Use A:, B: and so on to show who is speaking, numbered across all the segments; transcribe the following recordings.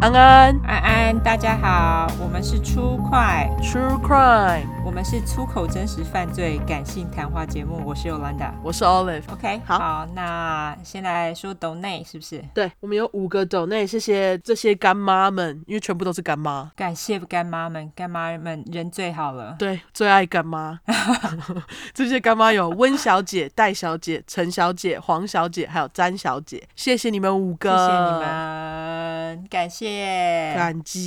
A: 安安
B: 安安，大家好，我们是出快，
A: ，True Crime，
B: 我们是出口真实犯罪感性谈话节目，我是 Yolanda。
A: 我是 Olive。
B: OK，
A: 好
B: 那先来说抖内是不是？
A: 对，我们有五个斗内，谢谢这些干妈们，因为全部都是干妈。
B: 感谢干妈们，干妈们人最好了。
A: 对，最爱干 妈。这些干妈有温小姐、 戴小姐、陈小姐、黄小姐，还有詹小姐。谢谢你们五
B: 谢
A: 个，
B: 谢你，们，感谢
A: 感激。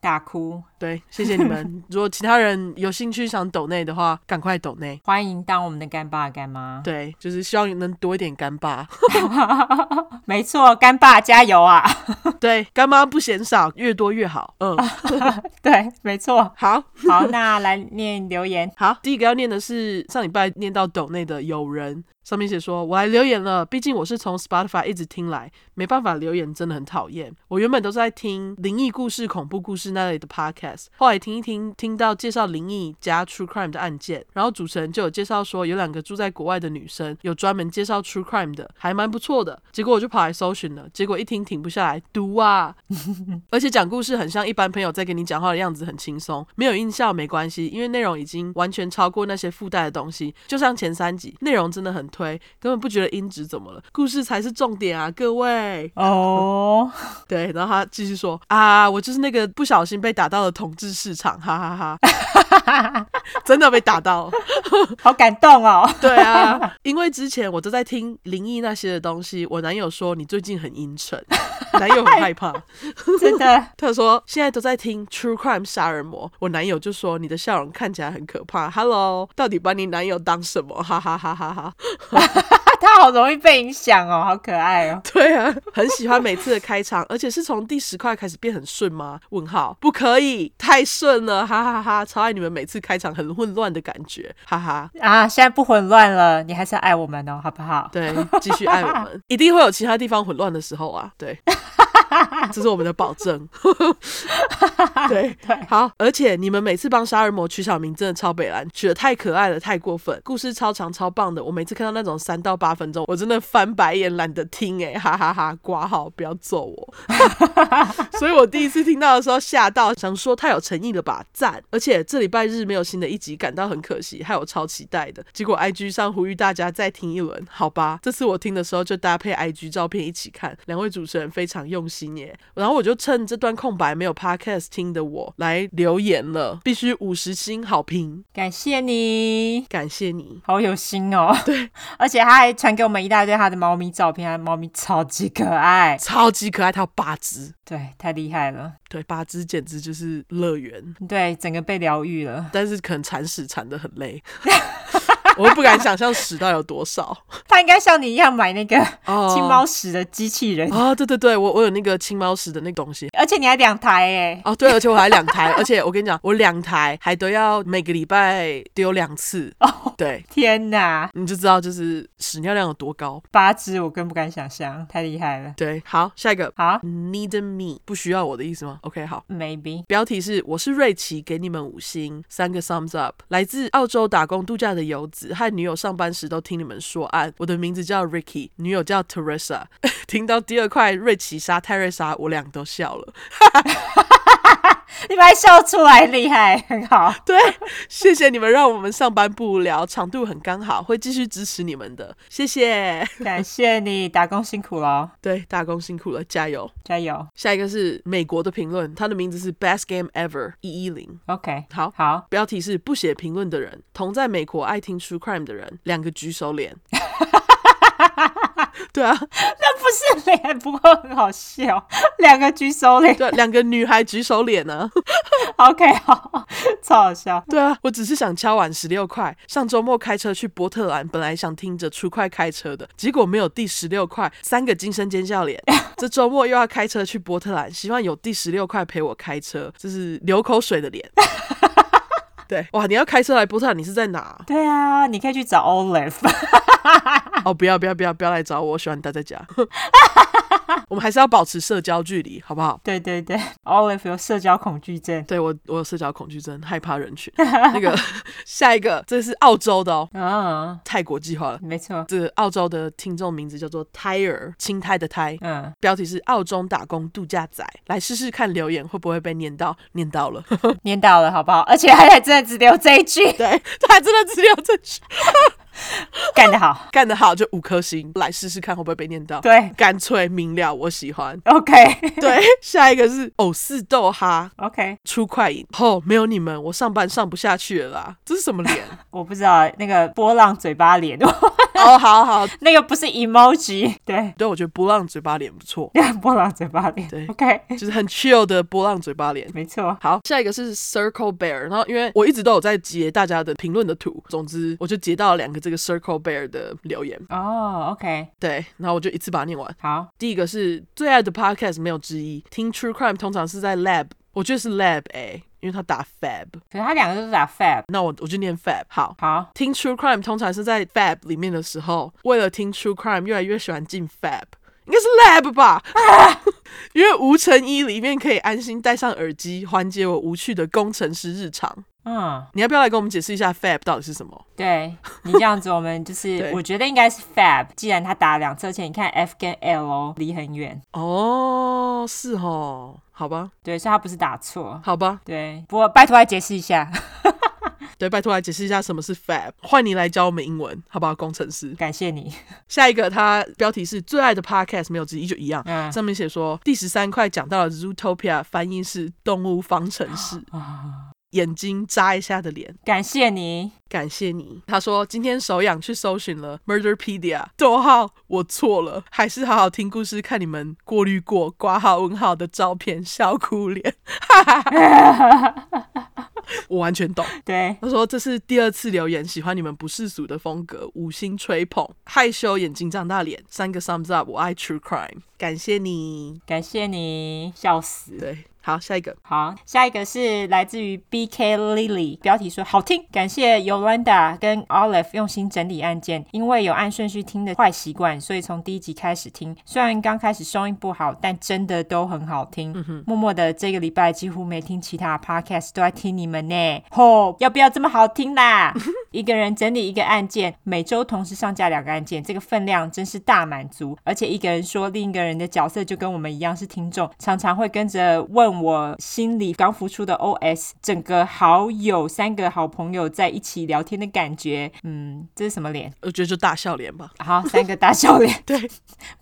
B: 大哭，
A: 对，谢谢你 们。如果其他人有兴趣想抖内的话，赶快抖内。
B: 欢迎当我们的干爸干妈。
A: 对，就是希望能多一点干爸。
B: 没错，干爸加油啊！
A: 对，干妈不嫌少，越多越好。 嗯，
B: 对，没错。
A: 好。
B: 好，那来念留言。
A: 好，第一个要念的是上礼拜念到抖内的友人，上面写说：“我来留言了，毕竟我是从 Spotify 一直听来，没办法留言，真的很讨厌。我原本都是在听灵异故事、恐怖故事那类的 podcast，后来听一听，听到介绍灵异加 true crime 的案件，然后主持人就有介绍说有两个住在国外的女生有专门介绍 true crime 的，还蛮不错的。结果我就跑来搜寻了，结果一听停不下来，毒啊！而且讲故事很像一般朋友在跟你讲话的样子，很轻松，没有音效没关系，因为内容已经完全超过那些附带的东西。就像前三集，内容真的很推，根本不觉得音质怎么了，故事才是重点啊，各位。
B: 哦，
A: 对，然后他继续说啊，我就是那个不小心被打到的统治市场，哈哈哈真的被打到。
B: 好感动哦。
A: 对啊，因为之前我都在听灵异那些的东西，我男友说你最近很阴沉，男友很害怕。
B: 真的，
A: 他说现在都在听 True Crime 杀人魔，我男友就说你的笑容看起来很可怕。Hello，到底把你男友当什么？哈哈哈哈哈！
B: 他好容易被影响哦，好可爱哦。
A: 对啊，很喜欢每次的开场， 而且是从第十块开始变很顺吗？问号，不可以，太顺了，哈哈哈超爱你们每次开场很混乱的感觉，哈哈。
B: 啊，现在不混乱了，你还是要爱我们哦，好不好？
A: 对，继续爱我们，一定会有其他地方混乱的时候啊。对，这是我们的保证。对，好，而且你们每次帮杀人魔取小名真的超北蓝，取的太可爱了，太过分，故事超长超棒的。我每次看到那种三到八分钟，我真的翻白眼，懒得听哎、哈哈哈挂号，不要揍我。 所以我第一次听到的时候吓到，想说太有诚意了吧，赞！而且这礼拜日没有新的一集，感到很可惜，还有超期待的。结果 IG 上呼吁大家再听一轮，好吧？这次我听的时候就搭配 IG 照片一起看，两位主持人非常用心耶。然后我就趁这段空白没有 Podcast 听的我来留言了，必须五十星好评，
B: 感谢你，
A: 感谢你。
B: 好有心哦。对，而且他还传给我们一大堆他的猫咪照片，他的猫咪超级可爱，
A: 超级可爱，它有八只，
B: 对，太厉害了，
A: 对，八只简直就是乐园。
B: 对，整个被疗愈了。
A: 但是可能铲屎铲的很累， 我都不敢想象屎到底有多少。
B: 他应该像你一样买那个
A: 哦
B: 清猫屎的机器人，
A: 啊，对对对，我我有那个清猫屎的那个东西。
B: 而且你还两台哎。
A: 哦，对，而且我还两 台，而且我跟你讲，我两台还都要每个礼拜丢两次。
B: 哦，
A: 对，
B: 天哪，
A: 你就知道就是屎尿量有多高。
B: 八只我更不敢想象，太厉害了。
A: 对，好，下一个
B: 好
A: need me 不需要我的意思吗？OK，好。
B: ，maybe
A: 标题是“我是瑞奇，给你们五星三个 thumbs up”。来自澳洲打工度假的游子和女友上班时都听你们说案。我的名字叫 Ricky，女友叫 Teresa。听 到第二块瑞奇杀泰瑞莎，我俩都笑了。
B: 你把它笑出来，厉害，很好。
A: 对，谢谢你们让我们上班不无聊，长度很刚好，会继续支持你们的，谢谢。
B: 感谢你，打工辛苦喽，
A: 对，打工辛苦了，加油。
B: 加油。
A: 下一个是美国的评论，他的名字是 Best Game Ever 一一零。
B: OK，
A: 好，
B: 好，
A: 标题是不写评论的人，同在美国爱听 true crime 的人，两个举手脸。对啊，
B: 那不是脸，不过很好笑， 两个举手脸。
A: 对啊，两个女孩举手脸呢、啊。
B: OK，好， 超好笑。
A: 对啊，我只是想敲碗十六块。上周末开车去波特兰，本来想听着出快开车的，结果没有第十六块，三个惊声尖叫脸。这周末又要开车去波特兰，希望有第十六块陪我开车，这是流口水的脸。对，哇，你要开车来波特兰，你是在哪？
B: 对啊，你可以去找 Olive，
A: 哦，不要不要不要不要来找我，我喜欢待在家。 我们还是要保持社交距离，好不好？
B: 对对对，Olive 有社交恐惧症，
A: 对我，我有社交恐惧症，害怕人群。那个下一个，这是澳洲的哦，
B: 嗯，
A: 泰国计划了。
B: 没错，
A: 这个澳洲的听众名字叫做胎儿，青苔的苔，
B: 嗯，
A: 标题是“澳中打工度假仔”，来试试看留言会不会被念到，念到了。
B: 念到了好不好？而且还真的只留这一句，
A: 对他真的只有这句，
B: 干得好，
A: 干得好就五颗星，来试试看会不会被念到。
B: 对
A: 干脆明了，我喜欢。
B: ，OK
A: 对，下一个是偶似豆哈
B: OK，
A: 出快银，吼、没有你们，我上班上不下去了啦。这是什么脸？
B: 我不知道那个波浪嘴巴脸，
A: 哦，好好，
B: 那个不是 emoji，对，
A: 对，我觉得波浪嘴巴脸不错，
B: 波浪嘴巴脸，
A: 对
B: o k
A: 就是很 chill 的波浪嘴巴脸。
B: 没错，
A: 好，下一个是 Circle Bear，然后因为我一直都有在截大家的评论的图，总之我就截到了两个这个 Circle Bear 的留言，
B: 哦、o k
A: 对，然后我就一次把它念完。
B: 好，
A: 第一个是最爱的 podcast 没有之一，听 True Crime 通常是在 Lab，我觉得是 Lab 哎、因为他打 Fab，
B: 可是他两个都是打 fab，
A: 那我我就念 Fab 好。
B: 好，
A: 听 True Crime 通常是在 Fab 里面的时候，为了听 True Crime 越来越喜欢进 Fab，应该是 Lab 吧， 因为无尘衣里面可以安心戴上耳机，缓解我无趣的工程师日常。
B: 嗯，
A: 你要不要来跟我们解释一下 Fab 到底是什么？
B: 对你这样子，我们就是
A: 对
B: 我觉得应该是 fab，既然他打两侧前，你看 f 跟 l 离很远，
A: 哦，是哦，好吧，
B: 对，所以他不是打错。
A: 好吧，
B: 对，不过拜托来解释一下，
A: 对，拜托来解释一下什么是 Fab，换你来教我们英文，好不好？工程师，
B: 感谢你。
A: 下一个它标题是最爱的 Podcast 没有之一，就一样，
B: 嗯
A: 上面写说第十三块讲到了 Zootopia，翻译是动物方程式，眼睛眨一下的脸。
B: 感谢你，
A: 感谢你。他说今天手痒去搜寻了 Murderpedia，逗号我错了，还是好好听故事，看你们过滤过挂号问号的照片，笑哭脸， 我完全懂。
B: 对，
A: 他说这是第二次留言，喜欢你们不世俗的风格，五星吹捧，害羞眼睛张大脸，三个 thumbs up，我爱 true crime，感谢你。
B: 感谢你，笑死。
A: 对，好，下一个。
B: 好，下一个是来自于 B K Lily，标题说好听，感谢 Yolanda 跟 Olive 用心整理案件，因为有按顺序听的坏习惯，所以从第一集开始听，虽然刚开始收音不好，但真的都很好听。默默的这个礼拜几乎没听其他 podcast，都在听你们呢。吼，要不要这么好听啦？一个人整理一个案件，每周同时上架两个案件，这个分量真是大满足。而且一个人说另一个人的角色就跟我们一样是听众，常常会跟着问我心里刚浮出的 OS。整个好友三个好朋友在一起聊天的感觉，嗯，这是什么脸？
A: 我觉得就大笑脸吧，
B: 好，三个大笑脸，
A: 对，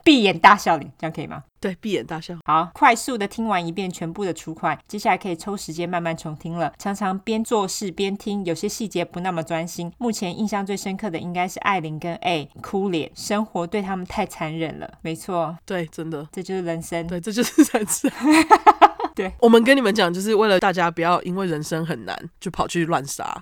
B: 闭眼大笑脸，这样可以吗？
A: 对，闭眼大笑。
B: 好，快速的听完一遍全部的初快，接下来可以抽时间慢慢重听了。常常边做事边听，有些细节不那么专心。目前印象最深刻的应该是艾琳跟 A 哭脸，生活对他们太残忍了。没错，
A: 对，真的，
B: 这就是人生。
A: 对，这就是 三次。啊
B: 对，
A: 我们跟你们讲，就是为了大家不要因为人生很难就跑去乱杀。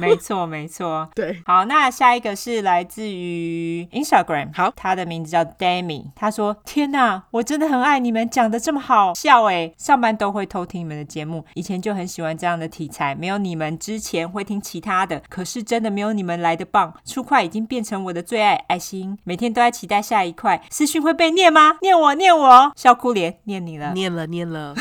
B: 没错，没错。
A: 对，
B: 好，那下一个是来自于 Instagram，
A: 好
B: 他的名字叫 Demi，他说：“天呐，我真的很爱你们，讲的这么好笑哎！上班都会偷听你们的节目，以前就很喜欢这样的题材，没有你们之前会听其他的，可是真的没有你们来的棒。初快已经变成我的最爱，爱心，每天都在期待下一块。私讯会被念吗？念我，念我，笑哭脸，念你了。
A: 念了念了，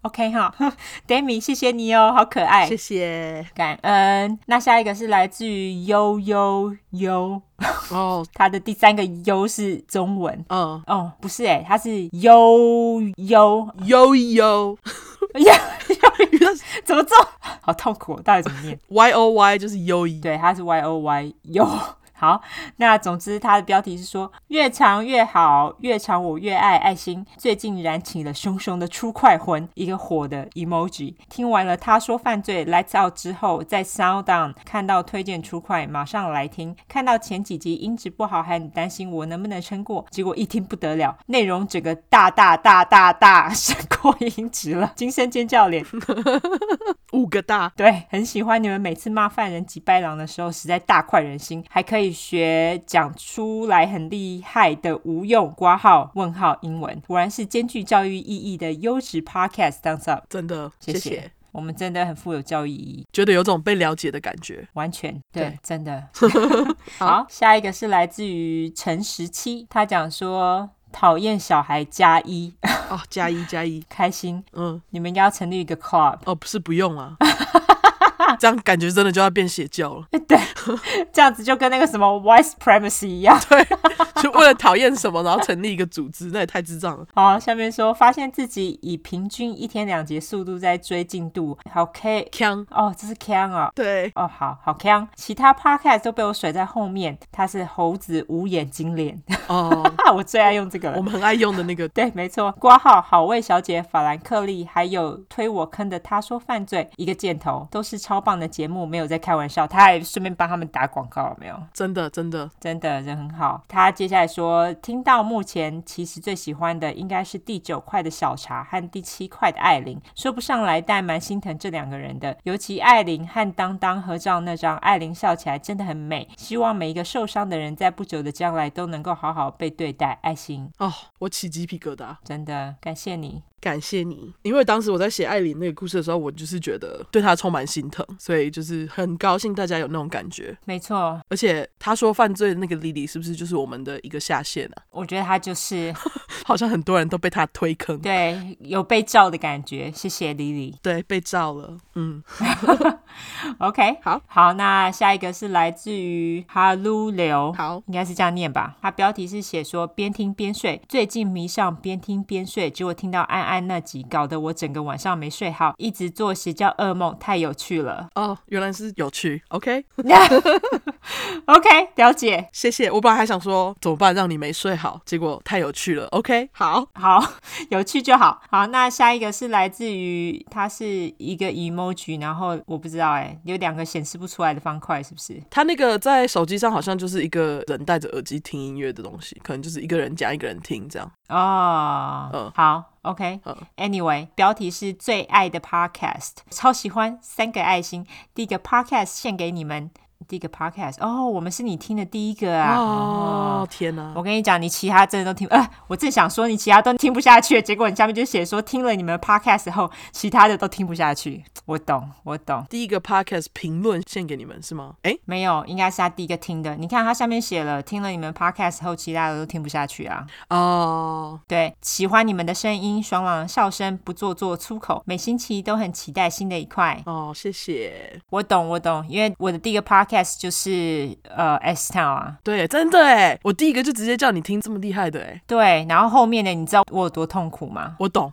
B: OK 哈 ，Demi，谢谢你哦，好可爱
A: 谢，谢。
B: 感恩。那下一个是来自于悠悠悠。”
A: 哦，
B: 它的第三个“优”是中文。
A: 嗯，
B: 哦，不是哎，它是悠悠，
A: 悠悠
B: 哎呀， 怎么做？好痛苦、哦，到底怎么念？
A: Y O Y 就是悠悠。
B: 对，它是 Y O Y 悠。好，那总之它的标题是说越长越好，越长我越爱爱心。最近燃起了熊熊的出快魂，一个火的 emoji。听完了他说犯罪 Lights Out 之后，在 Sound On 看到推荐出快，马上来听。看到前几集音质不好，还很担心我能不能撑过，结果一听不得了，内容整个大大大大大 胜过音质了，惊声尖叫脸。
A: 五个大，
B: 对，很喜欢你们每次骂犯人及白狼的时候，实在大快人心，还可以学讲出来很厉害的无用挂号问号英文，果然是兼具教育意义的优质 podcast。Thumbs up，
A: 真的，
B: 谢
A: 谢
B: 谢
A: 谢，
B: 我们真的很富有教育意义，
A: 觉得有种被了解的感觉。
B: 完全
A: 对
B: 对，真的。
A: 好
B: 好，下一个是来自于陈十七，他讲说。讨厌小孩加一，
A: 哦，加一加一，
B: 开心。
A: 嗯，
B: 你们应该要成立一个 club，
A: 哦，不是不用啊，这样感觉真的就要变邪教了。
B: 这样子就跟那个什么 white supremacy 一样。
A: 就为了讨厌什么，然后成立一个组织，那也太智障了。
B: 好，下面说发现自己以平均一天两节速度在追进度，好 K
A: 腔，
B: 哦，这是 K 啊、哦。
A: 对，
B: 哦，好好强！其他 podcast 都被我甩在后面。他是猴子无眼睛脸，
A: 哦，
B: 哈，我最爱用这个了
A: 我。们很爱用的那个，
B: 对，没错，挂号好味小姐、法兰克利，还有推我坑的他说犯罪，一个箭头，都是超棒的节目，没有在开玩笑。他还顺便帮他们打广告，有没有？
A: 真的真的，
B: 真的人很好。他接下来说，听到目前其实最喜欢的应该是第九块的小茶和第七块的艾琳，说不上来，但蛮心疼这两个人的。尤其艾琳和当当合照那张，艾琳笑起来真的很美。希望每一个受伤的人在不久的将来都能够好好被对待，爱心。
A: 哦，我起鸡皮疙瘩。
B: 真的感谢你，
A: 感谢你，因为当时我在写艾琳那个故事的时候，我就是觉得对她充满心疼，所以就是很高兴大家有那种感觉。
B: 没错，
A: 而且他说犯罪的那个 Lily 是不是就是我们的一个下线啊？
B: 我觉得他就是，
A: 好像很多人都被他推坑
B: 对有被照的感觉。谢谢 Lily。
A: 对，被照了。嗯，
B: OK，
A: 好，
B: 好，那下一个是来自于哈鲁流，
A: 好
B: 应该是这样念吧。它标题是写说边听边睡，最近迷上边听边睡，结果听到安安那集，搞得我整个晚上没睡好，一直做邪教噩梦，太有趣了。
A: 哦，原来是有趣。OK，
B: OK，了解。
A: 谢谢。我本来还想说怎么办让你没睡好，结果太有趣了。OK，好，
B: 好， 有趣就好。好，那下一个是来自于它是一个 emoji，然后我不知道哎、有两个显示不出来的方块，是不是？
A: 他那个在手机上好像就是一个人戴着耳机听音乐的东西，可能就是一个人讲一个人听这样。
B: 哦，
A: 嗯
B: 好，OK，
A: 嗯
B: Anyway，标题是最爱的 Podcast，超喜欢，三个爱心。第一个 Podcast 献给你们，第一个 Podcast，哦，我们是你听的第一个啊。
A: 哦，天哪、
B: 我跟你讲，你其他真的都听，呃，我正想说你其他都听不下去，结果你下面就写说听了你们的 podcast 后，其他的都听不下去。我懂，我懂，
A: 第一个 podcast 评论献给你们是吗？诶，
B: 没有，应该是他第一个听的。你看他下面写了，听了你们 podcast 后，其他的都听不下去啊。
A: 哦，
B: 对，喜欢你们的声音，爽朗的笑声，不做作粗口，每星期都很期待新的一块。
A: 哦，谢谢。
B: 我懂，我懂，因为我的第一个 podcast 就是呃 S Town 啊，
A: 对，真的诶，我第一个就直接叫你听这么厉害的诶，
B: 对，然后后面的你知道我有多痛苦吗？
A: 我 懂，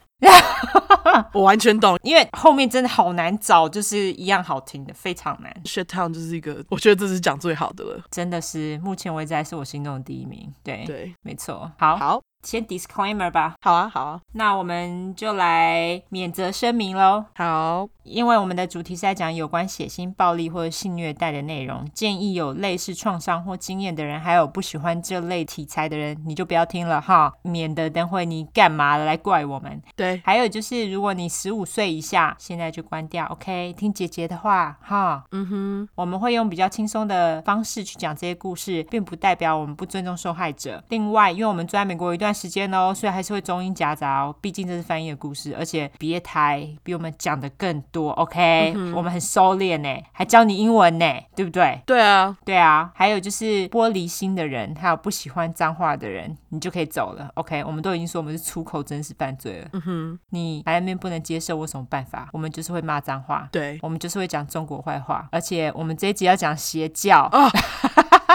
A: 我完全懂。
B: 因为后面真的好难找，就是一样好听的，非常难，
A: Shut Town 就是一个，我觉得这是讲最好的了。
B: 真的是目前为止还是我心中的第一名。对，
A: 对，
B: 没错。好，
A: 好，
B: 先 disclaimer 吧，
A: 好啊，好啊，
B: 那我们就来免责声明喽。
A: 好，
B: 因为我们的主题是在讲有关血腥暴力或者性虐待的内容，建议有类似创伤或经验的人，还有不喜欢这类题材的人，你就不要听了哈，免得等会你干嘛来怪我们。
A: 对，
B: 还有就是，如果你十五岁以下，现在就关掉，OK？听姐姐的话哈。
A: 嗯哼，
B: 我们会用比较轻松的方式去讲这些故事，并不代表我们不尊重受害者。另外，因为我们住在美国有一段时间哦，所以还是会中英夹杂哦，毕竟这是翻译的故事，而且别台比我们讲的更多，OK？、我
A: 嗯
B: 们很收敛呢，还教你英文呢，对不对？
A: 对啊，
B: 对啊，还有就是玻璃心的人，还有不喜欢脏话的人，你就可以走了。OK，我们都已经说我们是出口真实犯罪了，
A: 嗯哼，
B: 你还在那边不能接受，我有什么办法？我们就是会骂脏话，
A: 对，
B: 我们就是会讲中国坏话，而且我们这一集要讲邪教。
A: 哦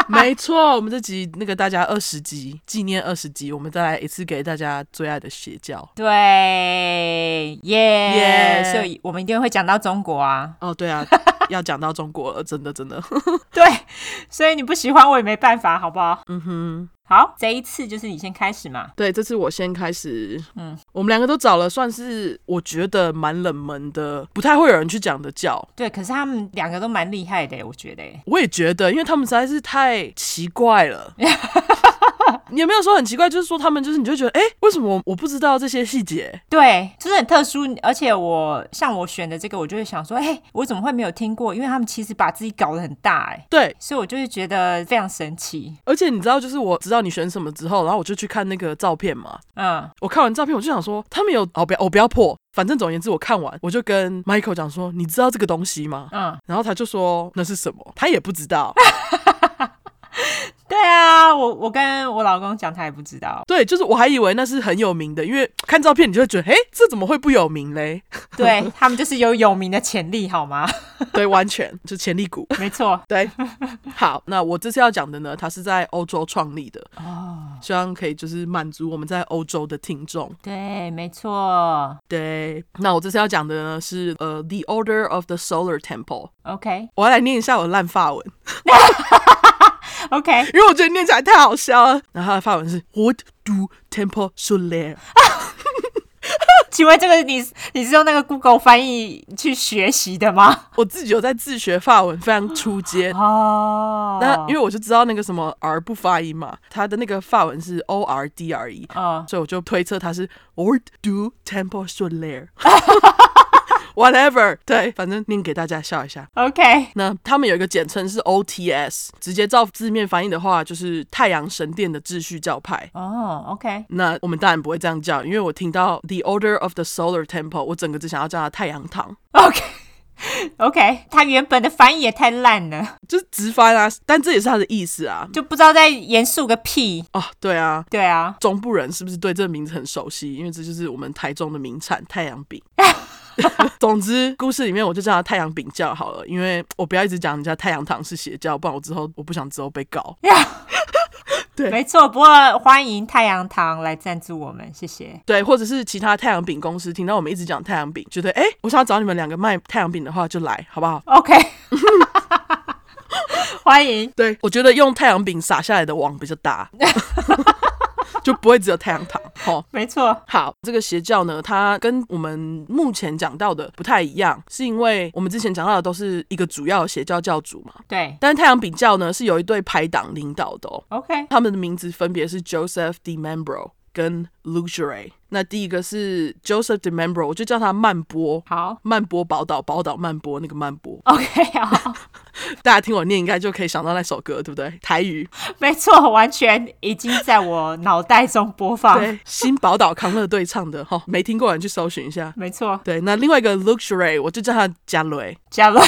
A: 没错。我们这集那个大家二十集纪念二十集，我们再来一次给大家最爱的邪教。
B: 对，耶、
A: 耶
B: 所以我们一定会讲到中国啊。
A: 哦，对 啊，要讲到中国了，真的，真的。
B: 对，所以你不喜欢我也没办法，好不好？
A: 嗯哼，
B: 好，这一次就是你先开始嘛。
A: 对，这次我先开始。
B: 嗯
A: 嗯，我们两个都找了，算是我觉得蛮冷门的，不太会有人去讲的教。
B: 对，可是他们两个都蛮厉害的，我觉得。
A: 我也觉得，因为他们实在是太奇怪 了。也没有说很奇怪，就是说他们就是你就觉得，哎、为什么我不知道这些细节？
B: 对，就是很特殊，而且我像我选的这个，我就会想说，哎、我怎么会没有听过？因为他们其实把自己搞得很大，哎，
A: 对，
B: 所以我就会觉得非常神奇。
A: 而且你知道，就是我知道你选什么之后，然后我就去看那个照片嘛。
B: 嗯，
A: 我看完照片，我就想说，他们有哦，不要，我、不要破。反正总而言之，我看完，我就跟 Michael 讲说，你知道这个东西吗？
B: 嗯，
A: 然后他就说那是什么，他也不知道。
B: 对，啊，我我跟我老公讲，他也不知道。
A: 对，就是我还以为那是很有名的，因为看照片你就会觉得，哎，这怎么会不有名嘞？
B: 对他们就是有有名的潜力，好吗？
A: 对，完全就潜力股。
B: 没错，
A: 对，好，那我这次要讲的呢，它是在欧洲创立的哦，希望可以就是满足我们在欧洲的听众。
B: 对，没错。
A: 对，那我这次要讲的呢是呃，The Order of the Solar Temple。
B: OK
A: 我要来念一下我的烂法文，
B: OK，
A: 因为我觉得念起来太好笑了。然后它的法文是 What do Temple Solar？
B: 请问这个你你是用那个 Google 翻译去学习的吗？
A: 我自己有在自学法文，非常出街。
B: 哦，
A: 那因为我就知道那个什么 R 不发音嘛，它的那个法文是 O R D R E，
B: 哦
A: 所以我就推测它是 Or do temple solaire 。Whatever，对，反正念给大家笑一下。
B: ，OK，
A: 那他们有一个简称是 OTS，直接照字面翻译的话，就是太阳神殿的秩序教派。
B: 哦，OK，
A: 那我们当然不会这样叫，因为我听到 The Order of the Solar Temple，我整个只想要叫它太阳堂，
B: OK OK，他原本的翻译也太烂了，
A: 就是直翻啊，但这也是它的意思啊。
B: 就不知道在严肃个屁。
A: 哦，对啊，
B: 对啊，
A: 中部人是不是对这个名字很熟悉？因为这就是我们台中的名产太阳饼。 总之，故事里面我就叫它太阳饼教好了，因为我不要一直讲人家太阳堂是邪教，不然我之后我不想之后被告。对
B: 没错。不过欢迎太阳堂来赞助我们，谢谢。
A: 对，或者是其他太阳饼公司听到我们一直讲太阳饼，觉得哎、诶我想要找你们两个卖太阳饼的话，就来好不好？
B: OK，欢迎。
A: 对，我觉得用太阳饼撒下来的网比较大，就不会只有太阳堂。好、
B: 没错，
A: 好，这个邪教呢，它跟我们目前讲到的不太一样，是因为我们之前讲到的都是一个主要的邪教教主嘛，
B: 对
A: 但是太阳饼教呢是由一对拍档领导的哦，
B: ，OK，
A: 他们的名字分别是 Joseph DeMembro 跟 Luxury。那第一个是 Joseph DeMembro，我就叫他曼波。
B: 好
A: 曼波宝岛，宝岛曼波那个曼波，
B: ，OK，好，
A: 大家听我念应该就可以想到那首歌，对不对？台语，
B: 没错，完全已经在我脑袋中播放。
A: 对，新宝岛康乐队唱的哈、没听过的人去搜寻一下。
B: 没错，
A: 对，那另外一个 Luxury，我就叫他加雷。
B: 加伦，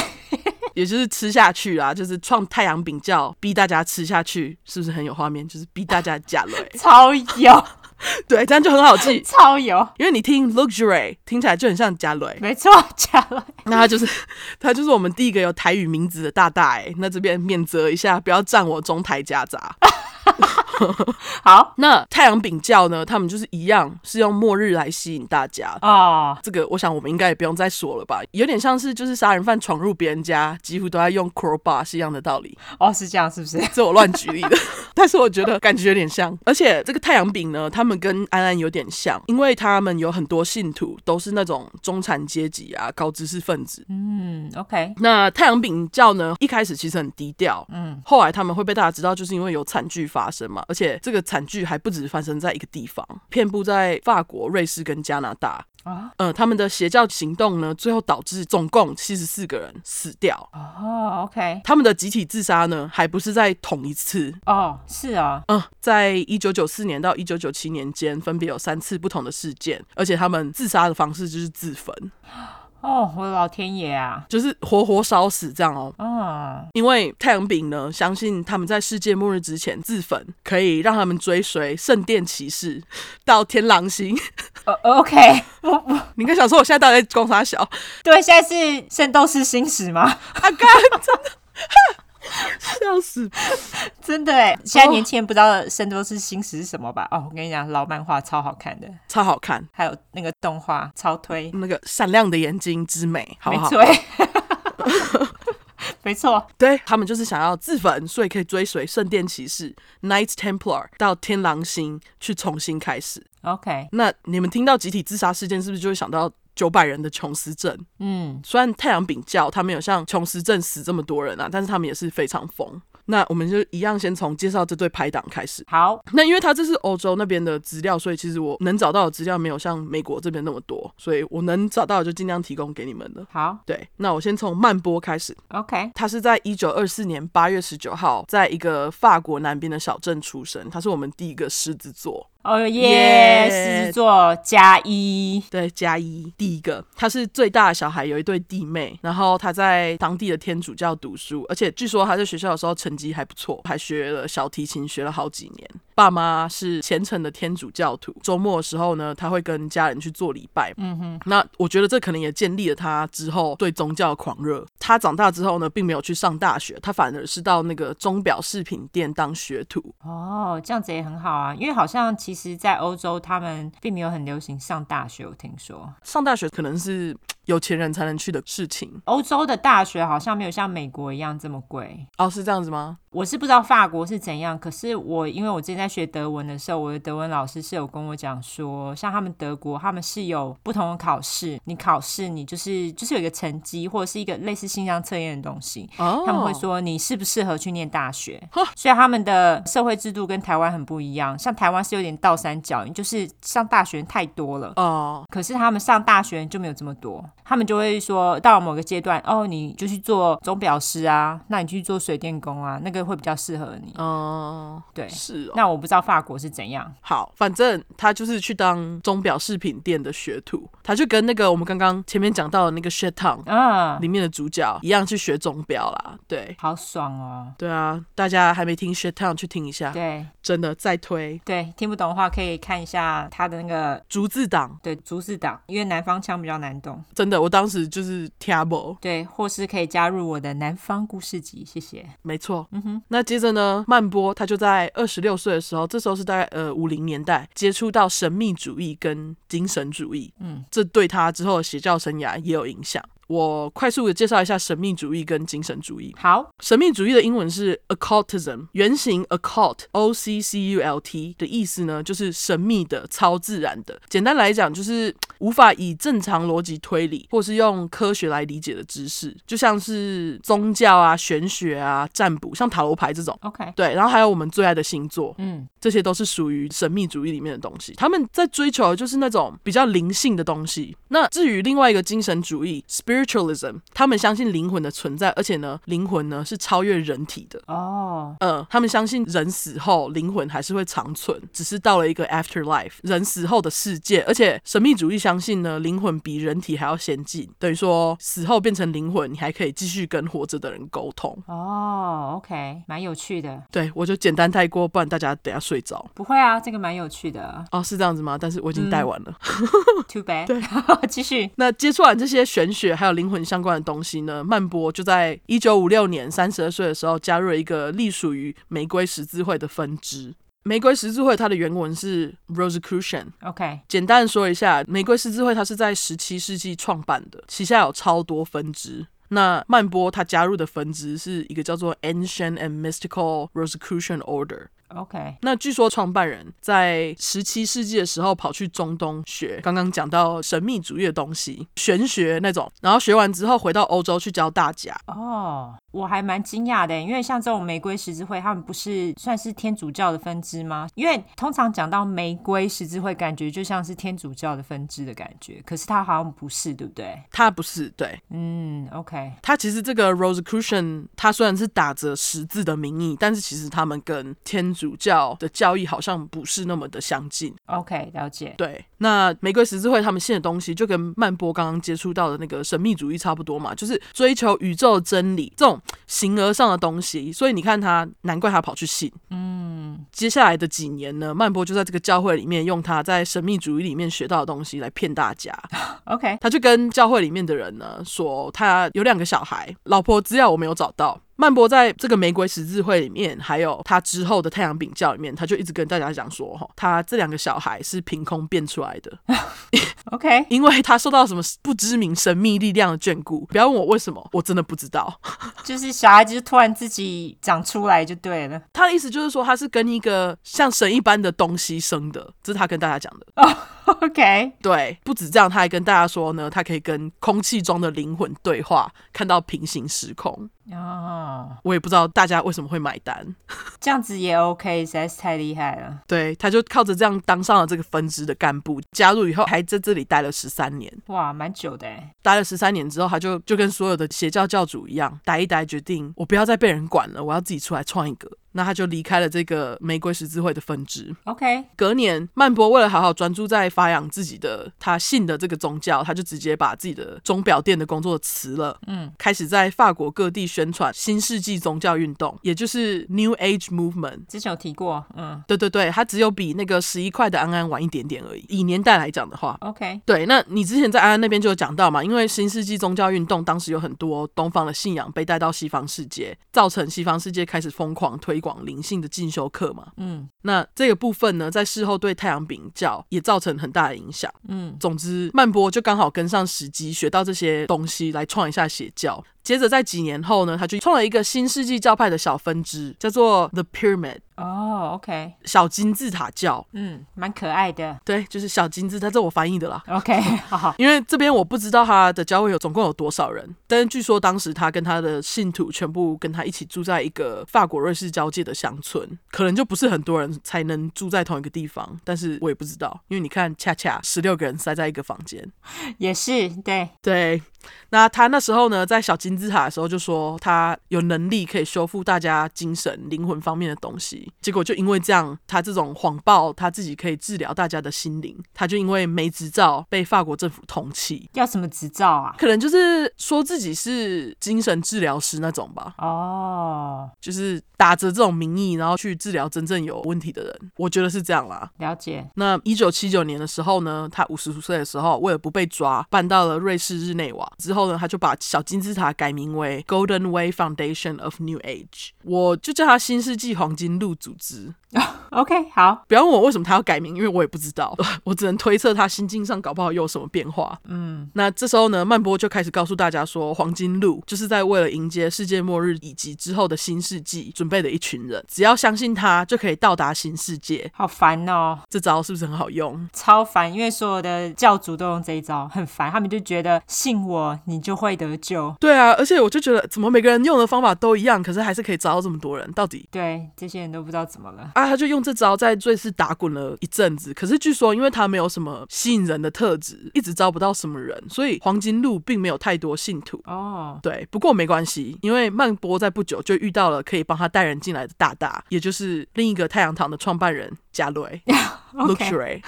A: 也就是吃下去啦，就是创太阳饼教，逼大家吃下去，是不是很有画面？就是逼大家加了、欸
B: 超油，，
A: 对，这样就很好记
B: 超油，
A: 因为你听 luxury 听起来就很像加雷，
B: 没错，加伦，
A: 那他就是他就是我们第一个有台语名字的大大哎、欸那这边免责一下，不要占我中台夹杂。
B: 好
A: 那太阳饼教呢，他们就是一样是用末日来吸引大家。
B: 哦，
A: 这个我想我们应该也不用再说了吧，有点像是就是杀人犯闯入别人家，几乎都在用 crowbar 是一样的道理。
B: 哦，是这样，是不是？
A: 这我乱举例的， 但是我觉得感觉有点像。而且这个太阳饼呢，他们跟安安有点像，因为他们有很多信徒都是那种中产阶级啊、高知识分子。
B: 嗯，OK，
A: 那太阳饼教呢，一开始其实很低调，嗯，后来他们会被大家知道，就是因为有惨剧发生嘛，而且这个惨剧还不止发生在一个地方，遍布在法国、瑞士跟加拿大。
B: 啊，
A: 呃，他们的邪教行动呢，最后导致总共七十四个人死掉。
B: 哦，OK，
A: 他们的集体自杀呢，还不是在同一次，
B: 哦，是哦，
A: 嗯，在一九九四年到一九九七年间，分别有三次不同的事件，而且他们自杀的方式就是自焚，
B: 哦，我的老天爷啊，
A: 就是活活烧死这样哦。
B: 哦，
A: 因为太阳饼呢，相信他们在世界末日之前自焚，可以让他们追随圣殿骑士到天狼星。
B: 呃，OK，
A: 你应该想说，我现在到底在攻啥小？
B: 对，现在是《圣斗士星矢》吗？
A: 啊，干，真的笑死！
B: 真的哎，现在年轻人不知道《圣斗士星矢》是什么吧？哦，我跟你讲，老漫画超好看的，
A: 超好看，
B: 还有那个动画超推，
A: 那个闪亮的眼睛之美，好不
B: 没
A: 好？
B: 错 欸，没错，
A: 对他们就是想要自焚，所以可以追随圣殿骑士 （Knights Templar） 到天狼星去重新开始。
B: OK，
A: 那你们听到集体自杀事件，是不是就会想到九百人的琼斯镇？
B: 嗯，
A: 虽然太阳饼教他们有像琼斯镇死这么多人啊，但是他们也是非常疯。那我们就一样先从介绍这对拍档开始。
B: 好，
A: 那因为他这是欧洲那边的资料，所以其实我能找到的资料没有像美国这边那么多，所以我能找到的就尽量提供给你们了。
B: 好
A: 对，那我先从曼波开始。
B: ，OK，
A: 他是在一九二四年八月十九号，在一个法国南边的小镇出生。他是我们第一个狮子座。
B: 哦耶！狮子座加一，
A: 对，加一。第一个，他是最大的小孩，有一对弟妹，然后他在当地的天主教读书，而且据说他在学校的时候成绩还不错，还学了小提琴，学了好几年。爸妈是虔诚的天主教徒，周末的时候呢，他会跟家人去做礼拜。嗯哼，那我觉得这可能也建立了他之后对宗教的狂热。他长大之后呢，并没有去上大学，他反而是到那个钟表饰品店当学徒。
B: 哦，这样子也很好啊，因为好像其实，在欧洲他们并没有很流行上大学，我听说
A: 上大学可能是有钱人才能去的事情。
B: 欧洲的大学好像没有像美国一样这么贵。
A: 哦，是这样子吗？
B: 我是不知道法国是怎样，可是我因为我之前在学德文的时候，我的德文老师是有跟我讲说，像他们德国，他们是有不同的考试，你考试你就是就是有一个成绩或者是一个类似性向测验的东西，
A: 哦，
B: 他们会说你适不适合去念大学
A: 哈，
B: 所以他们的社会制度跟台湾很不一样。像台湾是有点倒三角，你就是上大学太多了，
A: 哦，
B: 可是他们上大学就没有这么多，他们就会说到某个阶段，哦，你就去做钟表师啊，那你去做水电工啊，那个会比较适合你。
A: 哦，
B: 对，
A: 是哦。
B: 那我不知道法国是怎样。
A: 好，反正他就是去当钟表饰品店的学徒，他就跟那个我们刚刚前面讲到的那个 s h e t o w n
B: 嗯，
A: 里面的主角一样去学钟表啦。对，
B: 好爽哦。
A: 对啊，大家还没听 s h e t o w n 去听一下，
B: 对
A: 真的再推
B: 对，听不懂的话可以看一下他的那个
A: 逐字档，
B: 对竹子党，因为南方腔比较难懂。
A: 真的，我当时就是听不。
B: 对，或是可以加入我的南方故事集，谢谢。
A: 没错，嗯哼。那接着呢，曼波他就在二十六岁的时候，这时候是大概呃五零年代，接触到神秘主义跟精神主义，
B: 嗯，
A: 这对他之后的邪教生涯也有影响。我快速的介绍一下神秘主义跟精神主义。
B: 好，
A: 神秘主义的英文是 occultism，原型 occult o c c u l t 的意思呢，就是神秘的、超自然的。简单来讲，就是嘖无法以正常逻辑推理或是用科学来理解的知识，就像是宗教啊、玄学啊、占卜，像塔罗牌这种。
B: OK，
A: 对，然后还有我们最爱的星座，
B: 嗯，
A: 这些都是属于神秘主义里面的东西。他们在追求的就是那种比较灵性的东西。那至于另外一个精神主义 （spiritualism），他们相信灵魂的存在，而且呢，灵魂呢是超越人体的。
B: 哦，
A: 嗯，他们相信人死后灵魂还是会长存，只是到了一个 afterlife，人死后的世界。而且神秘主义相信呢，灵魂比人体还要先进，等于说死后变成灵魂，你还可以继续跟活着的人沟通。
B: 哦，OK，蛮有趣的。
A: 对我就简单带过，不然大家等下睡着。
B: 不会啊，这个蛮有趣的。
A: 哦，是这样子吗？但是我已经带完了。
B: Too bad。对， 继续。
A: 那接触完这些玄学还有灵魂相关的东西呢，曼波就在一九五六年三十二岁的时候加入了一个隶属于玫瑰十字会的分支。玫瑰十字会它的原文是 Rosicrucian。
B: OK，
A: 简单地说一下，玫瑰十字会它是在十七世纪创办的，旗下有超多分支。那曼波他加入的分支是一个叫做 Ancient and Mystical Rosicrucian Order。
B: OK，
A: 那据说创办人在十七世纪的时候跑去中东学，刚刚讲到神秘主义的东西，玄学那种，然后学完之后回到欧洲去教大家。
B: 哦，我还蛮惊讶的，因为像这种玫瑰十字会，他们不是算是天主教的分支吗？因为通常讲到玫瑰十字会，感觉就像是天主教的分支的感觉，可是它好像不是，对不对？
A: 他不是，对
B: 嗯，OK，
A: 他其实这个 Rosicrucian，他虽然是打着十字的名义，但是其实他们跟天主教的教义好像不是那么的相近。
B: OK，了解。
A: 对，那玫瑰十字会他们信的东西就跟曼波刚刚接触到的那个神秘主义差不多嘛，就是追求宇宙真理这种形而上的东西。所以你看他，难怪他跑去信。嗯，接下来的几年呢，曼波就在这个教会里面用他在神秘主义里面学到的东西来骗大家。
B: OK，
A: 他就跟教会里面的人呢说，他有两个小孩，老婆资料我没有找到。曼博在这个玫瑰十字会里面，还有他之后的太阳饼教里面，他就一直跟大家讲说，哈，他这两个小孩是凭空变出来的，
B: OK，
A: 因为他受到什么不知名神秘力量的眷顾。不要问我为什么，我真的不知道。
B: 就是小孩子突然自己长出来就对了。
A: 他的意思就是说，他是跟一个像神一般的东西生的，这是他跟大家讲的。
B: OK，
A: 对，不止这样，他还跟大家说呢，他可以跟空气中的灵魂对话，看到平行时空。
B: 哦，
A: 我也不知道大家为什么会买单。
B: 这样子也 OK，实在是太厉害了。
A: 对，他就靠着这样当上了这个分支的干部，加入以后还在这里待了十三年。
B: 哇，蛮久的欸
A: 待了十三年之后，他就就跟所有的邪教教主一样，待一待，决定我不要再被人管了，我要自己出来创一个。那他就离开了这个玫瑰十字会的分支。
B: OK，
A: 隔年，曼波为了好好专注在发扬自己的他信的这个宗教，他就直接把自己的钟表店的工作辞了，
B: 嗯，
A: 开始在法国各地宣传新世纪宗教运动，也就是 New Age Movement。
B: 之前有提过，嗯
A: 对对对，他只有比那个十一块的安安晚一点点而已。以年代来讲的话，
B: ，OK，
A: 对，那你之前在安安那边就有讲到嘛，因为新世纪宗教运动当时有很多东方的信仰被带到西方世界，造成西方世界开始疯狂推广灵性的进修课嘛。
B: 嗯
A: 那这个部分呢，在事后对太阳饼教也造成很大的影响。
B: 嗯
A: 总之，曼波就刚好跟上时机，学到这些东西来创一下邪教。接着在几年后呢，他就创了一个新世纪教派的小分支，叫做 The Pyramid
B: 哦，OK，
A: 小金字塔教。
B: 嗯，蛮可爱的
A: 对，就是小金字塔，这我翻译的啦。
B: ，OK，好 好，
A: 因为这边我不知道他的教会有总共有多少人，但是据说当时他跟他的信徒全部跟他一起住在一个法国瑞士交界的乡村，可能就不是很多人才能住在同一个地方，但是我也不知道，因为你看，恰恰十六个人塞在一个房间。
B: 也是对，
A: 对，那他那时候呢，在小金字塔的时候就说他有能力可以修复大家精神、灵魂方面的东西。结果就因为这样，他这种谎报他自己可以治疗大家的心灵，他就因为没执照被法国政府通缉。
B: 要什么执照啊？
A: 可能就是说自己是精神治疗师那种吧，
B: 哦，
A: 就是打着这种名义，然后去治疗真正有问题的人，我觉得是这样啦。
B: 了解，
A: 那一九七九年的时候呢，他五十岁的时候，为了不被抓，搬到了瑞士日内瓦。之后呢，他就把小金字塔改名为 Golden Way Foundation of New Age，我就叫它新世纪黄金路组织。
B: ，OK，好，
A: 不要问我为什么他要改名，因为我也不知道， 我只能推测他心境上搞不好有什么变化。
B: 嗯
A: 那这时候呢，曼波就开始告诉大家说，黄金路就是在为了迎接世界末日以及之后的新世纪准备的一群人，只要相信他，就可以到达新世界。
B: 好烦哦，
A: 这招是不是很好用？
B: 超烦，因为所有的教主都用这一招，很烦，他们就觉得信我，你就会得救。
A: 对啊，而且我就觉得，怎么每个人用的方法都一样，可是还是可以找到这么多人，到底？
B: 对，这些人都不知道怎么了。
A: 啊，他就用这招在瑞士打滚了一阵子，可是据说因为他没有什么吸引人的特质，一直招不到什么人，所以黄金路并没有太多信徒。
B: 哦，
A: 对，不过没关系，因为曼波在不久就遇到了可以帮他带人进来的大大，也就是另一个太阳堂的创办人贾雷 （Luxury）。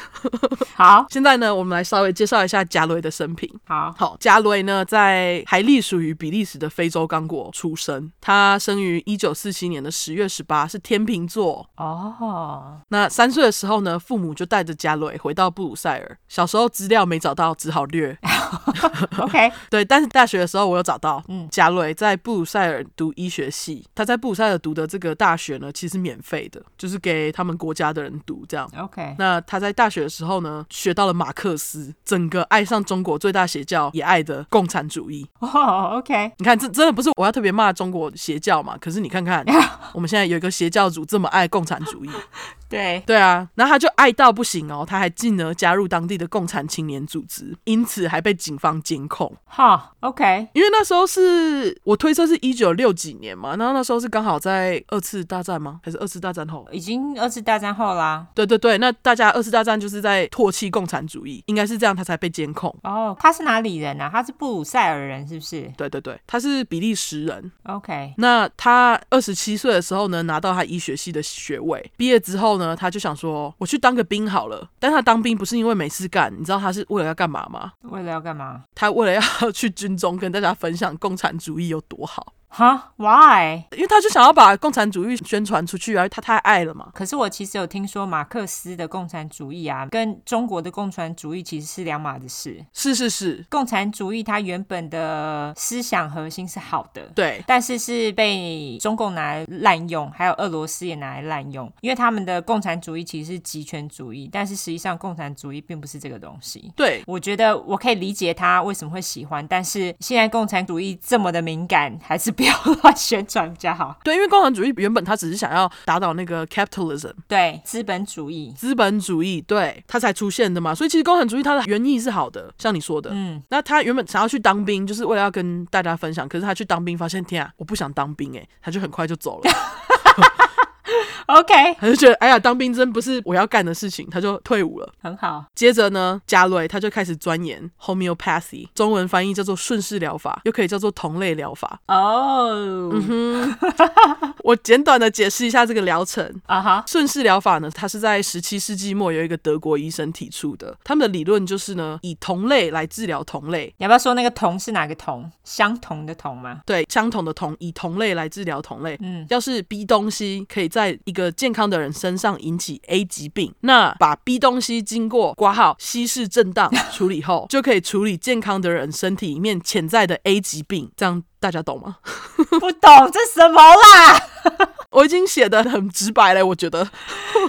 B: 好
A: 现在呢，我们来稍微介绍一下贾雷的生平。
B: 好，
A: 好，加雷呢，在还隶属于比利时的非洲刚果出生。他生于一九四七年的十月十八，是天秤座。
B: 哦，
A: 那三岁的时候呢，父母就带着加雷回到布鲁塞尔。小时候资料没找到，只好略
B: OK，
A: 对，但是大学的时候我有找到，嗯
B: 嗯，
A: 贾瑞在布鲁塞尔读医学系，他在布鲁塞尔读的这个大学呢，其实免费的，就是给他们国家的人读这样。
B: OK，
A: 那他在大学的时候呢，学到了马克思，整个爱上中国最大邪教，也爱的共产主义。
B: 哦，OK，
A: 你看，这真的不是我要特别骂中国邪教嘛？可是你看 看，我们现在有一个邪教主这么爱共产主义，
B: 对，
A: 对啊，然后他就爱到不行哦，他还进而加入当地的共产青年组织，因此还被警方监控。
B: 哈，OK，
A: 因为那时候是我推测是一九六几年嘛，然后那时候是刚好在二次大战吗？还是二次大战后？
B: 已经二次大战后啦。
A: 对对对，那大家二次大战就是在唾弃共产主义，应该是这样，他才被监控。
B: 哦，他是哪里人啊？他是布鲁塞尔人是不是
A: 对对对，他是比利时人。
B: ？OK，
A: 那他二十七岁的时候呢，拿到他医学系的学位。毕业之后呢，他就想说，我去当个兵好了。但他当兵不是因为没事干，你知道他是为了要干嘛吗？
B: 为了要干嘛？
A: 他为了要去军中跟大家分享共产主义有多好，
B: 哈，Why？
A: 因为他就想要把共产主义宣传出去啊，他太爱了嘛。
B: 可是我其实有听说马克思的共产主义啊，跟中国的共产主义其实是两码子事。
A: 是是是，
B: 共产主义它原本的思想核心是好的，
A: 对
B: 但是是被中共拿来滥用，还有俄罗斯也拿来滥用，因为他们的共产主义其实是集权主义，但是实际上共产主义并不是这个东西。
A: 对，
B: 我觉得我可以理解他为什么会喜欢，但是现在共产主义这么的敏感，还是不要乱宣传比较好。
A: 对，因为共产主义原本他只是想要打倒那个 capitalism
B: 对，资本主义，
A: 资本主义，对他才出现的嘛，所以其实共产主义它的原意是好的，像你说的，
B: 嗯，
A: 那他原本想要去当兵，就是为了要跟欸大家分享，可是他去当兵发现，天啊，我不想当兵哎、他就很快就走了。
B: OK，
A: 他就觉得哎呀，当兵真不是我要干的事情，他就退伍了。
B: 很好。
A: 接着呢，贾瑞他就开始钻研 homeopathy，中文翻译叫做顺势疗法，又可以叫做同类疗法。
B: 哦，
A: 我简短的解释一下这个疗程。
B: 啊哈，
A: 顺势疗法呢，它是在十七世纪末有一个德国医生提出的。他们的理论就是呢，以同类来治疗同类，
B: 你要不要说那个同是哪个同？相同的同吗？
A: 对，相同的同，以同类来治疗同类。
B: 嗯，
A: 要是 B 东西可以在一个健康的人身上引起 A 疾病，那把 B 东西经过挂号稀释震荡处理后，就可以处理健康的人身体里面潜在的 A 疾病。这样大家懂吗？
B: 不懂这什么啦？
A: 我已经写的很直白了，我觉得。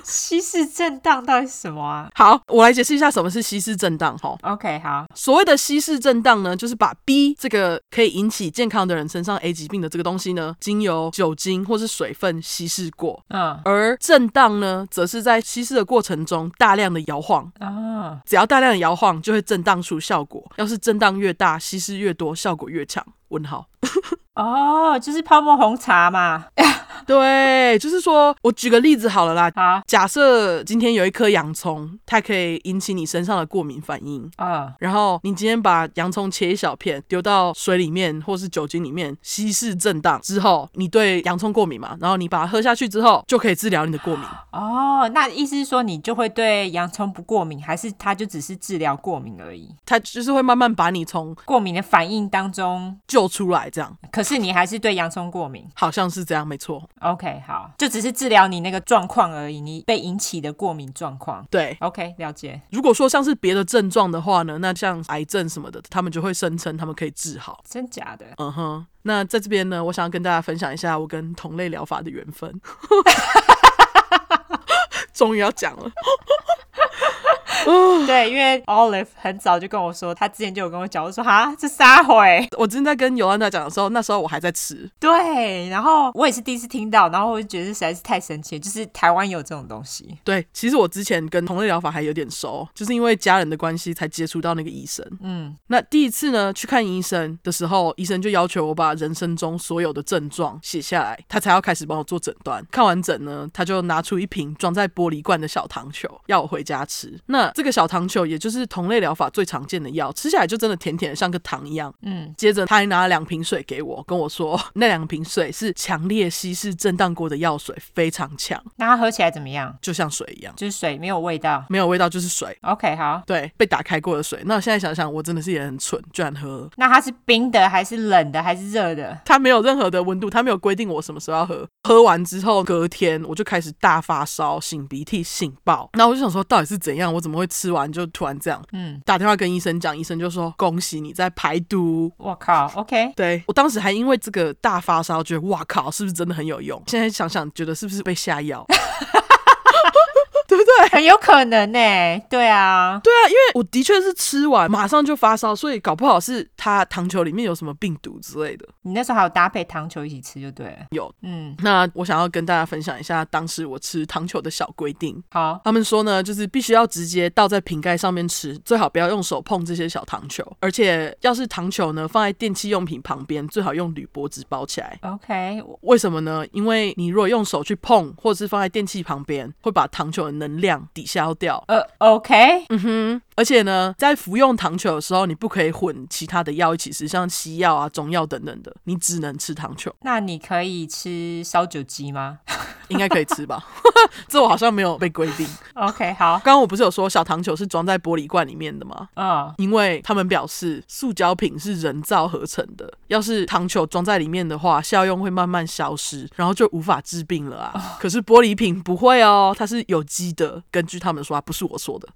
B: 稀释震荡到底是什么啊
A: 好，我来解释一下什么是稀释震荡哈。
B: ？OK，好，
A: 所谓的稀释震荡呢，就是把 B 这个可以引起健康的人身上 A 疾病的这个东西呢，经由酒精或是水分稀释过。
B: 嗯
A: 而震荡呢，则是在稀释的过程中大量的摇晃，
B: 啊，
A: 只要大量的摇晃，就会震荡出效果。要是震荡越大，稀释越多，效果越强。问号。
B: 哦，就是泡沫红茶嘛。
A: 对，就是说我举个例子好了啦。
B: 好，
A: 假设今天有一颗洋葱，它可以引起你身上的过敏反应。
B: 嗯，
A: 然后你今天把洋葱切一小片，丢到水里面或是酒精里面稀释震荡之后，你对洋葱过敏嘛？然后你把它喝下去之后，就可以治疗你的过敏。
B: 哦，那意思是说你就会对洋葱不过敏，还是它就只是治疗过敏而已？
A: 它就是会慢慢把你从
B: 过敏的反应当中，
A: 救出来，这样
B: 可是你还是对洋葱过敏。
A: 好像是这样，没错。
B: OK，好，就只是治疗你那个状况而已，你被引起的过敏状况。
A: 对，
B: OK，了解。
A: 如果说像是别的症状的话呢，那像癌症什么的，他们就会声称他们可以治好。
B: 真假的？
A: 嗯哼，那在这边呢，我想要跟大家分享一下我跟同类疗法的缘分。 终于要讲了，
B: 对，因为 Olive 很早就跟我说，他之前就有跟我讲，我说哈，这撒欸回。
A: 我之前在跟尤安达讲的时候，那时候我还在吃，
B: 对，然后我也是第一次听到，然后我就觉得实在是太神奇了，就是台湾有这种东西。
A: 对，其实我之前跟同类疗法还有点熟，就是因为家人的关系才接触到那个医生。
B: 嗯，
A: 那第一次呢去看医生的时候，医生就要求我把人生中所有的症状写下来，他才要开始帮我做诊断。看完诊呢，他就拿出一瓶装在玻璃罐的小糖球，要我回家吃。那这个小糖球也就是同类疗法最常见的药，吃起来就真的甜甜的，像个糖一样。
B: 嗯，
A: 接着他还拿了两瓶水给我，跟我说 那两瓶水是强烈稀释震荡过的药水，非常强，
B: 那它喝起来怎么样？
A: 就像水一样。
B: 就是水没有味道。
A: 没有味道就是水。
B: OK，好，
A: 对，被打开过的水。那我现在想想，我真的是也很蠢，居然喝了。
B: 那它是冰的还是冷的还是热的？
A: 它没有任何的温度，它没有规定我什么时候要喝。喝完之后，隔天我就开始大发烧、擤鼻涕、擤爆。那我就想说，到底是怎样？我怎么会吃完就突然这样？
B: 嗯，
A: 打电话跟医生讲，医生就说恭喜你在排毒。
B: 我靠，OK，
A: 对我当时还因为这个大发烧，觉得哇靠，是不是真的很有用？现在想想，觉得是不是被下药？ 对不对？
B: 很有可能呢、对啊，
A: 对啊，因为我的确是吃完马上就发烧，所以搞不好是它糖球里面有什么病毒之类的。
B: 你那时候还有搭配糖球一起吃就对了。
A: 有，
B: 嗯，
A: 那我想要跟大家分享一下当时我吃糖球的小规定。
B: 好，
A: 他们说呢，就是必须要直接倒在瓶盖上面吃，最好不要用手碰这些小糖球。而且要是糖球呢放在电器用品旁边，最好用铝箔纸包起来。
B: OK，我
A: 为什么呢？因为你如果用手去碰，或是放在电器旁边，会把糖球的能量抵消掉。
B: 呃，OK，
A: 而且呢，在服用糖球的时候，你不可以混其他的药一起吃，像西药啊、中药等等的，你只能吃糖球。
B: 那你可以吃烧酒鸡吗
A: 应该可以吃吧？ 这我好像没有被规定。
B: ？OK，好，
A: 刚刚我不是有说小糖球是装在玻璃罐里面的吗？
B: 嗯，
A: 因为他们表示塑胶品是人造合成的，要是糖球装在里面的话，效用会慢慢消失，然后就无法治病了啊。可是玻璃瓶不会哦，它是有机的。根据他们说，不是我说的。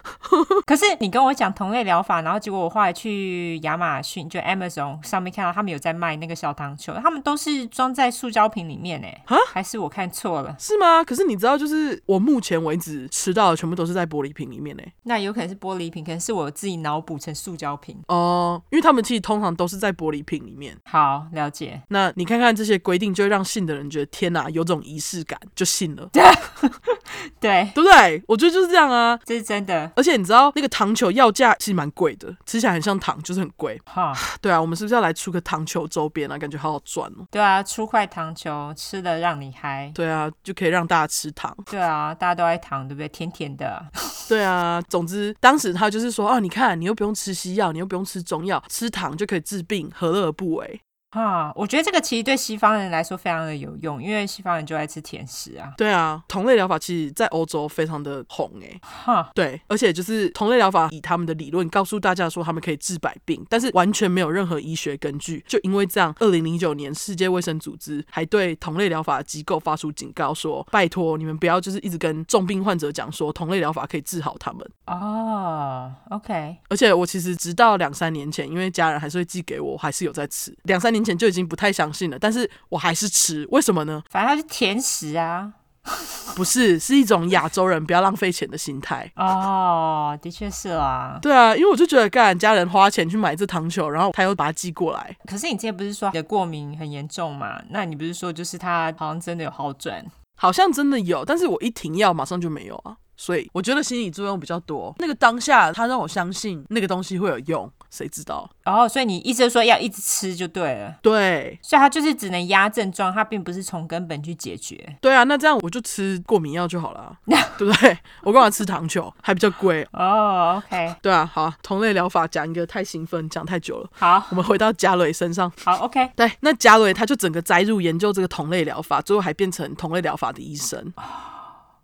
B: 可是你跟我讲同类疗法，然后结果我后来去亚马逊就 Amazon 上面看到他们有在卖那个小糖球，他们都是装在塑胶瓶里面诶，还是我看错了？
A: 是吗？可是你知道，就是我目前为止吃到的全部都是在玻璃瓶里面呢。欸
B: 那有可能是玻璃瓶，可能是我自己脑补成塑胶瓶。
A: 哦、因为他们其实通常都是在玻璃瓶里面。
B: 好，了解。
A: 那你看看这些规定，就会让信的人觉得天哪，有种仪式感，就信了，
B: 对，
A: 对不对？我觉得就是这样啊。
B: 这是真的。
A: 而且你知道那个糖球要价其实蛮贵的，吃起来很像糖，就是很贵。
B: 哈，
A: 对啊，我们是不是要来出个糖球周边啊？感觉好好赚哦。
B: 对啊，出块糖球吃的让你嗨。
A: 对啊，就就可以让大家吃糖。
B: 对啊，大家都爱糖，对不对？甜甜的，
A: 对啊，总之当时他就是说，哦，你看你又不用吃西药，你又不用吃中药，吃糖就可以治病，何乐而不为？
B: 啊，我觉得这个其实对西方人来说非常的有用，因为西方人就爱吃甜食啊。
A: 对啊，同类疗法其实在欧洲非常的红欸诶、
B: 哈，
A: 对，而且就是同类疗法以他们的理论告诉大家说他们可以治百病，但是完全没有任何医学根据。就因为这样，二零零九年世界卫生组织还对同类疗法机构发出警告说：拜托你们不要就是一直跟重病患者讲说同类疗法可以治好他们。
B: 哦，OK，
A: 而且我其实直到两三年前，因为家人还是会寄给我，我还是有在吃。两三年前就已经不太相信了，但是我还是吃，为什么呢？
B: 反正它是甜食啊。
A: 不是，是一种亚洲人不要浪费钱的心态。
B: 哦，的确是啦。
A: 对啊，因为我就觉得，干家人花钱去买这糖球，然后他又把它寄过来，
B: 可是你之前不是说你的过敏很严重嘛？那你不是说就是它好像真的有好转？
A: 好像真的有，但是我一停药马上就没有啊，所以我觉得心理作用比较多。那个当下，他让我相信那个东西会有用，谁知道？
B: 然、哦后所以你意思是说要一直吃就对了，
A: 对，
B: 所以它就是只能压症状，它并不是从根本去解决。
A: 对啊，那这样我就吃过敏药就好了啊，对不对？我干嘛吃糖球，还比较贵。
B: 哦，OK，
A: 对啊，好啊，同类疗法讲一个太兴奋，讲太久了。
B: 好，
A: 我们回到贾蕊身上，
B: 好，OK，
A: 对，那贾蕊他就整个栽入研究这个同类疗法，最后还变成同类疗法的医生。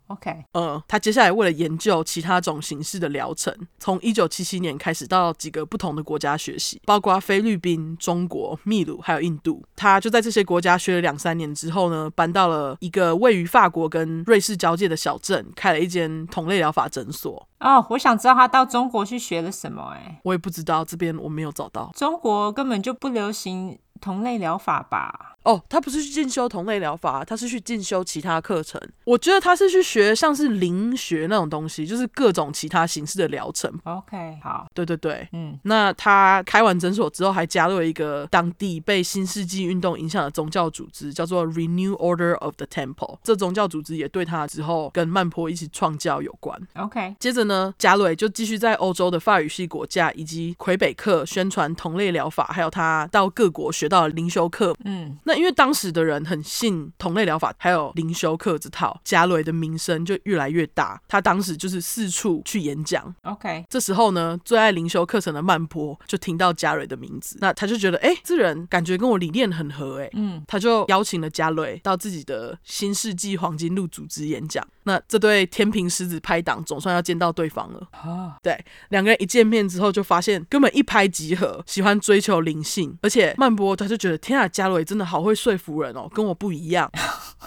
B: OK，
A: 呃，他接下来为了研究其他种形式的疗程，从一九七七年开始到几个不同的国家学习，包括菲律宾、中国、秘鲁还有印度。他就在这些国家学了两三年之后呢，搬到了一个位于法国跟瑞士交界的小镇，开了一间同类疗法诊所。
B: 哦，我想知道他到中国去学了什么、欸？哎，
A: 我也不知道这边我没有找到
B: 中国根本就不流行同类疗法吧？
A: 哦，他不是去进修同类疗法，他是去进修其他课程。我觉得他是去学像是灵学那种东西，就是各种其他形式的疗程。
B: OK，好，
A: 对对对，
B: 嗯，
A: 那他开完诊所之后，还加入了一个当地被新世纪运动影响的宗教组织，叫做 Renew Order of the Temple。这宗教组织也对他之后跟曼坡一起创教有关。
B: OK，
A: 接着呢，贾蕊就继续在欧洲的法语系国家以及魁北克宣传同类疗法，还有他到各国学到的灵修课。
B: 嗯，
A: 那因为当时的人很信同类疗法还有灵修课这套，贾蕊的名声就越来越大。他当时就是四处去演讲，
B: ，OK，
A: 这时候呢，最爱灵修课程的曼波就听到嘉蕊的名字，那他就觉得，哎、这人感觉跟我理念很合、诶，哎，
B: 嗯，
A: 他就邀请了嘉蕊到自己的新世纪黄金路组织演讲。那这对天平狮子拍档总算要见到对方了。
B: 哦，
A: 对，两个人一见面之后就发现根本一拍即合，喜欢追求灵性，而且曼波他就觉得天啊，嘉蕊真的好会说服人哦，跟我不一样，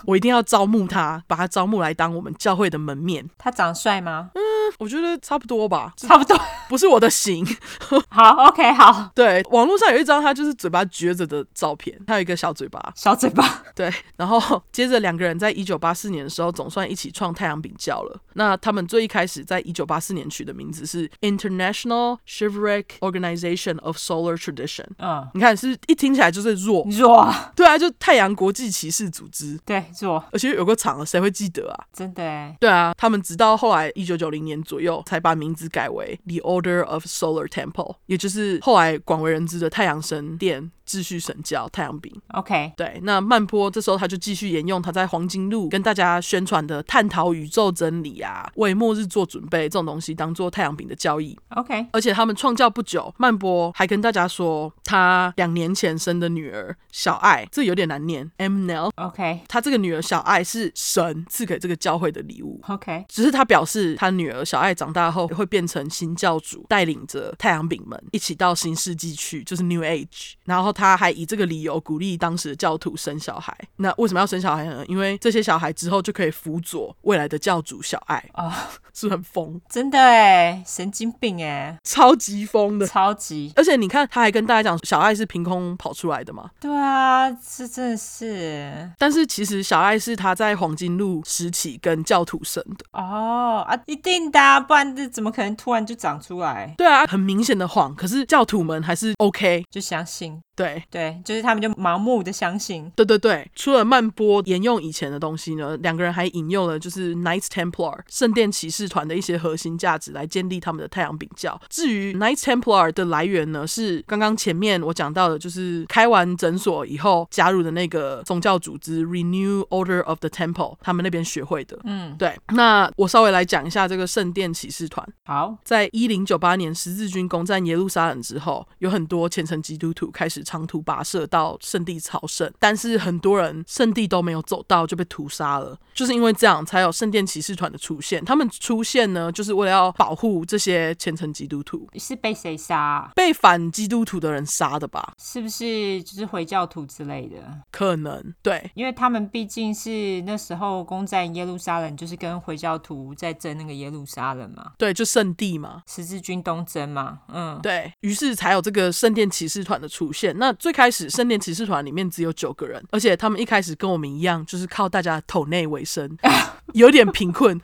A: 我一定要招募他，把他招募来当我们教会的门面。
B: 他长得帅吗？
A: 我觉得差不多吧，这
B: 差不多，
A: 不是我的型。
B: 好，OK，好，
A: 对，网络上有一张他就是嘴巴撅着的照片，他有一个小嘴巴。
B: 小嘴巴，
A: 对，然后接着两个人在一九八四年的时候总算一起创太阳饼教了。那他们最一开始在一九八四年取的名字是 International Shiveric Organization of Solar Tradition。
B: 嗯，
A: 你看，是不是一听起来就是弱？
B: 弱，
A: 对啊，就太阳国际骑士组织，
B: 对，弱，
A: 而且有个长了，谁会记得啊？
B: 真的欸，
A: 对啊，他们直到后来一九九零年左右才把名字改为 The Order of Solar Temple，也就是后来广为人知的太阳神殿秩序神教太阳饼。
B: OK，
A: 对，那曼波这时候他就继续沿用他在黄金路跟大家宣传的探讨宇宙真理啊，为末日做准备这种东西当做太阳饼的教义。
B: OK，
A: 而且他们创教不久，曼波还跟大家说，他两年前生的女儿小爱，这有点难念，M Nel。
B: OK，
A: 他这个女儿小爱是神赐给这个教会的礼物，
B: OK，
A: 只是他表示，他女儿小爱长大后会变成新教主，带领着太阳饼们一起到新世纪去，就是 New Age。然后他还以这个理由鼓励当时的教徒生小孩。那为什么要生小孩呢？因为这些小孩之后就可以辅佐未来的教主小爱，
B: 哦，
A: 是不是很疯，
B: 真的哎，神经病哎，
A: 超级疯的。
B: 超级，
A: 而且你看，他还跟大家讲，小爱是凭空跑出来的嘛。
B: 对啊，这真的是，
A: 但是其实小爱是他在黄金路时期跟教徒生的，
B: 哦啊，一定的、啊，不然这怎么可能突然就长出来？
A: 对啊，很明显的谎。可是教徒们还是 OK，
B: 就相信
A: 对，
B: 对，就是他们就盲目的相信。
A: 对对对，除了曼波沿用以前的东西呢，两个人还引用了就是 Knights Templar 圣殿骑士团的一些核心价值来建立他们的太阳饼教。至于 Knights Templar 的来源呢，是刚刚前面我讲到的，就是开完诊所以后加入的那个宗教组织 Renew Order of the Temple，他们那边学会的。
B: 嗯，
A: 对，那我稍微来讲一下这个圣殿骑士团。
B: 好，
A: 在一零九八年十字军攻占耶路撒冷之后，有很多虔诚基督徒开始长途跋涉到圣地朝圣，但是很多人圣地都没有走到就被屠杀了。就是因为这样，才有圣殿骑士团的出现。他们出现呢，就是为了要保护这些虔诚基督徒。
B: 是被谁杀啊？
A: 被反基督徒的人杀的吧？
B: 是不是就是回教徒之类的？
A: 可能对，
B: 因为他们毕竟是那时候攻占耶路撒冷，就是跟回教徒在争那个耶路撒冷嘛，
A: 对，就圣地嘛。
B: 十字军东征嘛，嗯，
A: 对于是才有这个圣殿骑士团的出现。那最开始圣殿骑士团里面只有九个人，而且他们一开始跟我们一样，就是靠大家的口内为生， 有点贫困。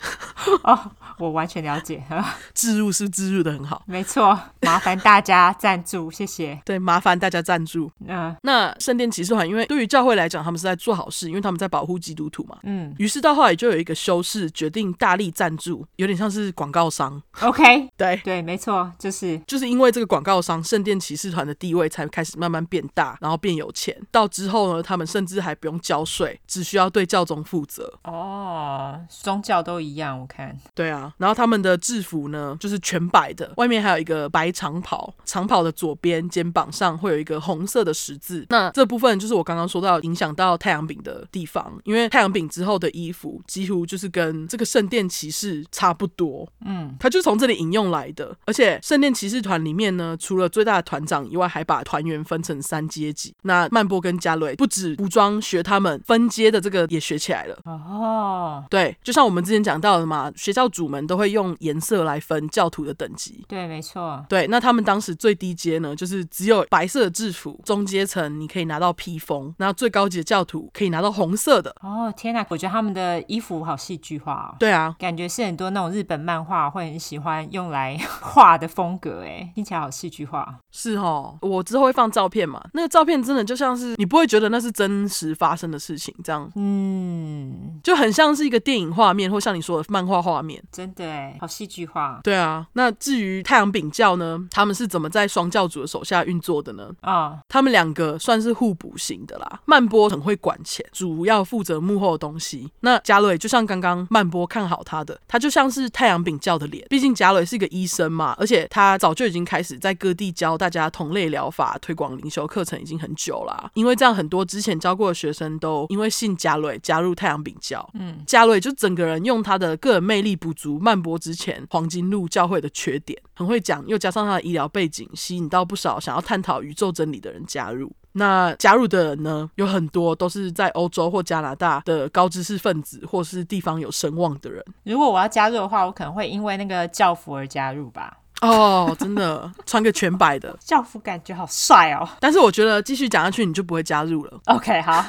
B: 哦，我完全了解，
A: 置入是不是置入的很好，
B: 没错，麻烦大家赞助，谢谢，
A: 对，麻烦大家赞助。
B: 嗯
A: 那圣殿骑士团，因为对于教会来讲，他们是在做好事，因为他们在保护基督徒嘛。
B: 嗯
A: 于是到后来就有一个修士决定大力赞助，有点像是广告商，
B: ，OK，
A: 对。
B: 对，没错，就是
A: 就是因为这个广告商圣殿骑士团的地位才开始慢慢变大，然后变有钱。到之后呢，他们甚至还不用交税，只需要对教宗负责。
B: 哦，宗教都一样，我看，
A: 对啊，然后他们的制服呢，就是全白的，外面还有一个白长袍，长袍的左边肩膀上会有一个红色的十字。那这部分就是我刚刚说到影响到太阳饼的地方，因为太阳饼之后的衣服几乎就是跟这个圣殿骑士差不多，
B: 嗯，
A: 他就从这里引用来的。而且圣殿骑士团里面呢，除了最大的团长以外，还把团员分成三阶级。那曼波跟加雷不止服装学他们分阶的这个也学起来了。
B: 哦，
A: 对，就像我们之前讲到的嘛，学校主们都会用颜色来分教徒的等级。
B: 对，没错，
A: 对，那他们当时最低阶呢，就是只有白色的制服，中阶层你可以拿到披风，那最高级的教徒可以拿到红色的。
B: 哦，天哪，我觉得他们的衣服好戏剧化哦。
A: 对啊，
B: 感觉是很多那种日本漫画会很喜欢用来 画的风格，哎，听起来好戏剧化。
A: 是哦，我之后会放照片嘛，那个照片真的就像是你不会觉得那是真实发生的事情，这样
B: 嗯，
A: 就很像是一个电影画面，或像你说的漫画画面。
B: 真的哎，好戏剧化
A: 对啊，那至于太阳饼教呢，他们是怎么在双教主的手下运作的呢？
B: 哦，
A: 他们两个算是互补型的啦。曼波很会管钱，主要负责幕后的东西。那贾磊就像刚刚曼波看好他的，他就像是太阳饼教的脸。毕竟贾磊是一个医生嘛，而且他早就已经开始在各地教大家同类疗法、推广灵修课程已经很久啦。因为这样，很多之前教过的学生都因为信贾磊加入太阳饼教。
B: 嗯，
A: 嘉瑞就整个人用他的个人魅力补足曼博之前黄金路教会的缺点，很会讲，又加上他的医疗背景，吸引到不少想要探讨宇宙真理的人加入。那加入的人呢，有很多都是在欧洲或加拿大的高知识分子，或是地方有声望的人。
B: 如果我要加入的话，我可能会因为那个教父而加入吧。
A: 哦，真的穿个全白的，
B: 教父感觉好帅哦。
A: 但是我觉得继续讲下去你就不会加入了，
B: OK，好，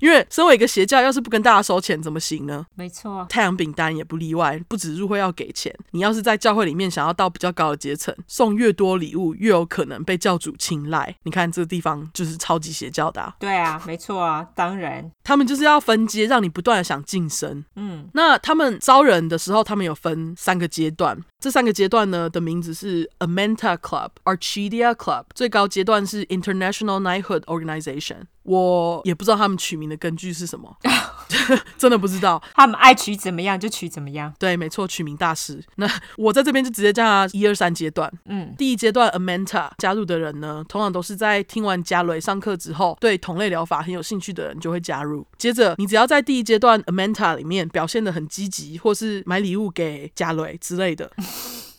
A: 因为身为一个邪教，要是不跟大家收钱怎么行呢？
B: 没错，
A: 太阳饼当然也不例外，不止入会要给钱，你要是在教会里面想要到比较高的阶层，送越多礼物，越有可能被教主青睐。你看这个地方就是超级邪教的啊、
B: 对啊，没错啊，当然，
A: 他们就是要分阶，让你不断的想晋升。
B: 嗯，
A: 那他们招人的时候，他们有分三个阶段，这三个阶段呢的名字是 Amenta Club、Archidia Club，最高阶段是 International Knighthood Organization。我也不知道他们取名的根据是什么， 真的不知道。
B: 他们爱取怎么样就取怎么样。
A: 对，没错，取名大师。那我在这边就直接叫他一二三阶段。
B: 嗯，
A: 第一阶段，Amanta 加入的人呢，通常都是在听完加雷上课之后，对同类疗法很有兴趣的人就会加入。接着，你只要在第一阶段 Amanta 里面表现的很积极，或是买礼物给加雷之类的，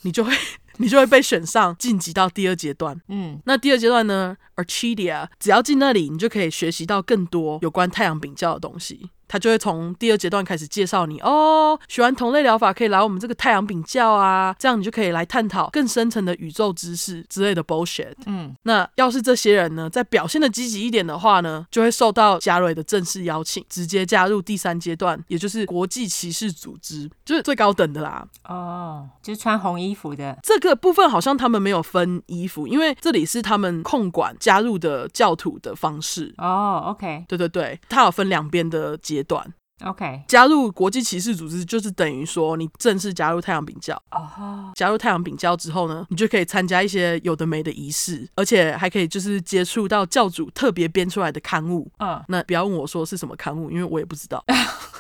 A: 你就会 你就会被选上晋级到第二阶段。
B: 嗯，
A: 那第二阶段呢，Archidia，只要进那里，你就可以学习到更多有关太阳饼教的东西。他就会从第二阶段开始介绍你哦，学完同类疗法可以来我们这个太阳饼教啊，这样你就可以来探讨更深层的宇宙知识之类的 bullshit。
B: 嗯，
A: 那要是这些人呢，在表现的积极一点的话呢，就会受到嘉瑞的正式邀请，直接加入第三阶段，也就是国际骑士组织，就是最高等的啦。
B: 哦，就是穿红衣服的，
A: 这个部分好像他们没有分衣服，因为这里是他们控管加入的教徒的方式。
B: 哦，OK
A: 对对对，它有分两边的阶段。
B: OK，
A: 加入国际骑士组织就是等于说你正式加入太阳饼教。
B: 哦，
A: 加入太阳饼教之后呢，你就可以参加一些有的没的仪式，而且还可以就是接触到教主特别编出来的刊物。
B: 嗯，
A: 那不要问我说是什么刊物，因为我也不知道，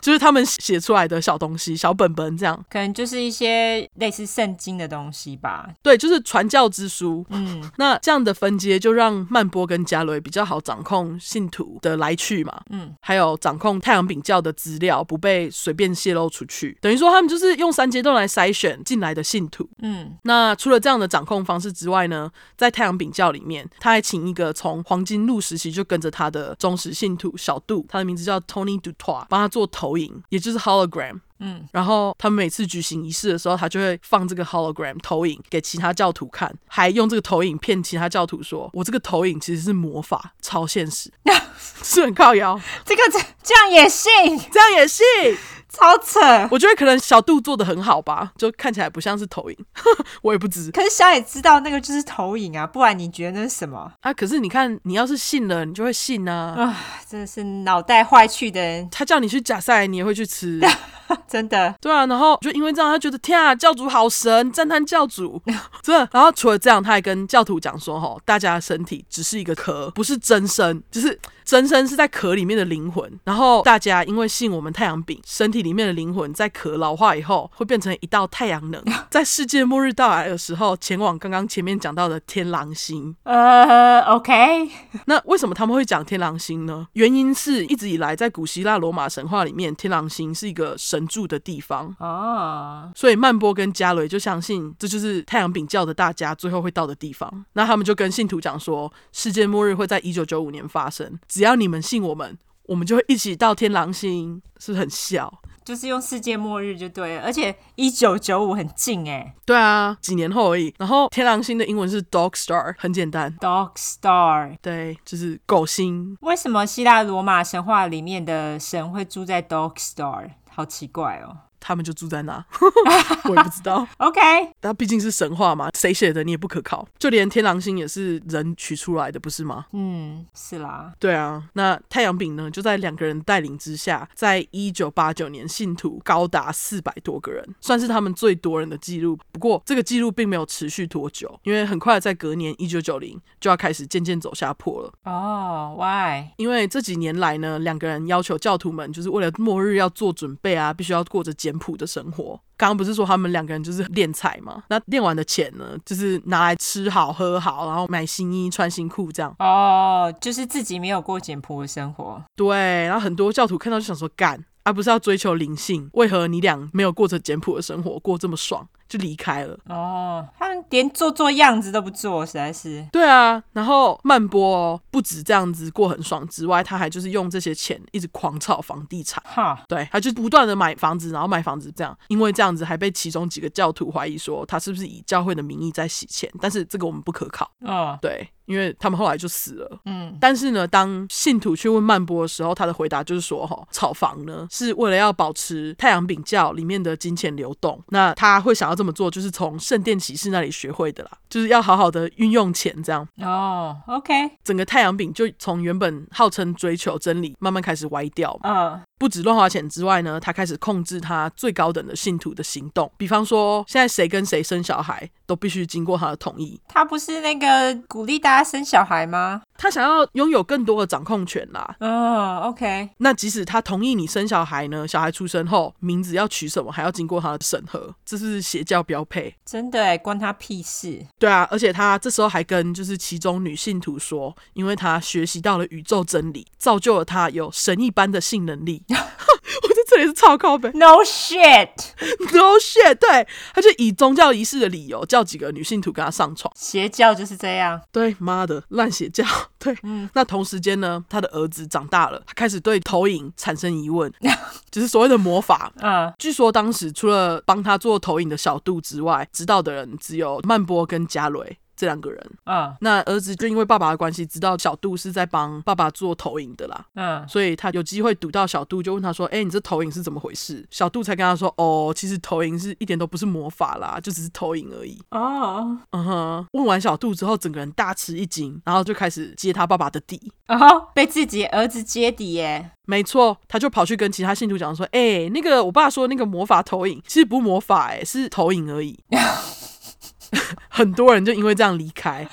A: 就是他们写出来的小东西、小本本这样。
B: 可能就是一些类似圣经的东西吧，
A: 对，就是传教之书。
B: 嗯
A: 那这样的分阶就让曼波跟加雷比较好掌控信徒的来去嘛，
B: 嗯，
A: 还有掌控太阳饼教的资料不被随便泄露出去。等于说他们就是用三阶段来筛选进来的信徒。
B: 嗯
A: 那除了这样的掌控方式之外呢，在太阳饼教里面，他还请一个从黄金路时期就跟着他的忠实信徒小杜，他的名字叫 Tony Dutoit，帮他做投影，也就是 hologram。
B: 嗯，
A: 然后他们每次举行仪式的时候，他就会放这个 hologram 投影给其他教徒看，还用这个投影骗其他教徒说：“我这个投影其实是魔法，超现实，是很靠腰，
B: 这个这这样也信，
A: 这样也信。”
B: 超扯。
A: 我觉得可能小杜做的很好吧，就看起来不像是投影， 我也不知。
B: 可是小野知道那个就是投影啊，不然你觉得那是什么？
A: 啊，可是你看，你要是信了，你就会信啊。
B: 真的是脑袋坏去的人，
A: 他叫你去假赛，你也会去吃，
B: 真的。
A: 对啊。然后就因为这样，他觉得天啊，教主好神，赞叹教主，真的。然后除了这样，他还跟教徒讲说，吼，大家的身体只是一个壳，不是真身，就是真身是在壳里面的灵魂。然后大家因为信我们太阳饼，身体里面的灵魂在壳老化以后，会变成一道太阳能，在世界末日到来的时候，前往刚刚前面讲到的天狼星。
B: 呃，OK，
A: 那为什么他们会讲天狼星呢？原因是一直以来在古希腊罗马神话里面，天狼星是一个神住的地方，
B: 哦，
A: 所以曼波跟加雷就相信这就是太阳饼教的大家最后会到的地方。那他们就跟信徒讲说，世界末日会在一九九五年发生，只要你们信我们，我们就会一起到天狼星，是不是很笑？
B: 就是用世界末日就对了，而且一九九五很近哎
A: 对啊，几年后而已。然后天狼星的英文是 Dog Star，很简单，
B: ，Dog Star。
A: 对，就是狗星。
B: 为什么希腊罗马神话里面的神会住在 Dog Star？好奇怪哦。
A: 他们就住在那，我也不知道。
B: OK，
A: 它毕竟是神话嘛，谁写的你也不可靠，就连天狼星也是人取出来的，不是吗？
B: 嗯，是啦，
A: 对啊，那太阳饼呢，就在两个人带领之下，在一九八九年，信徒高达四百多个人，算是他们最多人的记录。不过这个记录并没有持续多久，因为很快在隔年一九九零就要开始渐渐走下坡了。
B: 哦、w h y
A: 因为这几年来呢，两个人要求教徒们就是为了末日要做准备啊，必须要过着简朴的生活。刚刚不是说他们两个人就是练财嘛？那练完的钱呢，就是拿来吃好喝好，然后买新衣穿新裤这样。
B: 哦就是自己没有过简朴的生活，
A: 对，然后很多教徒看到就想说干，而、不是要追求灵性，为何你俩没有过着简朴的生活，过这么爽就离开了？
B: 哦、他们连做做样子都不做，实在是，
A: 对啊，然后曼波哦，不止这样子过很爽之外，他还就是用这些钱一直狂炒房地产。
B: 哈，
A: 对，他就不断的买房子，然后买房子这样，因为这样子还被其中几个教徒怀疑说他是不是以教会的名义在洗钱，但是这个我们不可靠，
B: 哦、
A: 对，因为他们后来就死了。
B: 嗯，
A: 但是呢，当信徒去问曼波的时候，他的回答就是说，哈，炒房呢是为了要保持太阳饼教里面的金钱流动，那他会想要这么做，就是从圣殿骑士那里学会的啦，就是要好好的运用钱这样。
B: 哦、o k
A: 整个太阳饼就从原本号称追求真理，慢慢开始歪掉嘛。
B: 嗯、
A: 不止乱花钱之外呢，他开始控制他最高等的信徒的行动，比方说现在谁跟谁生小孩都必须经过他的同意。
B: 他不是那个鼓励大家生小孩吗？
A: 他想要拥有更多的掌控权啦。
B: 嗯、o k
A: 那即使他同意你生小孩呢，小孩出生后名字要取什么还要经过他的审核，这是邪教标配。
B: 真的哎，关他屁事。
A: 对啊，而且他这时候还跟就是其中女信徒说，因为他学习到了宇宙真理，造就了他有神一般的性能力。我就这里是超靠北
B: No shit，
A: ，no shit，对，他就以宗教仪式的理由叫几个女信徒跟他上床，
B: 邪教就是这样。
A: 对，妈的烂邪教，对，那同时间呢，他的儿子长大了，他开始对投影产生疑问，就是所谓的魔法。
B: 嗯，
A: 据说当时除了帮他做投影的小度之外，知道的人只有曼波跟加雷这两个人。
B: 嗯
A: 那儿子就因为爸爸的关系，知道小度是在帮爸爸做投影的啦，
B: 嗯，
A: 所以他有机会堵到小度，就问他说：“哎、你这投影是怎么回事？”小度才跟他说：“哦，其实投影是一点都不是魔法啦，就只是投影而已。
B: 哦”
A: 嗯哼。问完小度之后，整个人大吃一惊，然后就开始揭他爸爸的底。
B: 哦，被自己儿子揭底欸耶。
A: 没错，他就跑去跟其他信徒讲说：“哎、那个我爸说那个魔法投影其实不是魔法、哎，是投影而已。” 很多人就因为这样离开。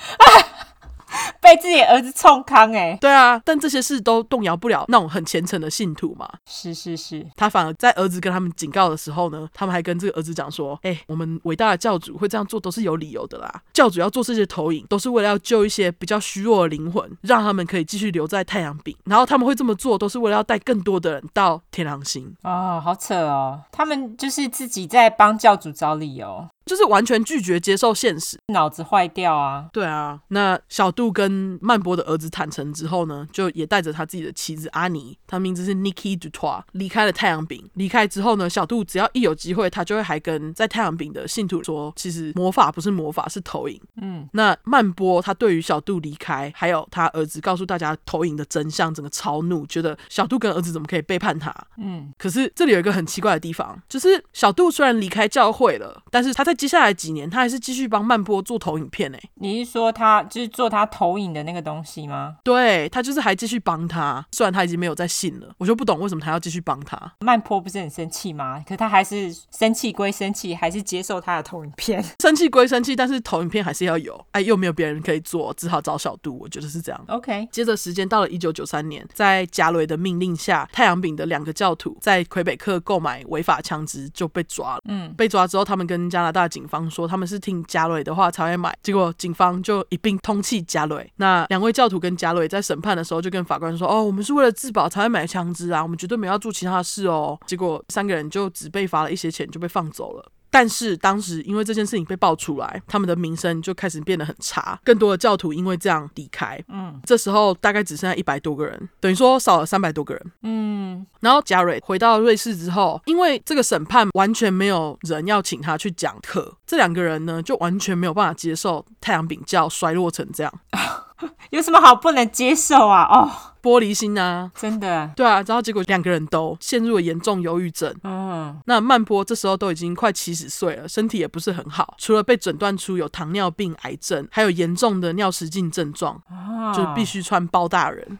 B: 被自己儿子冲康哎，
A: 对啊，但这些事都动摇不了那种很虔诚的信徒嘛。
B: 是是是，
A: 他反而在儿子跟他们警告的时候呢，他们还跟这个儿子讲说：“哎、我们伟大的教主会这样做都是有理由的啦。教主要做这些投影，都是为了要救一些比较虚弱的灵魂，让他们可以继续留在太阳饼。然后他们会这么做，都是为了要带更多的人到天狼星，
B: 哦，好扯哦，他们就是自己在帮教主找理由，
A: 就是完全拒绝接受现实。”
B: 脑子坏掉啊，
A: 对啊，那小杜跟曼波的儿子坦诚之后呢，就也带着他自己的妻子阿尼，他名字是 Nikki Dutoit，离开了太阳饼。离开之后呢，小杜只要一有机会，他就会还跟在太阳饼的信徒说，其实魔法不是魔法，是投影。
B: 嗯，
A: 那曼波他对于小杜离开，还有他儿子告诉大家投影的真相，整个超怒，觉得小杜跟儿子怎么可以背叛他？
B: 嗯
A: 可是这里有一个很奇怪的地方，就是小杜虽然离开教会了，但是他在接下来几年，他还是继续帮曼波做投影片诶、欸
B: 你是说他就是做他投影的那个东西吗？
A: 对他就是还继续帮他，虽然他已经没有再信了，我就不懂为什么他要继续帮他。
B: 曼波不是很生气吗？可他还是生气归生气，还是接受他的投影片。
A: 生气归生气，但是投影片还是要有，哎，又没有别人可以做，只好找小杜，我觉得是这样。
B: OK，
A: 接着时间到了一九九三年，在贾雷的命令下，太阳饼的两个教徒在魁北克购买违法枪支就被抓了。
B: 嗯，
A: 被抓之后，他们跟加拿大警方说他们是听加瑞的话才会买，结果警方就一并通缉加瑞。那两位教徒跟加瑞在审判的时候就跟法官说：“哦，我们是为了自保才会买枪支啊，我们绝对没有要做其他的事哦。”结果三个人就只被罚了一些钱就被放走了。但是当时因为这件事情被爆出来，他们的名声就开始变得很差，更多的教徒因为这样离开。嗯，这时候大概只剩下一百多个人，等于说少了三百多个人。然后贾瑞回到瑞士之后，因为这个审判完全没有人要请他去讲课，这两个人呢就完全没有办法接受太阳饼教衰落成这样，
B: 有什么好不能接受啊？哦，
A: 玻璃心啊，
B: 真的，
A: 对啊，然后结果两个人都陷入了严重忧郁症。
B: 嗯，
A: 那曼波这时候都已经快七十岁了，身体也不是很好，除了被诊断出有糖尿病、癌症，还有严重的尿失禁症状，
B: 啊，
A: 就必须穿包大人，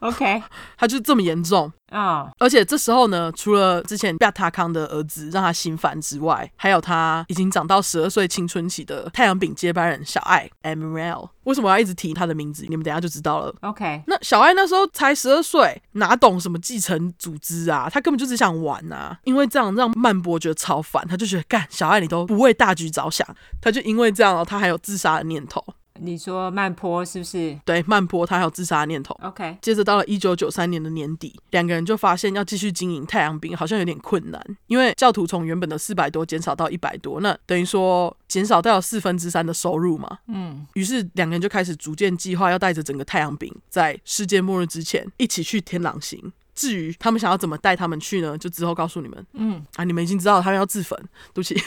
B: OK，
A: 他就这么严重。
B: 啊、
A: 而且这时候呢，除了之前亚塔康的儿子让他心烦之外，还有他已经长到十二岁青春期的太阳饼接班人小爱 Emerald。为什么我要一直提他的名字？你们等一下就知道了。
B: o k
A: 那小爱那时候才十二岁，哪懂什么继承组织啊？他根本就只想玩啊！因为这样让曼波觉得超烦，他就觉得干小爱你都不为大局着想，他就因为这样哦，他还有自杀的念头。
B: 你说曼波是不是
A: 对，曼波他还有自杀的念头。
B: ？OK，
A: 接着到了一九九三年的年底，两个人就发现要继续经营太阳饼好像有点困难，因为教徒从原本的四百多减少到一百多，那等于说减少到四分之三的收入嘛。
B: 嗯，
A: 于是两个人就开始逐渐计划要带着整个太阳饼在世界末日之前一起去天狼星。至于他们想要怎么带他们去呢？就之后告诉你们。
B: 嗯，
A: 啊，你们已经知道他们要自焚，对不起。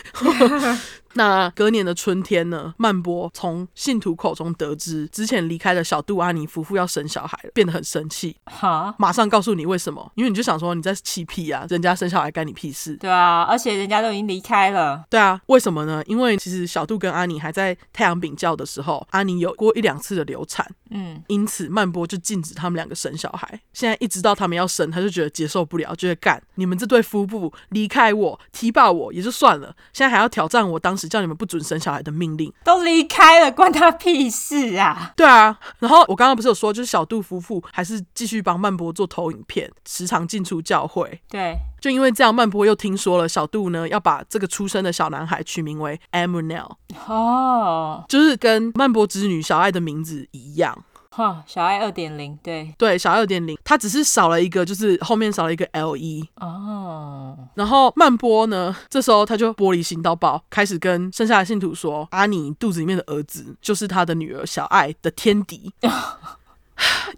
A: 那隔年的春天呢，曼波从信徒口中得知，之前离开的小杜阿尼夫妇要生小孩了，变得很生气，
B: 好，
A: 马上告诉你为什么，因为你就想说你在气屁啊，人家生小孩干你屁事。
B: 对啊，而且人家都已经离开了，
A: 对啊，为什么呢？因为其实小杜跟阿尼还在太阳饼教的时候，阿尼有过一两次的流产，
B: 嗯，
A: 因此曼波就禁止他们两个生小孩。现在一直到他们要生，他就觉得接受不了，觉得干你们这对夫妇离开我、踢爆我也就算了，现在还要挑战我当时叫你们不准生小孩的命令。
B: 都离开了，关他屁事啊！
A: 对啊，然后我刚刚不是有说，就是小杜夫妇还是继续帮曼波做投影片，时常进出教会。
B: 对，
A: 就因为这样，曼波又听说了小杜呢要把这个出生的小男孩取名为 e m e r n e l
B: 哦，
A: 就是跟曼波之女小爱的名字一样。
B: 哈，小爱二点零，对，
A: 对，小二点零，它只是少了一个，就是后面少了一个 L 一。
B: 哦，
A: 然后曼波呢，这时候他就玻璃心到爆，开始跟剩下的信徒说，阿尼肚子里面的儿子就是他的女儿小爱的天敌，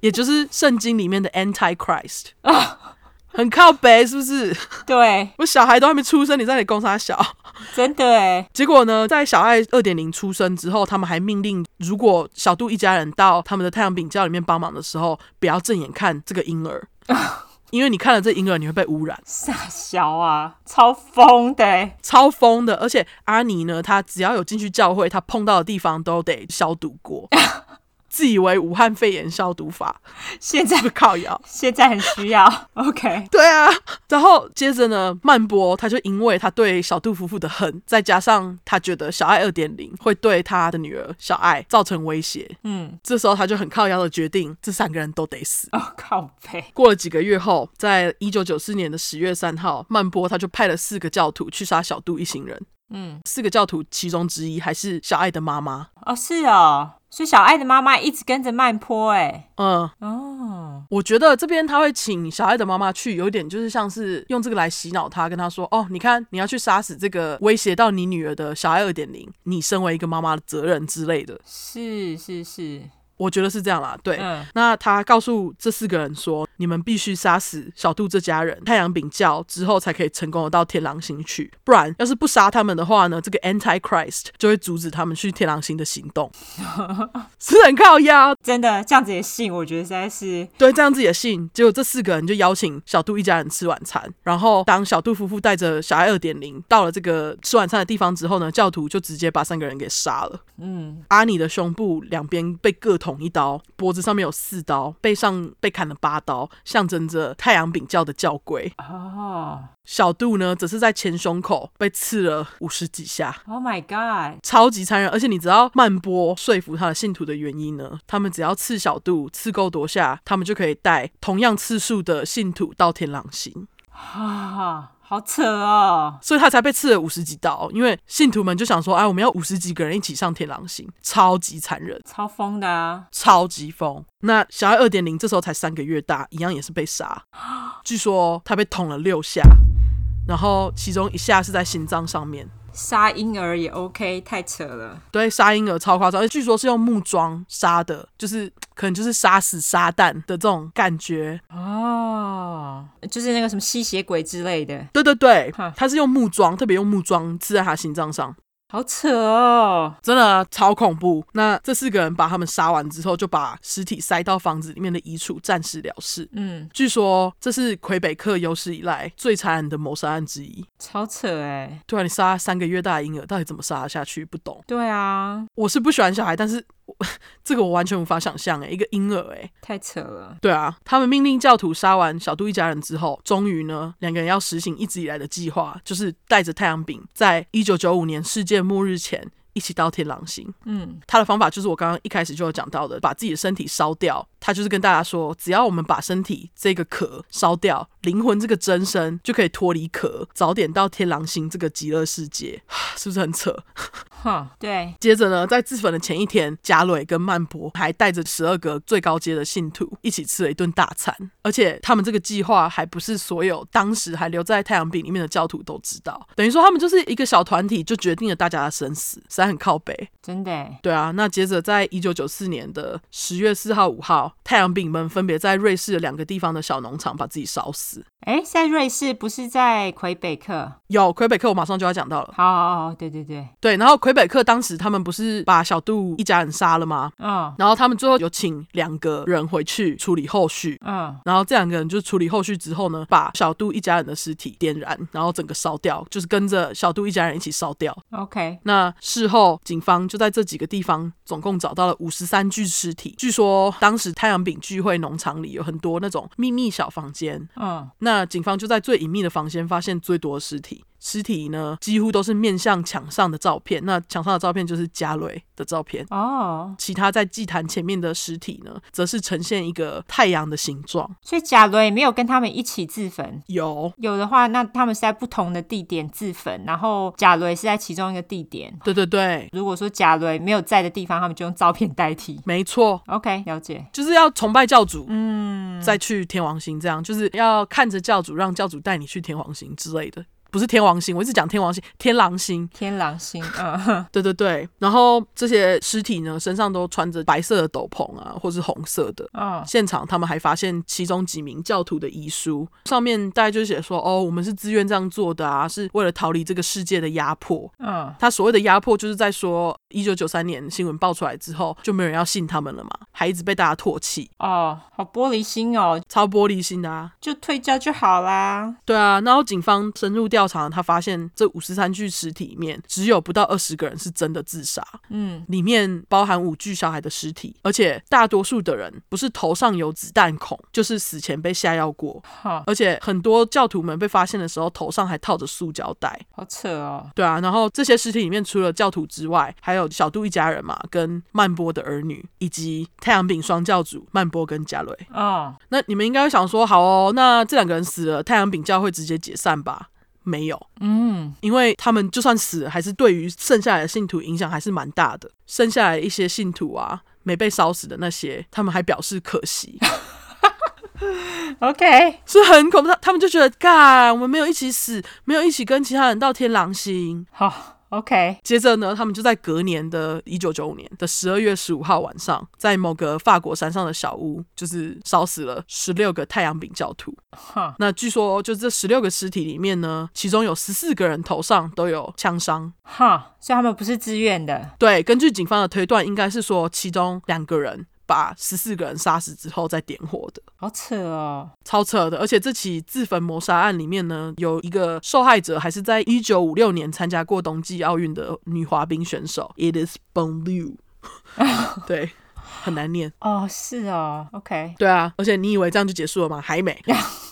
A: 也就是圣经里面的 Antichrist，很靠北是不是？
B: 对，
A: 我小孩都还没出生，你在那里供他小？
B: 真的哎，
A: 结果呢，在小爱二点零出生之后，他们还命令，如果小杜一家人到他们的太阳饼窖里面帮忙的时候，不要正眼看这个婴儿， 因为你看了这婴儿，你会被污染，
B: 傻小啊，超疯的欸，
A: 超疯的。而且阿尼呢，他只要有进去教会，他碰到的地方都得消毒 过，自以为武汉肺炎消毒法
B: 现在
A: 就靠谣。
B: 现在很需要，OK，
A: 对啊，然后接着呢，曼波他就因为他对小杜夫妇的恨，再加上他觉得小爱二点零会对他的女儿小爱造成威胁，
B: 嗯，
A: 这时候他就很靠腰的决定，这三个人都得死。
B: 哦，靠背，
A: 过了几个月后，在一九九四年的十月三号，曼波他就派了四个教徒去杀小杜一行人。
B: 嗯，
A: 四个教徒其中之一还是小爱的妈妈。
B: 哦，是哦，所以小爱的妈妈一直跟着慢坡，哎，
A: 嗯，
B: 哦，
A: 我觉得这边他会请小爱的妈妈去，有点就是像是用这个来洗脑他，跟他说：“哦，你看你要去杀死这个威胁到你女儿的小爱二点零，你身为一个妈妈的责任之类的。
B: 是是是，”
A: 我觉得是这样啦，对。
B: 嗯，
A: 那他告诉这四个人说：“你们必须杀死小杜这家人，太阳饼教之后才可以成功的到天狼星去，不然要是不杀他们的话呢，这个 Antichrist 就会阻止他们去天狼星的行动。”是很靠压，
B: 真的这样子也信，我觉得实在是，
A: 对，这样子也信。结果这四个人就邀请小杜一家人吃晚餐，然后当小杜夫妇带着小爱二点零到了这个吃晚餐的地方之后呢，教徒就直接把三个人给杀了。
B: 嗯，
A: 阿尼的胸部两边被各捅一刀，脖子上面有四刀，背上被砍了八刀，象征着太阳饼教的教规。
B: 哦
A: 小杜呢，则是在前胸口被刺了五十几下。
B: ，Oh my God，
A: 超级残忍，而且你知道曼波说服他的信徒的原因呢？他们只要刺小杜，刺够多下，他们就可以带同样次数的信徒到天狼星，
B: 啊，好扯哦，
A: 所以他才被刺了五十几刀。因为信徒们就想说，哎，我们要五十几个人一起上天狼星，超级残忍。
B: 超疯的啊，
A: 超级疯。那小爱二点零这时候才三个月大，一样也是被杀。据说他被捅了六下，然后其中一下是在心脏上面。
B: 杀婴儿也 OK，太扯了，
A: 对，杀婴儿超夸张，而且据说是用木桩杀的，就是可能就是杀死撒旦的这种感觉。
B: 哦，就是那个什么吸血鬼之类的，
A: 对对对
B: 哈，
A: 他是用木桩，特别用木桩刺在他心脏上。
B: 好扯哦，
A: 真的啊超恐怖。那这四个人把他们杀完之后，就把尸体塞到房子里面的衣橱，暂时了事。
B: 嗯，
A: 据说这是魁北克有史以来最残忍的谋杀案之一。
B: 超扯哎，
A: 对啊，你杀三个月大的婴儿，到底怎么杀得下去？不懂。
B: 对啊，
A: 我是不喜欢小孩，但是我 这个我完全无法想象欸诶，一个婴儿诶。
B: 太扯了，
A: 对啊，他们命令教徒杀完小杜一家人之后，终于呢，两个人要实行一直以来的计划，就是带着太阳饼，在一九九五年世界末日前一起到天狼星。
B: 嗯，
A: 他的方法就是我刚刚一开始就有讲到的，把自己的身体烧掉。他就是跟大家说，只要我们把身体这个壳烧掉，灵魂这个真身就可以脱离壳，早点到天狼星这个极乐世界， 是不是很扯？
B: 哼，对，
A: 接着呢，在自焚的前一天，贾蕊跟曼博还带着十二个最高阶的信徒一起吃了一顿大餐，而且他们这个计划还不是所有当时还留在太阳饼里面的教徒都知道，等于说他们就是一个小团体就决定了大家的生死，实在很靠北。
B: 真的欸，
A: 对啊，那接着在一九九四年的十月四号、五号，太阳饼们分别在瑞士的两个地方的小农场把自己烧死。
B: 哎，在瑞士不是在魁北克，
A: 有魁北克，我马上就要讲到了。
B: 好好好，对对对，
A: 对，然后魁北克当时他们不是把小杜一家人杀了吗？
B: 嗯
A: 然后他们最后有请两个人回去处理后续。
B: 嗯，
A: 然后这两个人就处理后续之后呢，把小杜一家人的尸体点燃，然后整个烧掉，就是跟着小杜一家人一起烧掉。
B: OK，
A: 那事后，警方就在这几个地方总共找到了五十三具尸体。据说当时太阳饼聚会农场里有很多那种秘密小房间，
B: 嗯，
A: 那警方就在最隐秘的房间发现最多的尸体。尸体呢几乎都是面向墙上的照片，那墙上的照片就是加雷的照片。
B: 哦，
A: 其他在祭坛前面的尸体呢，则是呈现一个太阳的形状。
B: 所以贾伦也没有跟他们一起自焚。
A: 有，
B: 有的话，那他们是在不同的地点自焚，然后贾伦是在其中一个地点。
A: 对对对，
B: 如果说贾伦没有在的地方，他们就用照片代替。
A: 没错，
B: OK，了解。
A: 就是要崇拜教主，
B: 嗯，
A: 再去天王星，这样就是要看着教主，让教主带你去天王星之类的。不是天王星，我一直讲天王星，天狼星。
B: 天狼星，嗯，
A: 对对对，然后这些尸体呢，身上都穿着白色的斗篷啊，或是红色的。
B: 哦，
A: 现场他们还发现其中几名教徒的遗书，上面大概就写说：“哦，我们是自愿这样做的啊，是为了逃离这个世界的压迫。”
B: 嗯，
A: 他所谓的压迫，就是在说一九九三年新闻爆出来之后，就没有人要信他们了嘛，还一直被大家唾弃，
B: 哦，好玻璃心哦，
A: 超玻璃心的啊。
B: 就退教就好啦。
A: 对啊，然后警方深入调查，他发现这五十三具尸体里面，只有不到二十个人是真的自杀，
B: 嗯，
A: 里面包含五具小孩的尸体，而且大多数的人不是头上有子弹孔，就是死前被下药过，
B: 好，
A: 而且很多教徒们被发现的时候，头上还套着塑胶袋。
B: 好扯哦。
A: 对啊，然后这些尸体里面除了教徒之外，还有小杜一家人嘛，跟曼波的儿女，以及太阳饼双教主曼波跟贾瑞。
B: 哦，
A: 那你们应该会想说，好哦，那这两个人死了，太阳饼教会直接解散吧？没有，
B: 嗯，
A: 因为他们就算死了，还是对于剩下来的信徒影响还是蛮大的。剩下来一些信徒啊，没被烧死的那些，他们还表示可惜，
B: OK，
A: 是很恐怖。他他们就觉得，干，我们没有一起死，没有一起跟其他人到天狼星。
B: 好，OK，
A: 接着呢，他们就在隔年的一九九五年的十二月十五号晚上，在某个法国山上的小屋，就是烧死了十六个太阳饼教徒。
B: 哈，
A: 那据说，就这十六个尸体里面呢，其中有十四个人头上都有枪伤。
B: 哈，所以他们不是自愿的。
A: 对，根据警方的推断，应该是说其中两个人把十四个人杀死之后再点火的。
B: 好扯哦，
A: 超扯的，而且这起自焚谋杀案里面呢，有一个受害者还是在一九五六年参加过冬季奥运的女滑冰选手 It is Bonlu，对，很难念。
B: 哦，是哦，OK，
A: 对啊，而且你以为这样就结束了吗？还没。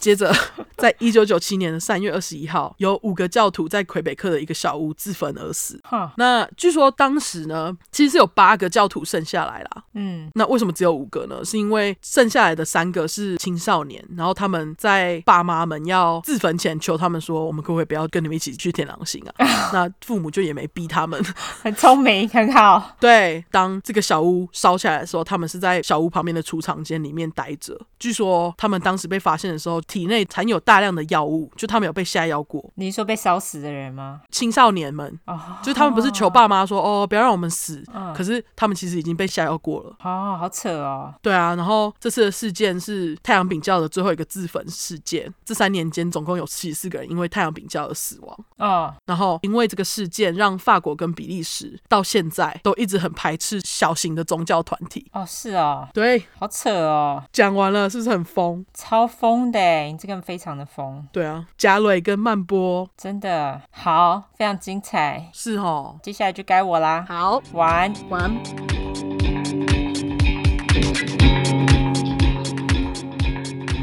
A: 接着，在一九九七年的三月二十一号，有五个教徒在魁北克的一个小屋自焚而死。
B: 哈，
A: 那据说当时呢，其实是有八个教徒剩下来啦。
B: 嗯，
A: 那为什么只有五个呢？是因为剩下来的三个是青少年，然后他们在爸妈们要自焚前求他们说，我们可不可以不要跟你们一起去天狼星啊？那父母就也没逼他们。
B: 很聪明， 很好。
A: 对，当这个小屋烧起来的时候，他们是在小屋旁边的储藏间里面待着。据说他们当时被发现的时候，体内含有大量的药物，就他们有被下药过。
B: 你是说被烧死的人吗？
A: 青少年们，
B: 哦，
A: 就是他们不是求爸妈说哦，不要让我们死，
B: 嗯
A: 可是他们其实已经被下药过了。
B: 哦，好扯哦，
A: 对啊，然后这次的事件是太阳饼教的最后一个自焚事件。这三年间，总共有七十四个人因为太阳饼教而死亡。
B: 哦，
A: 然后，因为这个事件，让法国跟比利时到现在都一直很排斥小型的宗教团体。
B: 哦，是哦，
A: 对，
B: 好扯哦，
A: 讲完了，是不是很疯？
B: 超疯的耶，你这个非常的疯，
A: 对啊，贾蕊跟曼波
B: 真的好，非常精彩。
A: 是哦。
B: 接下来就该我啦，
A: 好，
B: 晚安。
A: 晚安。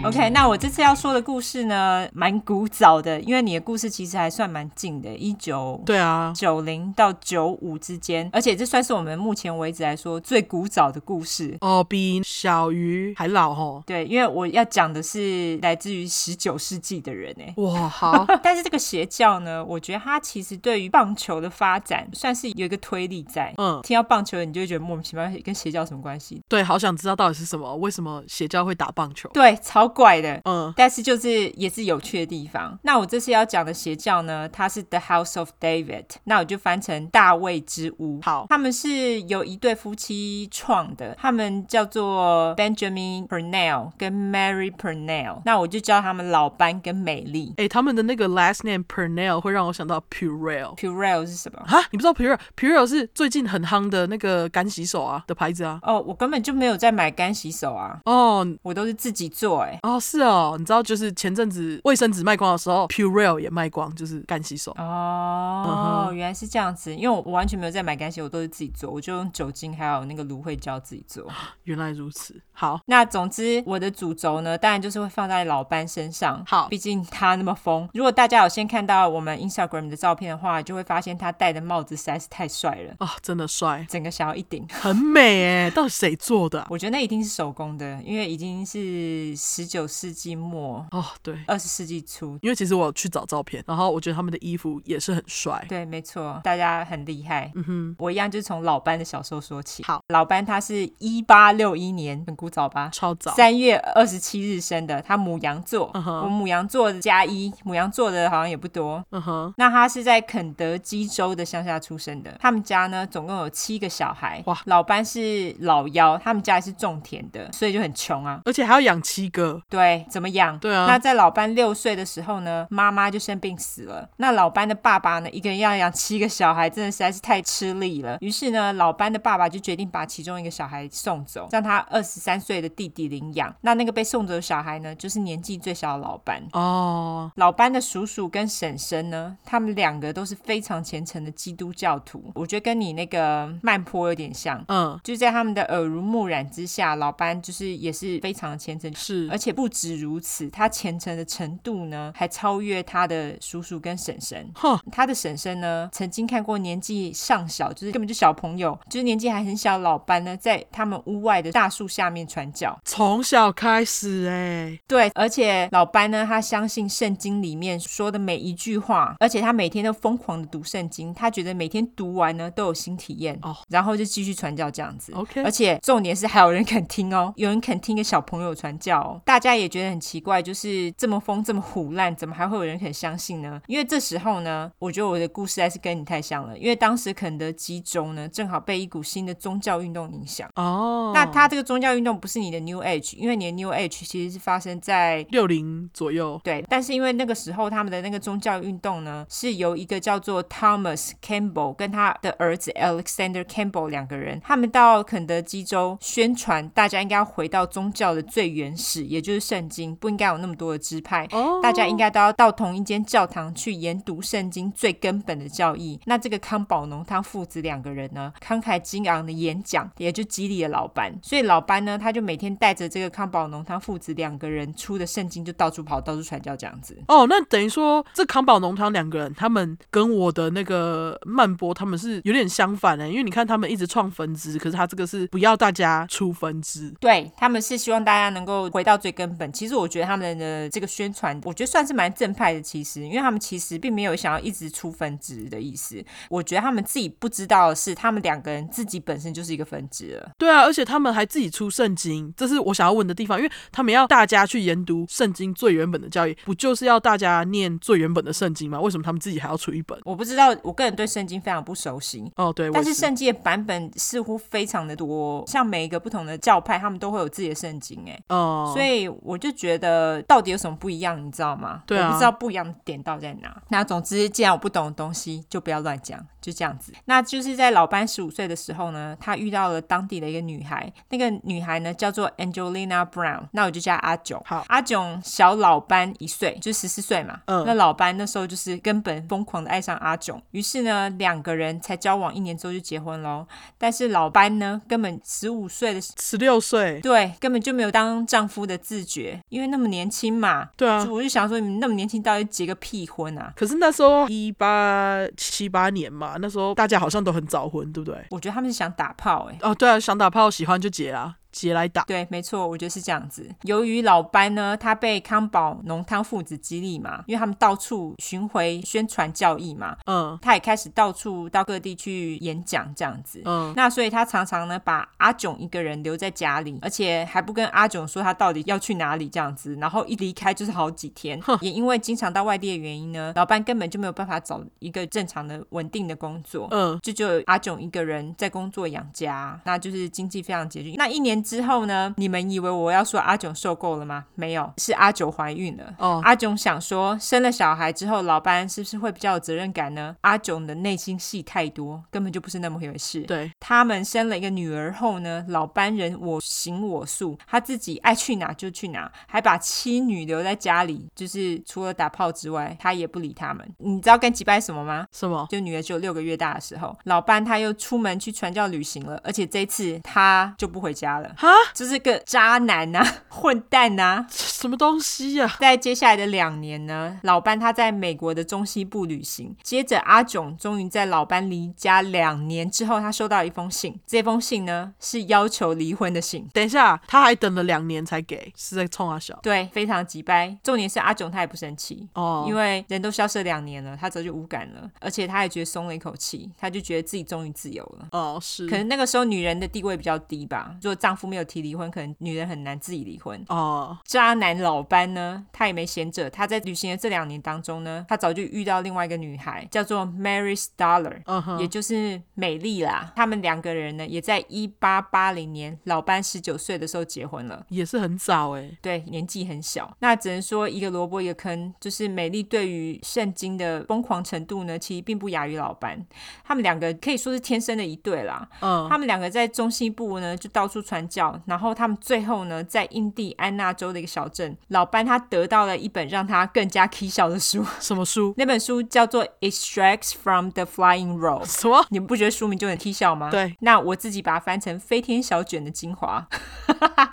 B: OK，那我这次要说的故事呢，蛮古早的，因为你的故事其实还算蛮近的，一九
A: 对啊，
B: 九零到九五之间，而且这算是我们目前为止来说最古早的故事。
A: 哦，比小鱼还老哦。
B: 对，因为我要讲的是来自于十九世纪的人哎、
A: 哇，好，
B: 但是这个邪教呢，我觉得它其实对于棒球的发展算是有一个推力在。
A: 嗯，
B: 听到棒球，你就会觉得莫名其妙跟邪教有什么关系？
A: 对，好想知道到底是什么，为什么邪教会打棒球？
B: 对，超怪的。
A: 嗯，
B: 但是就是也是有趣的地方。那我这次要讲的邪教呢，它是 The House of David，那我就翻成大卫之屋。
A: 好
B: 他们是由一对夫妻创的，他们叫做 Benjamin Purnell 跟 Mary Purnell，那我就叫他们老班跟美丽。
A: 哎、他们的那个 last name Purnell 会让我想到 Purell
B: Purell 是什么？
A: 啊，你不知道 Purell？Purell 是最近很夯的那个干洗手啊的牌子啊。
B: 哦，我根本就没有在买干洗手啊，
A: 哦
B: 我都是自己做哎、
A: 哦哦，是哦，你知道，就是前阵子卫生纸卖光的时候，Purell 也卖光，就是干洗手。啊
B: 哦，原来是这样子，因为我完全没有在买干洗，我都是自己做，我就用酒精还有那个芦荟胶自己做。
A: 原来如此，好，
B: 那总之，我的主轴呢，当然就是会放在老班身上。
A: 好
B: 毕竟他那么疯。如果大家有先看到我们 Instagram 的照片的话，就会发现他戴的帽子实在是太帅了，
A: 啊、真的帅，
B: 整个想要一顶。
A: 很美哎，到底谁做的啊、
B: 我觉得那一定是手工的，因为已经是十九世纪末、
A: 哦，对，
B: 二十世纪初。
A: 因为其实我有去找照片，然后我觉得他们的衣服也是很帅。
B: 对，没错，大家很厉害。
A: 嗯哼，
B: 我一样就是从老班的小时候说起。
A: 好，
B: 老班他是一八六一年，很古早吧？
A: 超早。
B: 三月二十七日生的，他母羊座。
A: 嗯哼
B: 我母羊座加一，母羊座的好像也不多。
A: 嗯哼，
B: 那他是在肯德基州的乡下出生的，他们家呢总共有七个小孩。
A: 哇
B: 老班是老幺，他们家也是种田的，所以就很穷啊。
A: 而且还要养七个，
B: 对，怎么养？
A: 对啊
B: 那在老班六岁的时候呢，妈妈就生病死了。那老班的爸爸呢，一个人要养七个小孩，真的实在是太吃力了。于是呢，老班的爸爸就决定把其中一个小孩送走，让他二十三岁的弟弟领养。那那个被送走的小孩呢，就是年纪最小的老班。
A: 哦，
B: 老班的叔叔跟婶婶呢，他们两个都是非常虔诚的基督教徒，我觉得跟你那个曼坡有点像。
A: 嗯，
B: 就在他们的耳濡目染之下，老班就是也是非常虔诚，
A: 是
B: 而，且不止如此，他虔诚的程度呢，还超越他的叔叔跟婶婶。
A: 哼，
B: 他的婶婶呢，曾经看过年纪尚小，就是根本就小朋友，就是年纪还很小的老班呢，在他们屋外的大树下面传教。
A: 从小开始哎，
B: 对，而且老班呢，他相信圣经里面说的每一句话，而且他每天都疯狂的读圣经，他觉得每天读完呢都有新体验，
A: 哦
B: 然后就继续传教这样子。
A: OK
B: 而且重点是还有人肯听哦， 有人肯听给小朋友传教哦，大家也觉得很奇怪，就是这么疯这么胡乱，怎么还会有人肯相信呢？因为这时候呢，我觉得我的故事还是跟你太像了，因为当时肯德基州呢，正好被一股新的宗教运动影响。
A: 哦，
B: 那它这个宗教运动不是你的 New Age，因为你的 New Age 其实是发生在
A: 六零左右，
B: 对，但是因为那个时候他们的那个宗教运动呢，是由一个叫做 Thomas Campbell 跟他的儿子 Alexander Campbell 两个人，他们到肯德基州宣传，大家应该要回到宗教的最原始，也就是圣经，不应该有那么多的支派。
A: 哦
B: 大家应该都要到同一间教堂去研读圣经最根本的教义。那这个康宝农他父子两个人呢，慷慨激昂的演讲，也就激励了老班。所以老班呢，他就每天带着这个康宝农他父子两个人出的圣经，就到处跑，到处传教这样子。
A: 哦，那等于说这康宝浓汤两个人，他们跟我的那个曼波他们是有点相反欸的，因为你看他们一直创分支，可是他这个是不要大家出分支，
B: 对他们是希望大家能够回到最根本。其实我觉得他们的这个宣传，我觉得算是蛮正派的。其实，因为他们其实并没有想要一直出分支的意思。我觉得他们自己不知道的是，他们两个人自己本身就是一个分支了。
A: 对啊，而且他们还自己出圣经，这是我想要问的地方，因为他们要大家去研读圣经最原本的教义，不就是要大家念最原本的圣经吗？为什么他们自己还要出一本？
B: 我不知道，我个人对圣经非常不熟悉。
A: 哦，对，我
B: 但
A: 也
B: 是
A: 是
B: 圣经的版本似乎非常的多，像每一个不同的教派，他们都会有自己的圣经，哎、
A: 哦，
B: 所以我就觉得到底有什么不一样，你知道吗？
A: 对啊
B: 我不知道不一样的点到底在哪。那总之，既然我不懂的东西，就不要乱讲，就这样子。那就是在老班十五岁的时候呢，他遇到了当地的一个女孩，那个女孩呢叫做 Angelina Brown，那我就叫她阿囧。
A: 好
B: 阿囧小老班一岁，就十四岁嘛。
A: 嗯
B: 那老班那时候就是根本疯狂的爱上阿囧，于是呢，两个人才交往一年之后就结婚喽。但是老班呢，根本十五岁的
A: 十六岁，
B: 对，根本就没有当丈夫的自觉，因为那么年轻嘛。
A: 对啊
B: 就。我就想说，你们那么年轻，到底结个屁婚啊？
A: 可是那时候一八七八年嘛，那时候大家好像都很早婚，对不对？
B: 我觉得他们是想打炮、欸，哎。
A: 哦，对啊，想打炮喜欢就结啊，结来打。
B: 对，没错，我觉得是这样子。由于老班呢，他被康宝浓汤父子激励嘛，因为他们到处巡回宣传教义嘛，
A: 嗯
B: 他也开始到处到各地去演讲这样子。
A: 嗯，
B: 那所以他常常呢把阿囧一个人留在家里，而且还不跟阿囧说他到底要去哪里这样子，然后一离开就是好几天。也因为经常到外地的原因呢，老班根本就没有办法找一个正常的稳定的工作。
A: 嗯，
B: 就只有阿囧一个人在工作养家，那就是经济非常拮据。那一年年之后呢，你们以为我要说阿囧受够了吗？没有，是阿九怀孕了。
A: 哦
B: 阿囧想说，生了小孩之后，老班是不是会比较有责任感呢？阿囧的内心戏太多，根本就不是那么回事。
A: 对，
B: 他们生了一个女儿后呢，老班人我行我素，他自己爱去哪就去哪，还把妻女留在家里，就是除了打炮之外，他也不理他们。你知道跟几拜什么吗？
A: 什么？
B: 就女儿只有六个月大的时候，老班他又出门去传教旅行了，而且这一次他就不回家了，
A: 哈，
B: 就是个渣男呐、 混蛋呐、
A: 什么东西啊呀、
B: 在接下来的两年呢，老班他在美国的中西部旅行。接着，阿囧终于在老班离家两年之后，他收到一封信。这封信呢是要求离婚的信。
A: 等一下，他还等了两年才给，是在冲啊小
B: 对，非常急掰。重点是阿囧他也不生气，
A: 哦，
B: 因
A: 为
B: 为人都消失了两年了，他早就无感了，而且他也觉得松了一口气，他就觉得自己终于自由了。
A: 哦是
B: 可能那个时候女人的地位比较低吧，如果丈夫没有提离婚，可能女人很难自己离婚。
A: 哦
B: 渣男老班呢，他也没闲着。他在旅行的这两年当中呢，他早就遇到另外一个女孩，叫做 Mary Stoller，、
A: 嗯哼
B: 也就是美丽啦。他们两个人呢，也在一八八零年老班十九岁的时候结婚了。
A: 也是很早哎、
B: 对，年纪很小，那只能说一个萝卜一个坑。就是美丽对于圣经的疯狂程度呢，其实并不亚于老班。他们两个可以说是天生的一对啦。
A: 嗯
B: 他们两个在中西部呢，就到处传教，然后他们最后呢，在印第安纳州的一个小镇，老班他得到了一本让他更加 k 笑的书，
A: 什么书？
B: 那本书叫做《Extracts from the Flying Roll》。
A: 什么？
B: 你们不觉得书名就很 k 笑吗？
A: 对，
B: 那我自己把它翻成《飞天小卷的精华》。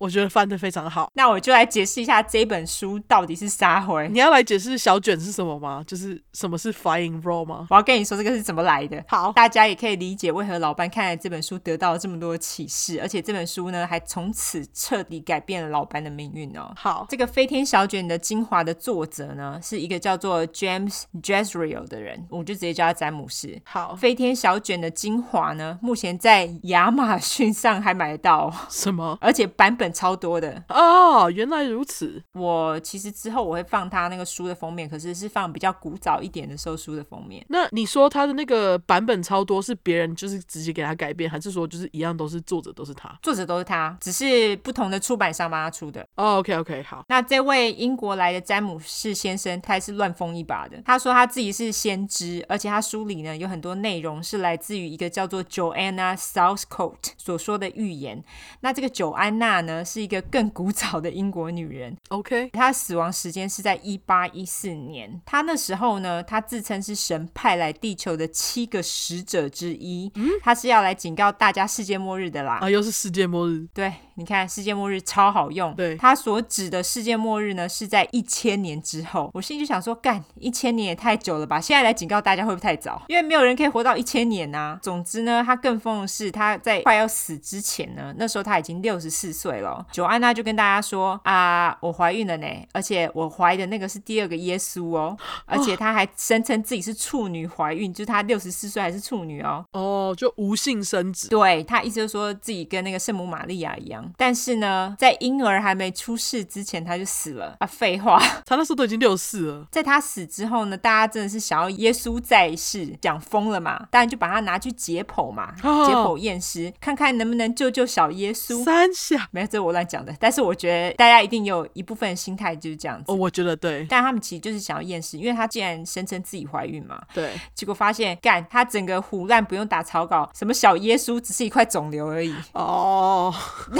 A: 我觉得翻得非常好。
B: 那我就来解释一下这本书到底是啥回。
A: 你要来解释小卷是什么吗？就是什么是 flying roll 吗？
B: 我要跟你说这个是怎么来的。
A: 好
B: 大家也可以理解为何老班看了这本书得到了这么多的启示，而且这本书呢还从此彻底改变了老班的命运哦。
A: 好，
B: 这个《飞天小卷的精华》的作者呢，是一个叫做 James Jezreel 的人，我就直接叫他詹姆士。
A: 好
B: 《飞天小卷的精华》呢，目前在亚马逊上还买得到 哦，
A: 什么？
B: 而且版本超多的。
A: 哦，原来如此。
B: 我其实之后我会放他那个书的封面，可是是放比较古早一点的时候书的封面。
A: 那你说他的那个版本超多，是别人就是直接给他改变，还是说就是一样都是作者都是他？
B: 作者都是他，只是不同的出版商帮他出的。
A: 哦，OK OK，好，
B: 那这位英国来的詹姆士先生，他也是乱疯一把的。他说他自己是先知，而且他书里呢有很多内容是来自于一个叫做 Joanna Southcote 所说的预言。那这个九安娜呢，是一个更古早的英国女人，
A: OK，
B: 她的死亡时间是在一八一四年。她那时候呢，她自称是神派来地球的七个使者之一，她是要来警告大家世界末日的啦。
A: 啊，又是世界末日，
B: 对，你看世界末日超好用。
A: 对
B: 它所指的世界末日呢，是在一千年之后。我心里就想说，干一千年也太久了吧？现在来警告大家会不会太早？因为没有人可以活到一千年呐、总之呢，他更疯的是，他在快要死之前呢，那时候他已经六十四岁了哦。久安娜就跟大家说啊，我怀孕了呢，而且我怀的那个是第二个耶稣哦，而且她还声称自己是处女怀孕，就是她六十四岁还是处女哦。
A: 哦，就无性生殖，
B: 对他意思就是说自己跟那个圣母玛利亚一样，但是呢，在婴儿还没出世之前他就死了啊！废话，
A: 他那时候都已经六四了，
B: 在他死之后呢，大家真的是想要耶稣在世，讲疯了嘛，当然就把他拿去解剖嘛，
A: 哦
B: 解剖验尸，看看能不能救救小耶稣。
A: 三下，
B: 没有，这是我乱讲的，但是我觉得大家一定有一部分心态就是这样子。
A: 哦，我觉得对
B: 但他们其实就是想要验尸，因为他既然声称自己怀孕嘛，
A: 对，
B: 结果发现干他整个胡乱不用打草稿，什么小耶稣只是一块肿瘤而已。
A: 哦。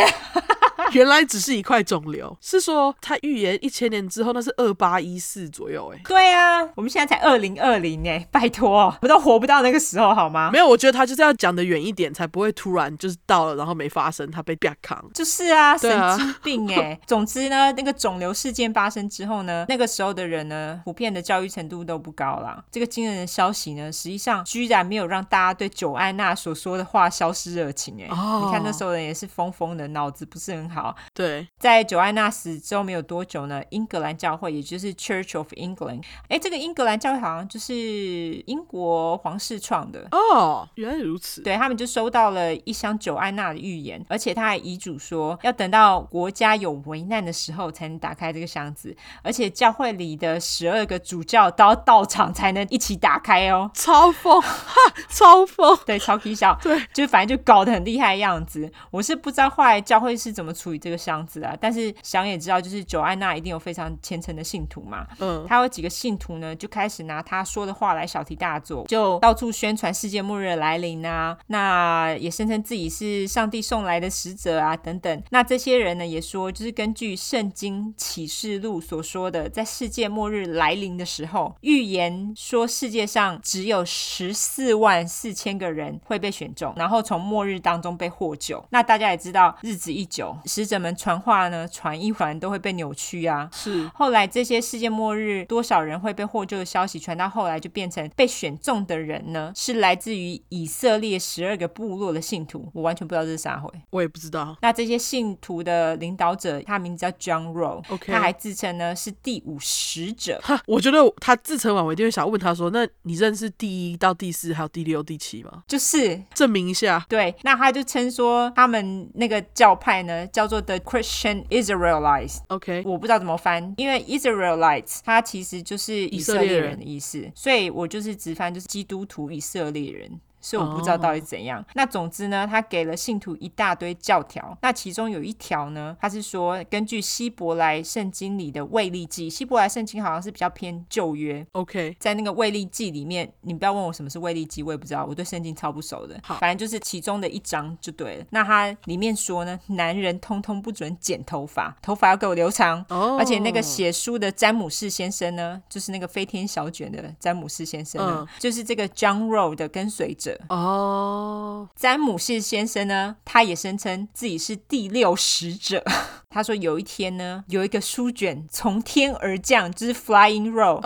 A: 原来只是一块肿瘤，是说他预言一千年之后，那是二八一四左右，哎，
B: 对啊，我们现在才二零二零呢，拜托，我们都活不到那个时候好吗？
A: 没有，我觉得他就是要讲的远一点，才不会突然就是到了，然后没发生，他被啪扛。
B: 就是啊，神
A: 对啊
B: 经病哎！ 总之呢，那个肿瘤事件发生之后呢，那个时候的人呢，普遍的教育程度都不高啦。这个惊人的消息呢，实际上居然没有让大家对久安娜所说的话消失热情哎。
A: 哦
B: 你看那时候人也是疯疯的，脑子不是很好，
A: 对，
B: 在久安娜死之后没有多久呢，英格兰教会也就是 Church of England，哎，这个英格兰教会好像就是英国皇室创的。
A: 哦，原来如此。
B: 对他们就收到了一箱久安娜的预言，而且他还遗嘱说要等到国家有危难的时候才能打开这个箱子，而且教会里的十二个主教都要到场才能一起打开哦。
A: 超疯，哈，超疯。
B: 对，超级小，
A: 对，
B: 就反正就搞得很厉害的样子。我是不知道后来教会是怎么处理这个箱子啊，但是想也知道，就是久安娜一定有非常虔诚的信徒嘛，
A: 嗯，
B: 他有几个信徒呢，就开始拿他说的话来小题大做，就到处宣传世界末日的来临啊，那也声称自己是上帝送来的使者啊，等等。那这些人呢，也说就是根据圣经启示录所说的，在世界末日来临的时候，预言说世界上只有十四万四千个人会被选中，然后从末日当中被获救。那大家也知道，日子一久，使者们传话呢，传一传都会被扭曲啊，
A: 是
B: 后来这些世界末日多少人会被获救的消息传到后来，就变成被选中的人呢，是来自于以色列十二个部落的信徒。我完全不知道这是啥回。
A: 我也不知道。
B: 那这些信徒的领导者，他名字叫 John Rowe。
A: OK
B: 他还自称呢是第五使者，
A: 哈，我觉得他自称完，我一定会想问他说：“那你认识第一到第四还有第六、第七吗？
B: 就是
A: 证明一下。
B: 对，那他就称说他们那个教派呢叫做 The Christian Israelites，
A: ”OK，
B: 我不知道怎么翻，因为 Israelites 它其实就是以色列人的意思，所以我就是直翻就是基督徒以色列人。所以我不知道到底怎样。那总之呢，他给了信徒一大堆教条。那其中有一条呢，他是说根据希伯来圣经里的卫利记，希伯来圣经好像是比较偏旧约，
A: OK，
B: 在那个卫利记里面，你不要问我什么是卫利记，我也不知道，我对圣经超不熟的。
A: 好
B: 反正就是其中的一章就对了。那它里面说呢，男人通通不准剪头发，头发要给我留长。
A: 哦
B: 而且那个写书的詹姆士先生呢，就是那个飞天小卷的詹姆士先生呢，
A: 嗯
B: 就是这个 John Rowe 的跟随者。
A: 哦，
B: 詹姆士先生呢，他也声称自己是第六使者。 他说有一天呢，有一个书卷从天而降，就是 flying roll，、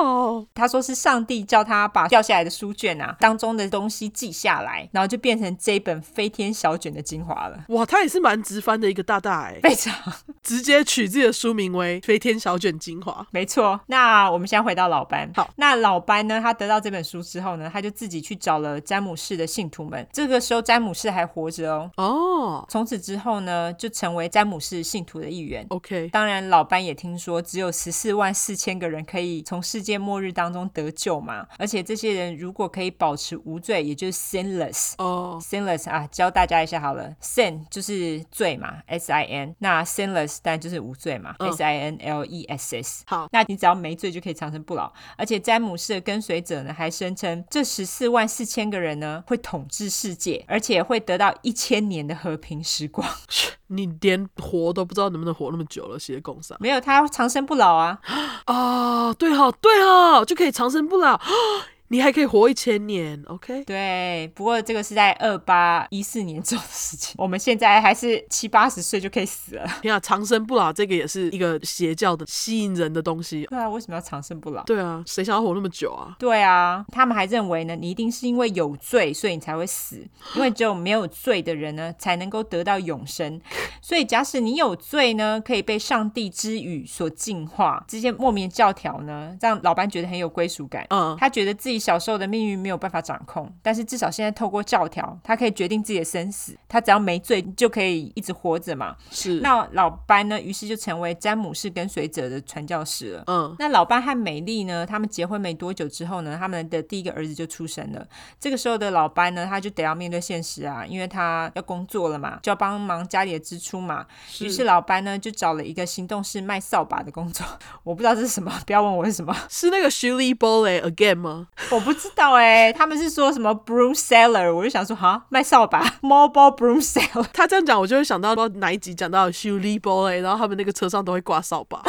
A: 哦，
B: 他说是上帝叫他把掉下来的书卷啊当中的东西记下来，然后就变成这一本飞天小卷的精华了。
A: 哇，他也是蛮直翻的一个大大哎、
B: 非常
A: 直接取自己的书名为《飞天小卷精华》。
B: 没错，那我们先回到老班。
A: 好，
B: 那老班呢？他得到这本书之后呢，他就自己去找了詹姆士的信徒们。这个时候，詹姆士还活着哦。
A: 哦
B: 从此之后呢，就成为詹姆士信徒的一员。
A: ，OK，
B: 当然，老班也听说只有十四万四千个人可以从世界末日当中得救嘛，而且这些人如果可以保持无罪，也就是 sinless，
A: 哦
B: sinless 啊，教大家一下好了，sin 就是罪嘛，s i n，那 sinless 当然就是无罪嘛、
A: 嗯
B: s i n l e s s。
A: 好，
B: 那你只要没罪就可以长生不老，而且詹姆士的跟随者呢，还声称这十四万四千个人呢会统治世界，而且会得到一千年的和平时光。
A: 你连活都不知道能不能活那么久了，写共上
B: 没有，他长生不老啊，
A: 哦，对哦，对哦，就可以长生不老， 你还可以活一千年，OK，
B: 对，不过这个是在二八一四年之后的事情，我们现在还是七八十岁就可以死了。
A: 天啊，长生不老这个也是一个邪教的吸引人的东西。
B: 对啊，为什么要长生不老？
A: 对啊，谁想要活那么久啊？
B: 对啊，他们还认为呢，你一定是因为有罪，所以你才 会死，因为只有没有罪的人呢，才能够得到永生。所以，假使你有罪呢，可以被上帝之语所净化。这些莫名教条呢，让老班觉得很有归属感。
A: 嗯，
B: 他觉得自己小时候的命运没有办法掌控，但是至少现在透过教条，他可以决定自己的生死。他只要没罪，就可以一直活着嘛。
A: 是，
B: 那老班呢，于是就成为詹姆士跟随者的传教士了。
A: 嗯，
B: 那老班和美丽呢？他们结婚没多久之后呢，他们的第一个儿子就出生了。这个时候的老班呢，他就得要面对现实啊，因为他要工作了嘛，就要帮忙家里的支出嘛。于是
A: 是
B: 老班呢，就找了一个行动是卖扫把的工作。 我不知道这是什么，不要问我是什么，
A: 是那个 Shirley b o l e again 吗？
B: 我不知道哎、他们是说什么 broom seller，我就想说哈，卖扫把 mobile broom seller。
A: 他这样讲，我就会想到不知道哪一集讲到 Shirley b o l e 然后他们那个车上都会挂扫 把，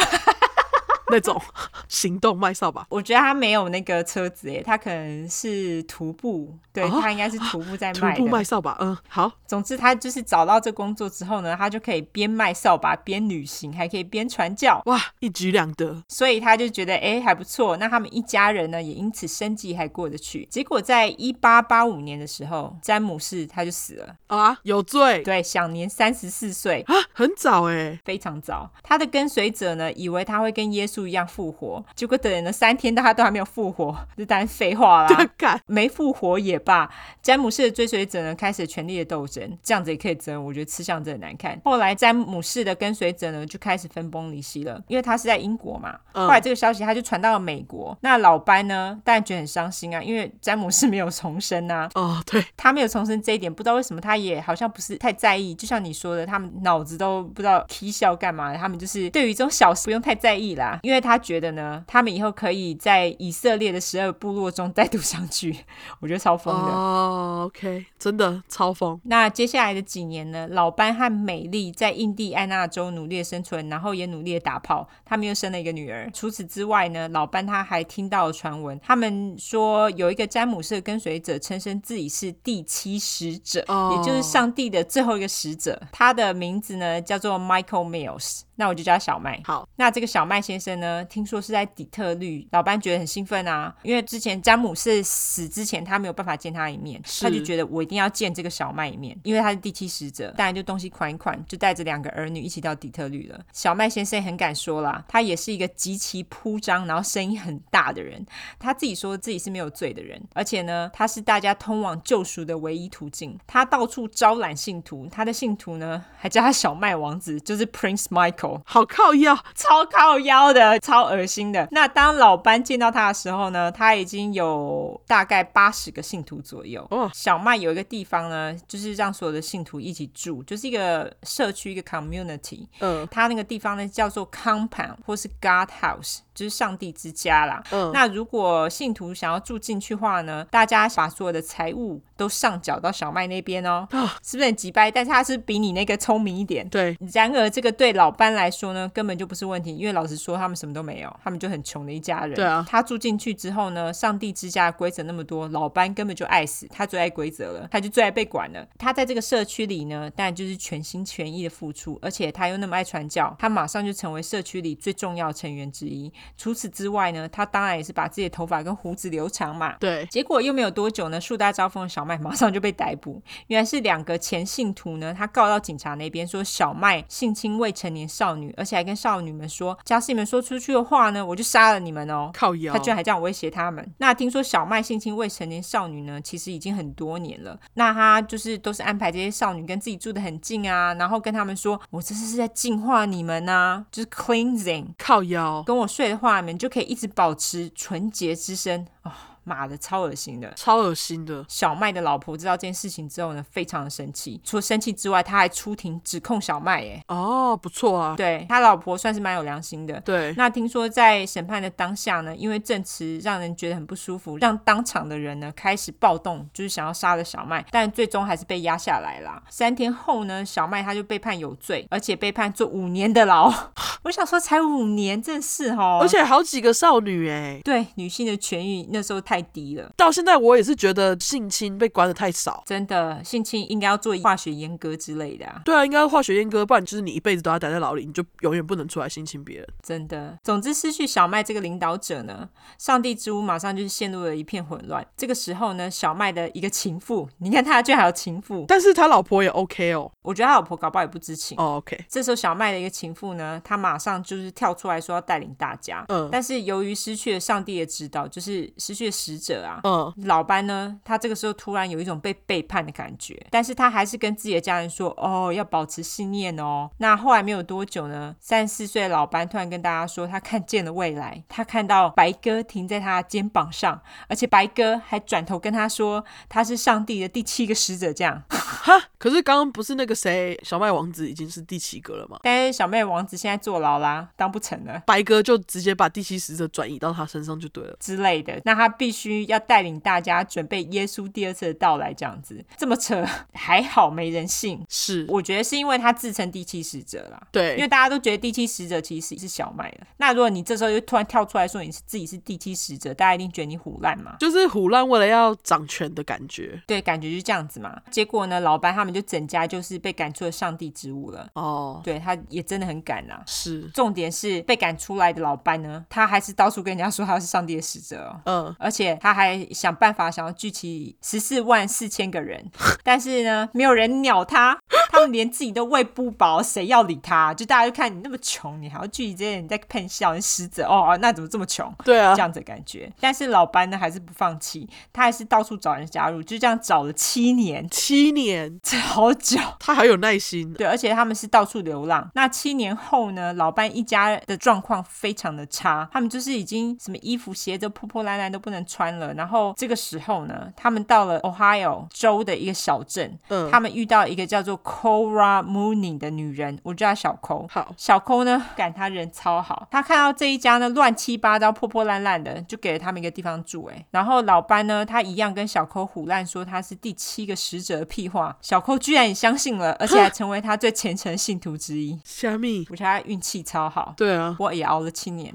A: 那种行动卖扫把。
B: 我觉得他没有那个车子哎、他可能是徒步，对、
A: 哦
B: 他应该是徒步在
A: 徒
B: 卖的。
A: 步卖扫把，嗯，好，
B: 总之，他就是找到这工作之后呢，他就可以边卖扫把边旅行，还可以边传教，
A: 哇，一举两得，
B: 所以他就觉得哎还不错。那他们一家人呢，也因此生计还过得去。结果在一八八五年的时候，詹姆士他就死了，
A: 啊，有罪
B: 对，享年三十四岁。
A: 啊，很早哎、
B: 非常早，他的跟随者呢，以为他会跟耶稣术一样复活。结果等了三天，但他都还没有复活，这当然废话 啦。
A: 干
B: 没复活也罢，詹姆士的追随者呢开始权力的斗争，这样子也可以争，我觉得吃相真的难看。后来詹姆士的跟随者呢就开始分崩离析了，因为他是在英国嘛。
A: 嗯
B: 后来这个消息他就传到了美国，那老班呢当然觉得很伤心啊，因为詹姆士没有重生啊。
A: 哦，对，
B: 他没有重生这一点，不知道为什么他也好像不是太在意。就像你说的，他们脑子都不知道踢笑干嘛的，他们就是对于这种小事不用太在意啦，因为他觉得呢，他们以后可以在以色列的十二部落中再度相聚， 我觉得超疯的。
A: 哦，OK，真的超疯，
B: 那接下来的几年呢，老班和美丽在印第安纳州努力的生存，然后也努力的打炮。他们又生了一个女儿。除此之外呢，老班他还听到了传闻，他们说有一个詹姆士的跟随者称称自己是第七使者，
A: 哦
B: 也就是上帝的最后一个使者。他的名字呢叫做 Michael Mills，那我就叫他小麦。
A: 好，
B: 那这个小麦先生呢，听说是在底特律，老班觉得很兴奋啊，因为之前詹姆士死之前，他没有办法见他一面，
A: 是
B: 他就觉得我一定要见这个小麦一面，因为他是第七使者，当然就东西款一款，就带着两个儿女一起到底特律了。小麦先生也很敢说啦，他也是一个极其铺张，然后声音很大的人，他自己说自己是没有罪的人，而且呢，他是大家通往救赎的唯一途径。他到处招揽信徒，他的信徒呢还叫他小麦王子，就是 Prince Michael。
A: 好靠 腰，
B: 超靠腰的，超恶心的。那当老班见到他的时候呢，他已经有大概八十个信徒左右。
A: 哦
B: 小麦有一个地方呢，就是让所有的信徒一起住，就是一个社区，一个 community。
A: 嗯
B: 他那个地方呢叫做 compound 或是 God house，就是上帝之家啦。
A: 嗯，
B: 那如果信徒想要住进去的话呢，大家把所有的财物都上缴到小麦那边哦，
A: 啊
B: 是不是很急掰？但是他是比你那个聪明一点，
A: 对，
B: 然而，这个对老班来说呢，根本就不是问题，因为老实说，他们什么都没有，他们就很穷的一家人。
A: 对啊
B: 他住进去之后呢，上帝之家的规则那么多，老班根本就爱死，他最爱规则了，他就最爱被管了。他在这个社区里呢，当然就是全心全意的付出，而且他又那么爱传教，他马上就成为社区里最重要的成员之一。除此之外呢，他当然也是把自己的头发跟胡子留长嘛，
A: 对，
B: 结果又没有多久呢，树大招风的小麦马上就被逮捕。 原来是两个前信徒呢，他告到警察那边说小麦性侵未成年少女，而且还跟少女们说，假使你们说出去的话呢，我就杀了你们哦。
A: 靠腰，
B: 他居然还这样威胁他们。那听说小麦性侵未成年少女呢，其实已经很多年了。那他就是都是安排这些少女跟自己住的很近啊，然后跟他们说，我这是在净化你们呐、就是 cleansing。
A: 靠腰，
B: 跟我睡的话，你们就可以一直保持纯洁之身。哦，妈的，超恶心的！
A: 超恶心的，
B: 小麦的老婆知道这件事情之后呢，非常的生气。除了生气之外，他还出庭指控小麦。耶。
A: 哦，不错啊，
B: 对他老婆算是蛮有良心的。
A: 对，
B: 那听说在审判的当下呢，因为证词让人觉得很不舒服，让当场的人呢开始暴动，就是想要杀了小麦，但最终还是被压下来啦。三天后呢，小麦他就被判有罪，而且被判坐五年的牢。 我想说，才五年，真是哦。
A: 而且好几个少女哎，
B: 对女性的权益那时候太低了，
A: 到现在我也是觉得性侵被关的太少。
B: 真的性侵应该要做化学阉割之类的、啊，
A: 对啊，应该化学阉割，不然就是你一辈子都要待在牢里，你就永远不能出来性侵别人。
B: 真的。总之，失去小麦这个领导者呢，上帝之屋马上就是陷入了一片混乱。这个时候呢，小麦的一个情妇，你看他居然还有情妇，
A: 但是他老婆也 OK 哦，
B: 我觉得他老婆搞不好也不知情。
A: 哦 OK，
B: 这时候，小麦的一个情妇呢，她马上就是跳出来说要带领大家。
A: 嗯
B: 但是由于失去了上帝的指导，就是失去了使者啊，
A: 嗯，
B: 老班呢，他这个时候突然有一种被背叛的感觉，但是他还是跟自己的家人说：“哦，要保持信念哦。”那后来没有多久呢，三十四岁的老班突然跟大家说，他看见了未来，他看到白鸽停在他的肩膀上，而且白鸽还转头跟他说他是上帝的第七个使者。这样，
A: 哈，可是刚刚不是那个谁，小麦王子已经是第七个了吗？
B: 但是小妹王子现在坐牢啦，当不成了。
A: 白哥就直接把第七使者转移到他身上就对了。
B: 之类的，那他必须要带领大家准备耶稣第二次的到来，这样子这么扯，还好没人信。
A: 是，
B: 我觉得是因为他自称第七使者啦。因为
A: 对，
B: 大家都觉得第七使者其实是小麦的，那如果你这时候又突然跳出来说你是自己是第七使者，大家一定觉得你胡乱嘛。
A: 就是虎烂为了要掌权的感觉。
B: 对，感觉就是这样子嘛。结果呢，老班他们就整家就是被赶出了上帝之屋了。
A: 哦，
B: 对，他也真的很赶啦。
A: 是，
B: 重点是被赶出来的老班呢，他还是到处跟人家说他是上帝的使者哦。
A: 嗯，
B: 而且他还想 办法想要聚齐十四万四千个人，但是呢，没有人鸟他。 他们连自己都喂不饱，谁要理他？就大家就看你那么穷，你还要聚集这些人在喷笑，你死者哦，那怎么这么穷？
A: 对啊
B: 这，样子的感觉。但是老班呢还是不放弃，他还是到处找人加入，就这样找了七年，
A: 七年，
B: 这好久。
A: 他还有耐心。哦
B: 对，而且他们是到处流浪。那七年后呢，老班一家的状况非常的差，他们就是已经什么衣服、鞋子破破烂烂都不能穿了。然后这个时候呢，他们到了 Ohio 州的一个小镇，
A: 嗯，
B: 他们遇到一个叫做 Cora Mooney 的女人，我叫她小抠。
A: 好，
B: 小抠呢，感他人超好，他看到这一家呢乱七八糟、破破烂烂的，就给了他们一个地方住。哎，然后老班呢，他一样跟小抠胡乱说他是第七个使者的屁话，小抠居然也相信了，而且还成为他最虔诚的信徒之一。
A: 虾米，
B: 我觉得他运气超好，
A: 对啊，
B: 我也熬了七 年。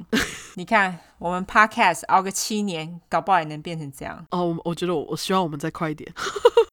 B: 你看，我们 podcast 熬个七年，搞不好也能变成这样。
A: 哦，我我觉得我我希望我们再快一点，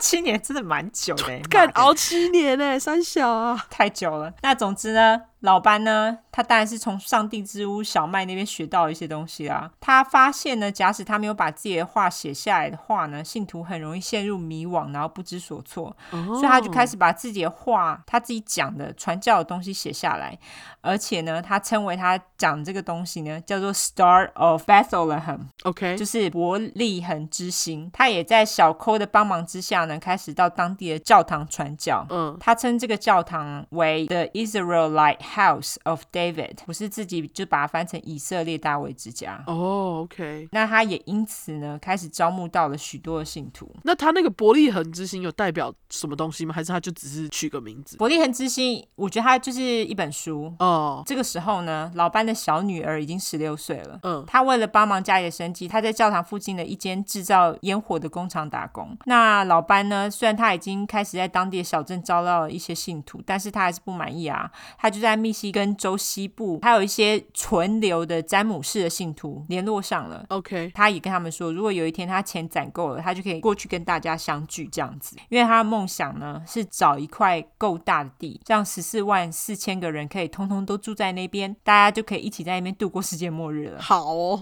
B: 七年真的蛮久的 欸，
A: 干
B: 妈的
A: 熬七年呢，三小啊，
B: 太久了。那总之呢，老班呢，他当然是从上帝之屋小麦那边学到一些东西啦。他发现呢，假使他没有把自己的话写下来的话呢，信徒很容易陷入迷惘，然后不知所措。
A: 哦
B: 所以他就开始把自己的话，他自己讲的传教的东西写下来，而且呢，他称为他讲这个东西呢，叫做 Star of Bethlehem。
A: OK，
B: 就是伯利恒之星。他也在小抠的帮忙之下呢，开始到当地的教堂传教。
A: 嗯，
B: 他称这个教堂为 The Israelite House of David，不是自己就把它翻成以色列大卫之家。
A: 哦，OK，
B: 那他也因此呢，开始招募到了许多的信徒。
A: 那他那个伯利恒之星有代表什么东西吗？还是他就只是取个名字？
B: 伯利恒之星，我觉得它就是一本书。
A: 哦，
B: 这个时候呢，老班的小女儿已经十六岁了。
A: 嗯，
B: 他为了帮忙家里的生计，他在教堂附近的一间制造烟火的工厂打工。那老班呢，虽然他已经开始在当地的小镇招到了一些信徒，但是他还是不满意啊。他就在密西根州西部，还有一些存留的詹姆士的信徒联络上了。
A: OK，
B: 他也跟他们说，如果有一天他钱攒够了，他就可以过去跟大家相聚这样子。因为他的梦想呢是找一块够大的地，让十四万四千个人可以通通都住在那边，大家就可以一起在那边度过世界末日了。
A: 好哦，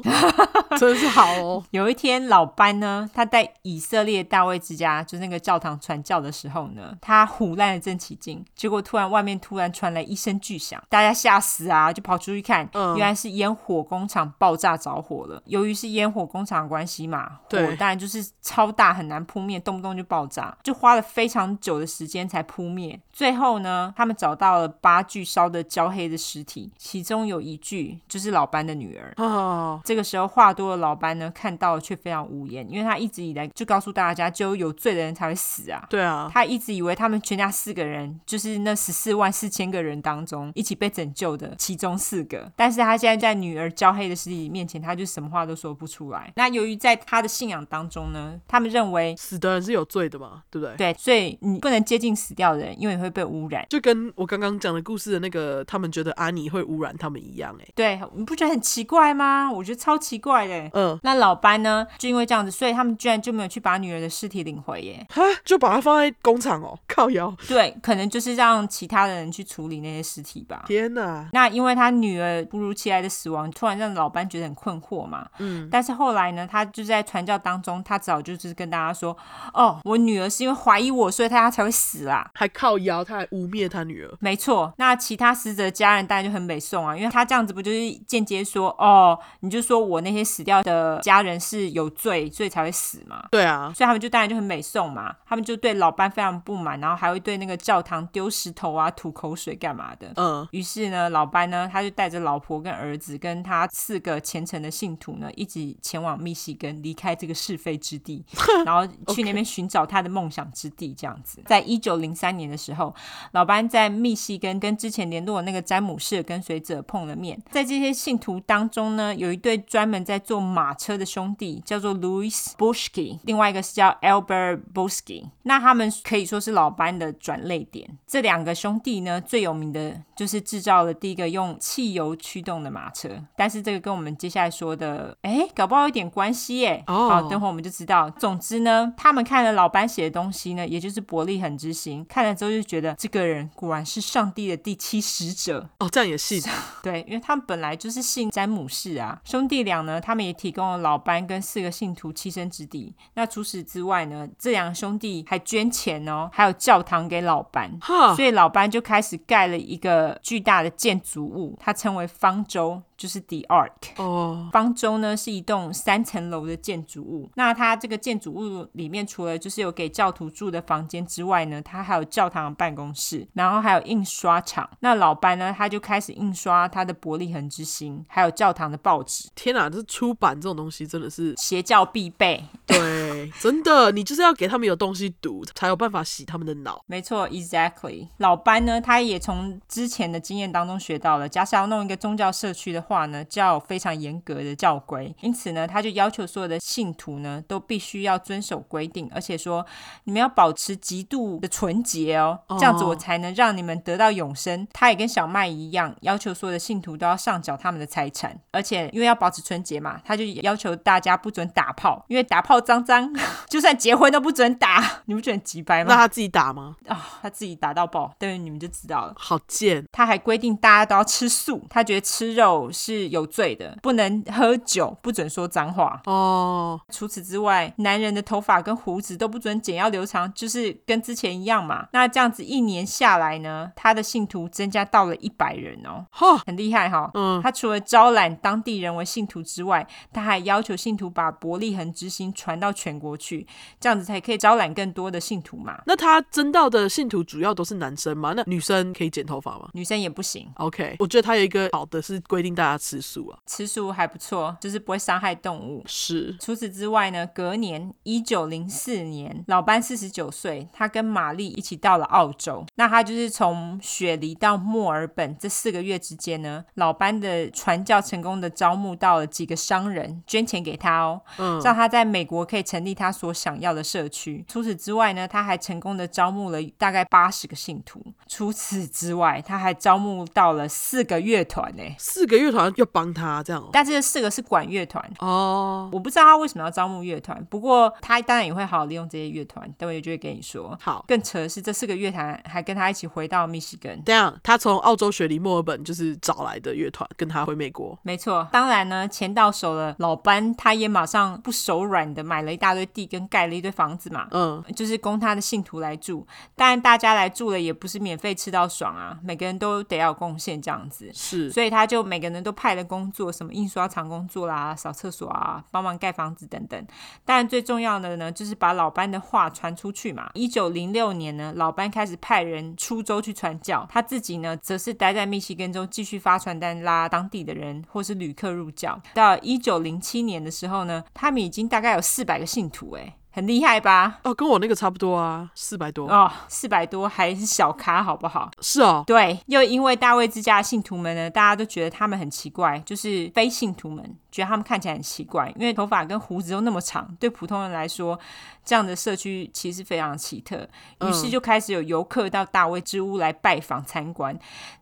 A: 真的是好 哦，
B: 有一天，老班呢，他在以色列大卫之家，就是那个教堂传教的时候呢，他胡乱的正起劲，结果突然外面突然传来一声巨响，大家吓死啊，就跑出去看，
A: 嗯
B: 原来是烟火工厂爆炸着火了。由于是烟火工厂的关系嘛，火
A: 对
B: 当然就是超大，很难扑灭，动不动就爆炸，就花了非常久的时间才扑灭。最后呢，他们找到了八具烧得焦黑的尸体，其中有一具就是老班的女儿。
A: 哦，
B: 这个时候，话多的老班呢，看到了却非常无言，因为他一直以来就告诉大家，只有有罪的人才会死啊。
A: 对啊，
B: 他一直以为他们全家四个人，就是那十四万四千个人当中一起被拯救的其中四个，但是他现在在女儿焦黑的尸体面前，他就什么话都说不出来。那由于在他的信仰当中呢，他们认为
A: 死的人是有罪的嘛，对不对？
B: 对，所以你不能接近死掉的人，因为你会被污染。
A: 就跟我刚刚讲的故事的那个，他们觉得安妮会污染他们一样、欸，哎，
B: 对，你不觉得很奇怪吗？我觉得超奇怪的。
A: 嗯，
B: 那老班呢，就因为这样子，所以他们居然就没有去把女儿的尸体领回耶。
A: 哈， 就把它放在工厂哦， 靠腰，
B: 对，可能就是让其他的人去处理那些尸体吧。
A: 天哪，
B: 那因为他女儿突如其来的死亡，突然让老班觉得很困惑嘛。嗯，但是后来呢，他就在传教当中，他早就是跟大家说，哦，我女儿是因为怀疑我，所以她才会死啦。
A: 还靠腰，他还污蔑他女儿，
B: 没错，那其他死者家人当然就很美颂啊，因为他这样子不就是间接说，哦，你就说我那些死掉的家人是有罪，所以才会死嘛。
A: 对啊，
B: 所以他们就当然就很美颂嘛，他们就对老班非常不满，然后还会对那个教堂丢石头啊、吐口水干嘛的。
A: 嗯，
B: 于是呢，老班呢，他就带着老婆跟儿子，跟他四个虔诚的信徒呢，一起前往密西根，离开这个是非之地，然后去那边寻找他的梦想之地。这样子，在一九零三年的时候，老班在密西根跟之前联络的那个詹姆士的跟随者碰了面。在这些信徒当中呢，有一对专门在做马车的兄弟，叫做 Louis Bushki，另外一个是叫 Albert Bushki。那他们可以说是老班的转类点。这两个兄弟呢，最有名的就是。就是制造了第一个用汽油驱动的马车。但是这个跟我们接下来说的，哎，搞不好有点关系耶。
A: 哦
B: 好，等会我们就知道。总之呢，他们看了老班写的东西呢，也就是伯利恒之心，看了之后就觉得这个人果然是上帝的第七使者。
A: 哦，这样也信
B: 对，因为他们本来就是信詹姆士啊，兄弟俩呢，他们也提供了老班跟四个信徒栖身之地。那除此之外呢，这两兄弟还捐钱哦，还有教堂给老班。
A: 哈
B: 所以老班就开始盖了一个巨大的建筑物，它称为方舟，就是 The Ark。
A: 哦，
B: 方舟呢是一栋三层楼的建筑物。那它这个建筑物里面，除了就是有给教徒住的房间之外呢，它还有教堂的办公室，然后还有印刷厂。那老班呢，他就开始印刷他的伯利恒之星，还有教堂的报纸，
A: 天哪，这出版这种东西真的是
B: 邪教必备。
A: 对， 真的，你就是要给他们有东西读，才有办法洗他们的脑。
B: 没错，exactly。老班呢，他也从之前的经验当中学到了，假使要弄一个宗教社区的话呢，就要有非常严格的教规。因此呢，他就要求所有的信徒呢，都必须要遵守规定，而且说你们要保持极度的纯洁哦，
A: 哦
B: 这样子我才能让你们得到永生。他也跟小麦一样，要求所有的信徒都要上缴他们的财产，而且因为要保持纯洁嘛，他就要求大家不准打炮，因为打炮脏脏， 就算结婚都不准打。 你不觉得很急掰吗
A: 那？他自己打吗？
B: 啊、他自己打到爆，对，你们就知道了。
A: 好贱
B: 他还规定大家都要吃素，他觉得吃肉是有罪的，不能喝酒，不准说脏话。
A: 哦！
B: 除此之外，男人的头发跟胡子都不准剪，要留长，就是跟之前一样嘛。那这样子一年下来呢，他的信徒增加到了一百人哦，
A: 哈，
B: 很厉害哈、
A: 嗯，
B: 他除了招揽当地人为信徒之外，他还要求信徒把伯利恒之星传到全国去，这样子才可以招揽更多的信徒嘛。
A: 那他征到的信徒主要都是男生吗？那女生可以剪头发吗
B: 女生也不行，
A: ？OK，我觉得他有一个好的是规定大家吃素啊，
B: 吃素还不错，就是不会伤害动物。
A: 是
B: 除此之外呢，隔年一九零四年，老班四十九岁，他跟玛丽一起到了澳洲。那他就是从雪梨到墨尔本这四个月之间呢，老班的传教成功的招募到了几个商人捐钱给他哦，
A: 嗯
B: 让他在美国可以成立他所想要的社区。除此之外呢，他还成功的招募了大概八十个信徒。除此之外，他还招募到了四个乐团呢。
A: 四个乐团要帮他这样哦。
B: 但这四个是管乐团，
A: 哦，
B: 我不知道他为什么要招募乐团，不过他当然也会好好利用这些乐团，等我有机会跟你说。
A: 好，
B: 更扯的是，这四个乐团还跟他一起回到密西根。
A: 这样他从澳洲雪梨墨尔本就是找来的乐团，跟他回美国。
B: 没错，当然呢，钱到手了，老班他也马上不手软的买了一大堆地跟盖了一堆房子嘛，
A: 嗯，
B: 就是供他的信徒来住。当然，大家来住了也不是免费吃到爽啊，每个人都得要有贡献这样子。
A: 是
B: 所以他就每个人都派了工作，什么印刷厂工作啦、扫厕所啊、帮忙盖房子等等。当然最重要的呢，就是把老班的话传出去嘛。一九零六年呢，老班开始派人出州去传教，他自己呢则是待在密西根州继续发传单，拉当地的人或是旅客入教。到一九零七年的时候呢，他们已经大概有四百个信徒，哎，很厉害吧？
A: 哦，跟我那个差不多啊，四百多。
B: 哦，四百多还是小咖，好不好？
A: 是哦，
B: 对，又因为大卫之家的信徒们呢，大家都觉得他们很奇怪，就是非信徒们觉得他们看起来很奇怪，因为头发跟胡子都那么长，对普通人来说，这样的社区其实非常奇特。于是就开始有游客到大卫之屋来拜访参观。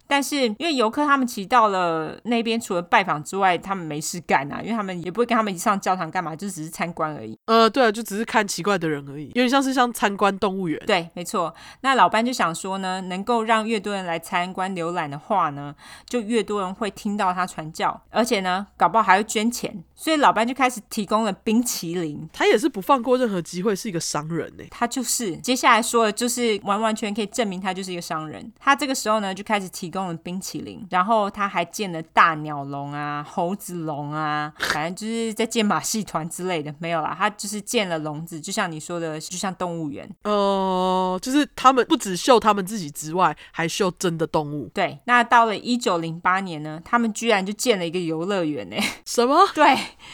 B: 但是因为游客他们其实到了那边，除了拜访之外，他们没事干啊，因为他们也不会跟他们一起上教堂干嘛，就只是参观而已。
A: 呃，对啊，就只是看奇怪的人而已，有点像是像参观动物园。
B: 对，没错。那老班就想说呢，能够让越多人来参观浏览的话呢，就越多人会听到他传教，而且呢，搞不好还会捐钱。所以老班就开始提供了冰淇淋。
A: 他也是不放过任何机会，是一个商人呢。
B: 他就是接下来说的，就是完完全可以证明他就是一个商人。他这个时候呢，就开始提供了冰淇淋，然后他还建了大鸟笼啊、猴子笼啊，反正就是在建马戏团之类的，没有啦。他就是建了笼子，就像你说的，就像动物园。
A: 哦、就是他们不只秀他们自己之外，还秀真的动物。
B: 对，那到了一九零八年呢，他们居然就建了一个游乐园呢。
A: 什么
B: 对，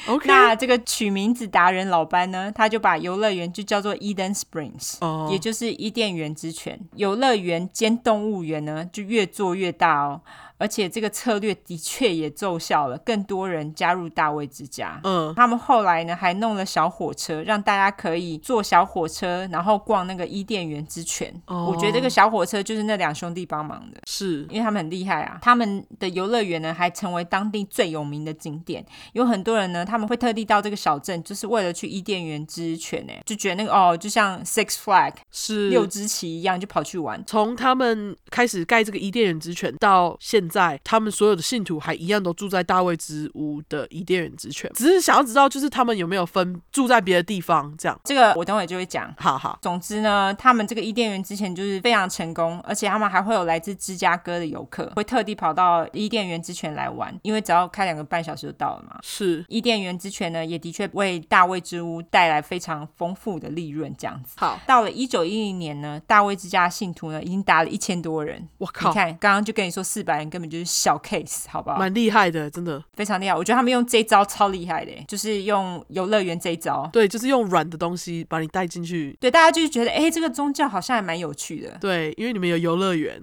A: ？OK，
B: 那这个取名字达人老班呢，他就把游乐园就叫做 Eden Springs，、
A: 哦
B: 也就是伊甸园之泉。游乐园兼动物园呢，就越做越大哦。而且这个策略的确也奏效了，更多人加入大卫之家。
A: 嗯，
B: 他们后来呢还弄了小火车，让大家可以坐小火车，然后逛那个伊甸园之泉。
A: 哦
B: 我觉得这个小火车就是那两兄弟帮忙的。
A: 是
B: 因为他们很厉害啊，他们的游乐园呢还成为当地最有名的景点。有很多人呢，他们会特地到这个小镇，就是为了去伊甸园之泉呢，就觉得那个哦，就像 Six Flag
A: 是
B: 六支旗一样，就跑去玩。
A: 从他们开始盖这个伊甸园之泉到现在，他们所有的信徒还一样都住在大卫之屋的伊甸园之泉，只是想要知道就是他们有没有分住在别的地方这样。
B: 这个我等会就会讲。
A: 好好，
B: 总之呢，他们这个伊甸园之前就是非常成功，而且他们还会有来自芝加哥的游客会特地跑到伊甸园之泉来玩，因为只要开两个半小时就到了嘛。
A: 是
B: 伊甸园之泉呢，也的确为大卫之屋带来非常丰富的利润，这样子。
A: 好，
B: 到了一九一零年呢，大卫之家的信徒呢已经达了一千多人。
A: 我
B: 你
A: 靠，
B: 看，哦刚刚就跟你说四百人根本就是小 case，好不好？
A: 蛮厉害的，真的。
B: 非常厉害，我觉得他们用这一招超厉害的，就是用游乐园这一招。
A: 对，就是用软的东西把你带进去。
B: 对，大家就是觉得，哎，这个宗教好像还蛮有趣 的。
A: 对，因为你们有游乐园，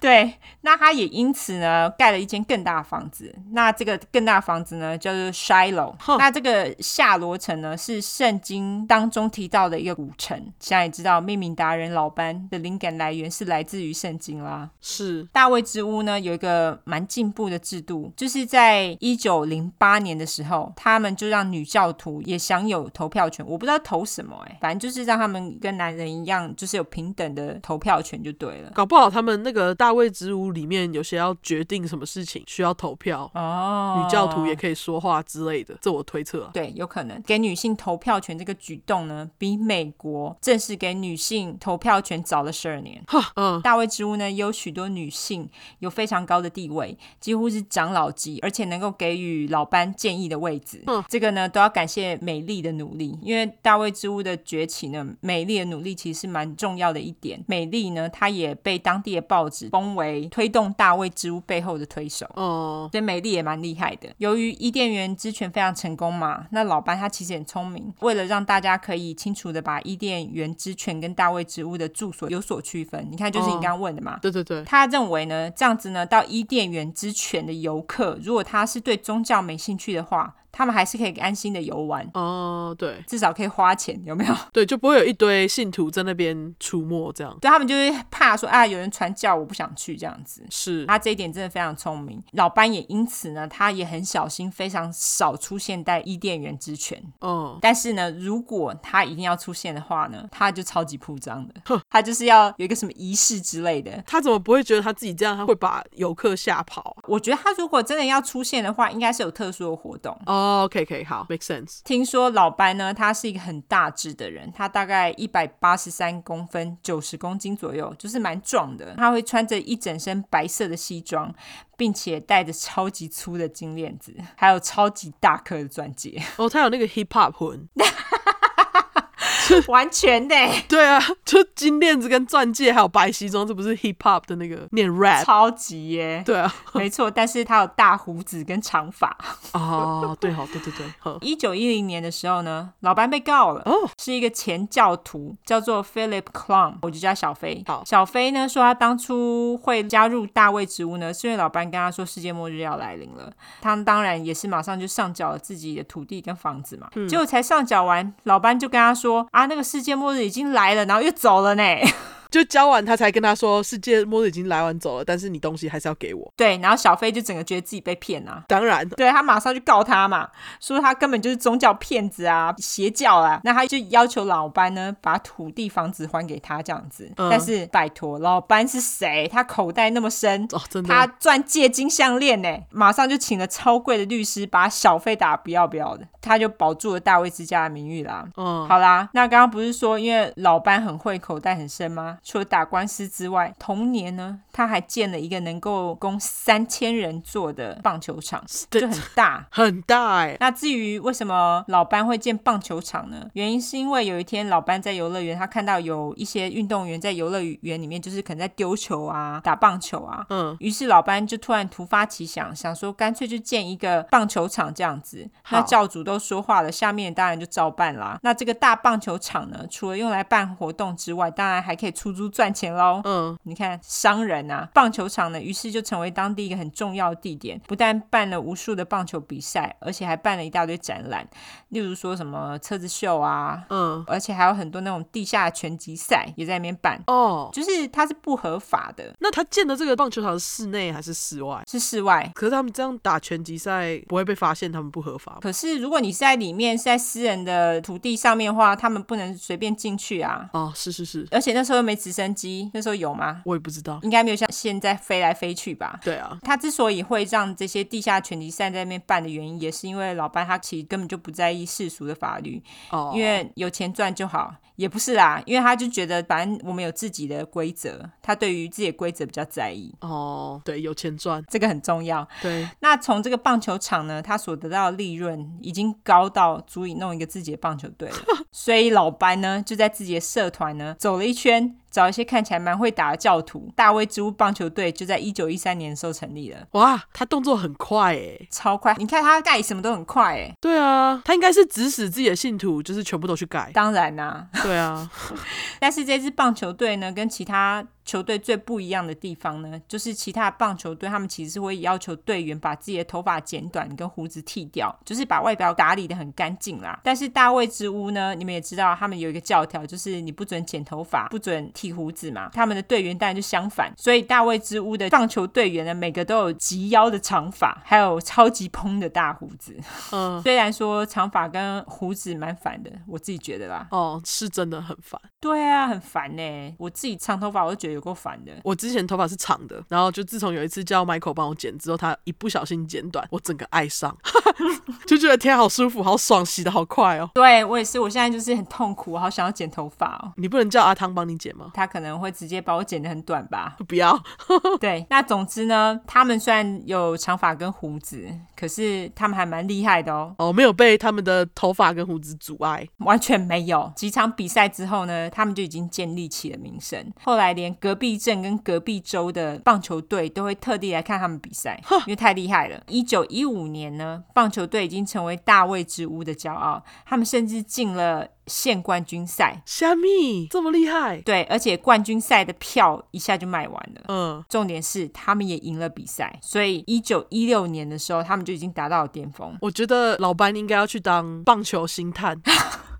B: 对，那他也因此呢盖了一间更大的房子。那这个更大的房子呢叫做 Shiloh
A: 哼。
B: 那这个夏罗城呢是圣经当中提到的一个古城。现在也知道命名达人老班的灵感来源是来自于圣经啦。
A: 是
B: 大卫之屋呢有一个蛮进步的制度，就是在一九零八年的时候，他们就让女教徒也享有投票权。我不知道投什么哎、反正就是让他们跟男人一样，就是有平等的投票权就对了。
A: 搞不好他们那个大卫之屋里面有些要决定什么事情需要投票，
B: 哦，
A: 女教徒也可以说话之类的，这我推测啊。
B: 对，有可能给女性投票权这个举动呢，比美国正式给女性投票权早了十二年。
A: 哈，嗯，
B: 大卫之屋呢，也有许多女性有非常高的地位，几乎是长老级，而且能够给予老班建议的位置。
A: 嗯
B: 这个呢，都要感谢美丽的努力，因为大卫之屋的崛起呢，美丽的努力其实是蛮重要的一点。美丽呢，她也被当地的报纸封为推动大卫之屋背后的推手。
A: 哦，
B: 所以美丽也蛮厉害的。由于伊甸园之泉非常成功嘛，那老班他其实很聪明，为了让大家可以清楚的把伊甸园之泉跟大卫之屋的住所有所区分，你看就是你
A: 嗯
B: 刚刚问的嘛。
A: 对对对，
B: 他认为呢，这样子呢，到伊甸园之泉的游客，如果他是对宗教没兴趣的话，他们还是可以安心的游玩，
A: 哦，对，
B: 至少可以花钱，有没有？
A: 对，就不会有一堆信徒在那边出没这样。
B: 对他们就是怕说啊，有人传教，我不想去这样子。
A: 是
B: 他这一点真的非常聪明。老班也因此呢，他也很小心，非常少出现在伊甸园之泉。
A: 哦，
B: 但是呢，如果他一定要出现的话呢，他就超级铺张的，他就是要有一个什么仪式之类的。
A: 他怎么不会觉得他自己这样，他会把游客吓跑啊
B: 我觉得他如果真的要出现的话，应该是有特殊的活动。
A: 啊？哦，OK，OK，、好，make sense。
B: 听说老班呢，他是一个很大只的人，他大概一百八十三公分，九十公斤左右，就是蛮壮的。他会穿着一整身白色的西装，并且戴着超级粗的金链子，还有超级大颗的钻戒，
A: 哦，他有那个 hip hop 魂，
B: 完全的、
A: 对啊，就金链子跟钻戒，还有白西装，这不是 hip hop 的那个念 rap？
B: 超级耶、
A: 对啊，
B: 没错，但是他有大胡子跟长发。
A: 哦，对好，对对对，好，
B: 一九一零年的时候呢，老班被告了，
A: 哦
B: 是一个前教徒，叫做 Philip Clum，我就叫小飞。
A: 好
B: 小飞呢说他当初会加入大卫职务呢，是因为老班跟他说世界末日要来临了，他当然也是马上就上缴了自己的土地跟房子嘛。
A: 嗯
B: 结果才上缴完，老班就跟他说啊，那个世界末日已经来了，然后又走了呢。
A: 就交完他才跟他说，世界末日已经来完走了，但是你东西还是要给我。
B: 对，然后小飞就整个觉得自己被骗啊。
A: 当然，
B: 对他马上就告他嘛，说他根本就是宗教骗子啊、邪教啊。那他就要求老班呢把土地、房子还给他这样子。
A: 嗯
B: 但是拜托，老班是谁？他口袋那么深。
A: 哦，真
B: 他
A: 的，
B: 钻戒、金项链呢，马上就请了超贵的律师，把小费打不要不要的，他就保住了大卫之家的名誉啦。
A: 嗯，
B: 好啦，那刚刚不是说因为老班很会，口袋很深吗？除了打官司之外，同年呢，他还建了一个能够供三千人坐的棒球场，
A: 对
B: 就很大。
A: 很大哎、
B: 那至于为什么老班会建棒球场呢？原因是因为有一天老班在游乐园，他看到有一些运动员在游乐园里面，就是可能在丢球啊、打棒球啊。
A: 嗯，
B: 于是老班就突然突发奇想，想说干脆就建一个棒球场这样子。
A: 好
B: 那教主都说话了，下面当然就照办啦。那这个大棒球场呢，除了用来办活动之外，当然还可以出租赚钱喽。
A: 嗯，
B: 你看，商人啊，棒球场呢，于是就成为当地一个很重要的地点。不但办了无数的棒球比赛，而且还办了一大堆展览，例如说什么车子秀啊，
A: 嗯，
B: 而且还有很多那种地下拳击赛也在那边办。
A: 哦，
B: 就是它是不合法的，
A: 那他建的这个棒球场是室内还是室外？
B: 是室外。
A: 可是他们这样打拳击赛不会被发现他们不合法吗？
B: 可是如果你是在里面，是在私人的土地上面的话，他们不能随便进去啊。
A: 哦，是是是，
B: 而且那时候又没直升机，那时候有吗？
A: 我也不知道。
B: 应该没有像现在飞来飞去吧。
A: 对啊，
B: 他之所以会让这些地下拳击赛在那边办的原因，也是因为老班他其实根本就不在意世俗的法律，
A: 哦，
B: 因为有钱赚就好，也不是啦，因为他就觉得反正我们有自己的规则，他对于自己的规则比较在意，
A: 哦，对，有钱赚，
B: 这个很重要。
A: 对，
B: 那从这个棒球场呢，他所得到的利润已经高到足以弄一个自己的棒球队了，所以老班呢就在自己的社团呢走了一圈，找一些看起来蛮会打的教徒，大卫之屋棒球队就在一九一三年的时候成立了。
A: 哇，他动作很快诶。
B: 超快！你看他盖什么都很快哎。
A: 对啊，他应该是指使自己的信徒，就是全部都去改。
B: 当然啦、
A: 对啊，
B: 但是这支棒球队呢，跟其他球队最不一样的地方呢，就是其他棒球队他们其实是会要求队员把自己的头发剪短跟胡子剃掉，就是把外表打理的很干净啦。但是大卫之屋呢，你们也知道，他们有一个教条，就是你不准剪头发，不准剃胡子嘛。他们的队员当然就相反，所以大卫之屋的棒球队员呢，每个都有及腰的长发，还有超级蓬的大胡子。
A: 嗯，
B: 虽然说长发跟胡子蛮烦的，我自己觉得啦。
A: 哦，是真的很烦。
B: 对啊，很烦呢、我自己长头发我就觉得有够烦的。
A: 我之前头发是长的，然后就自从有一次叫 Michael 帮我剪之后，他一不小心剪短，我整个爱上， 就觉得天啊好舒服，好爽，洗的好快哦。
B: 对我也是，我现在就是很痛苦，我好想要剪头发哦。
A: 你不能叫阿汤帮你剪吗？。
B: 他可能会直接把我剪得很短吧
A: 不要，
B: 对，那总之呢，他们虽然有长发跟胡子，可是他们还蛮厉害的哦，
A: 哦，没有被他们的头发跟胡子阻碍。
B: 完全没有。几场比赛之后呢，他们就已经建立起了名声。后来连隔壁镇跟隔壁州的棒球队都会特地来看他们比赛，因为太厉害了。一九一五年呢，棒球队已经成为大卫之屋的骄傲，他们甚至进了县冠军赛。
A: 虾米这么厉害？
B: 对，而且冠军赛的票一下就卖完了。
A: 嗯，
B: 重点是他们也赢了比赛，所以一九一六年的时候，他们就已经达到了巅峰。
A: 我觉得老班应该要去当棒球星 探，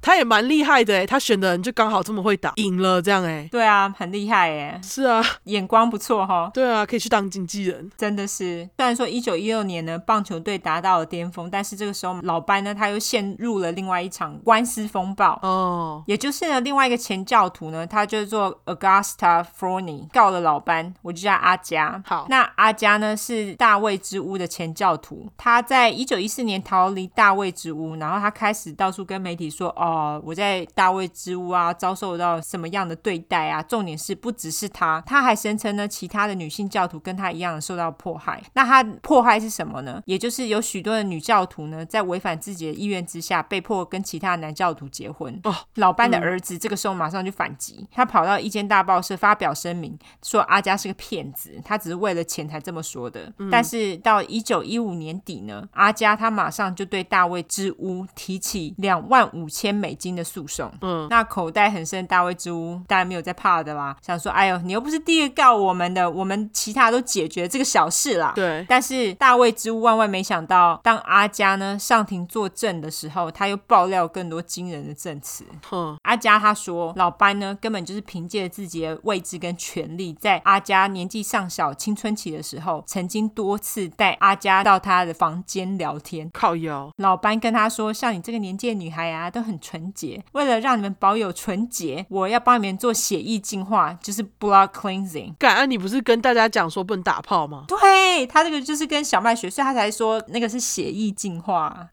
A: 他也蛮厉害的诶，他选的人就刚好这么会打，赢了这样诶。
B: 对啊，很厉害耶，
A: 是啊，
B: 眼光不错哈、
A: 对啊，可以去当经纪人。
B: 真的是。虽然说一九一六年呢，棒球队达到了巅峰，但是这个时候老班呢，他又陷入了另外一场官司风暴。
A: 哦，
B: 也就是呢，另外一个前教徒呢，他叫做 Augusta Forney，告了老班，我就叫阿加。
A: 好
B: 那阿加呢是大卫之屋的前教徒，他在一九一四年逃离大卫之屋，然后他开始到处跟媒体说，哦，我在大卫之屋啊，遭受到什么样的对待啊？重点是不只是他，他还声称呢，其他的女性教徒跟他一样受到迫害。那他迫害是什么呢？也就是有许多的女教徒呢，在违反自己的意愿之下，被迫跟其他的男教徒结婚。老班
A: 嗯
B: 的儿子这个时候马上就反击，他跑到一间大报社发表声明，说阿加是个骗子，他只是为了钱才这么说的。
A: 嗯
B: 但是到一九一五年底呢，阿加他马上就对大卫之屋提起两万五千美金的诉讼。
A: 嗯，
B: 那口袋很深的大卫之屋当然没有在怕的啦，想说，哎呦，你又不是第一个告我们的，我们其他都解决这个小事啦。
A: 对，
B: 但是大卫之屋万万没想到，当阿加呢上庭作证的时候，他又爆料更多惊人的证词。
A: 哼，
B: 阿加他说，老班呢根本就是凭借自己的位置跟权力，在阿加年纪尚小、青春期的时候，曾经多次带阿加到他的房间聊天。
A: 靠腰。
B: 老班跟他说：“像你这个年纪的女孩啊，都很纯洁。为了让你们保有纯洁，我要帮你们做血液净化，就是 blood cleansing。
A: 感啊恩你不是跟大家讲说不能打炮吗？
B: 对他这个就是跟小麦学，所以他才说那个是血液净化，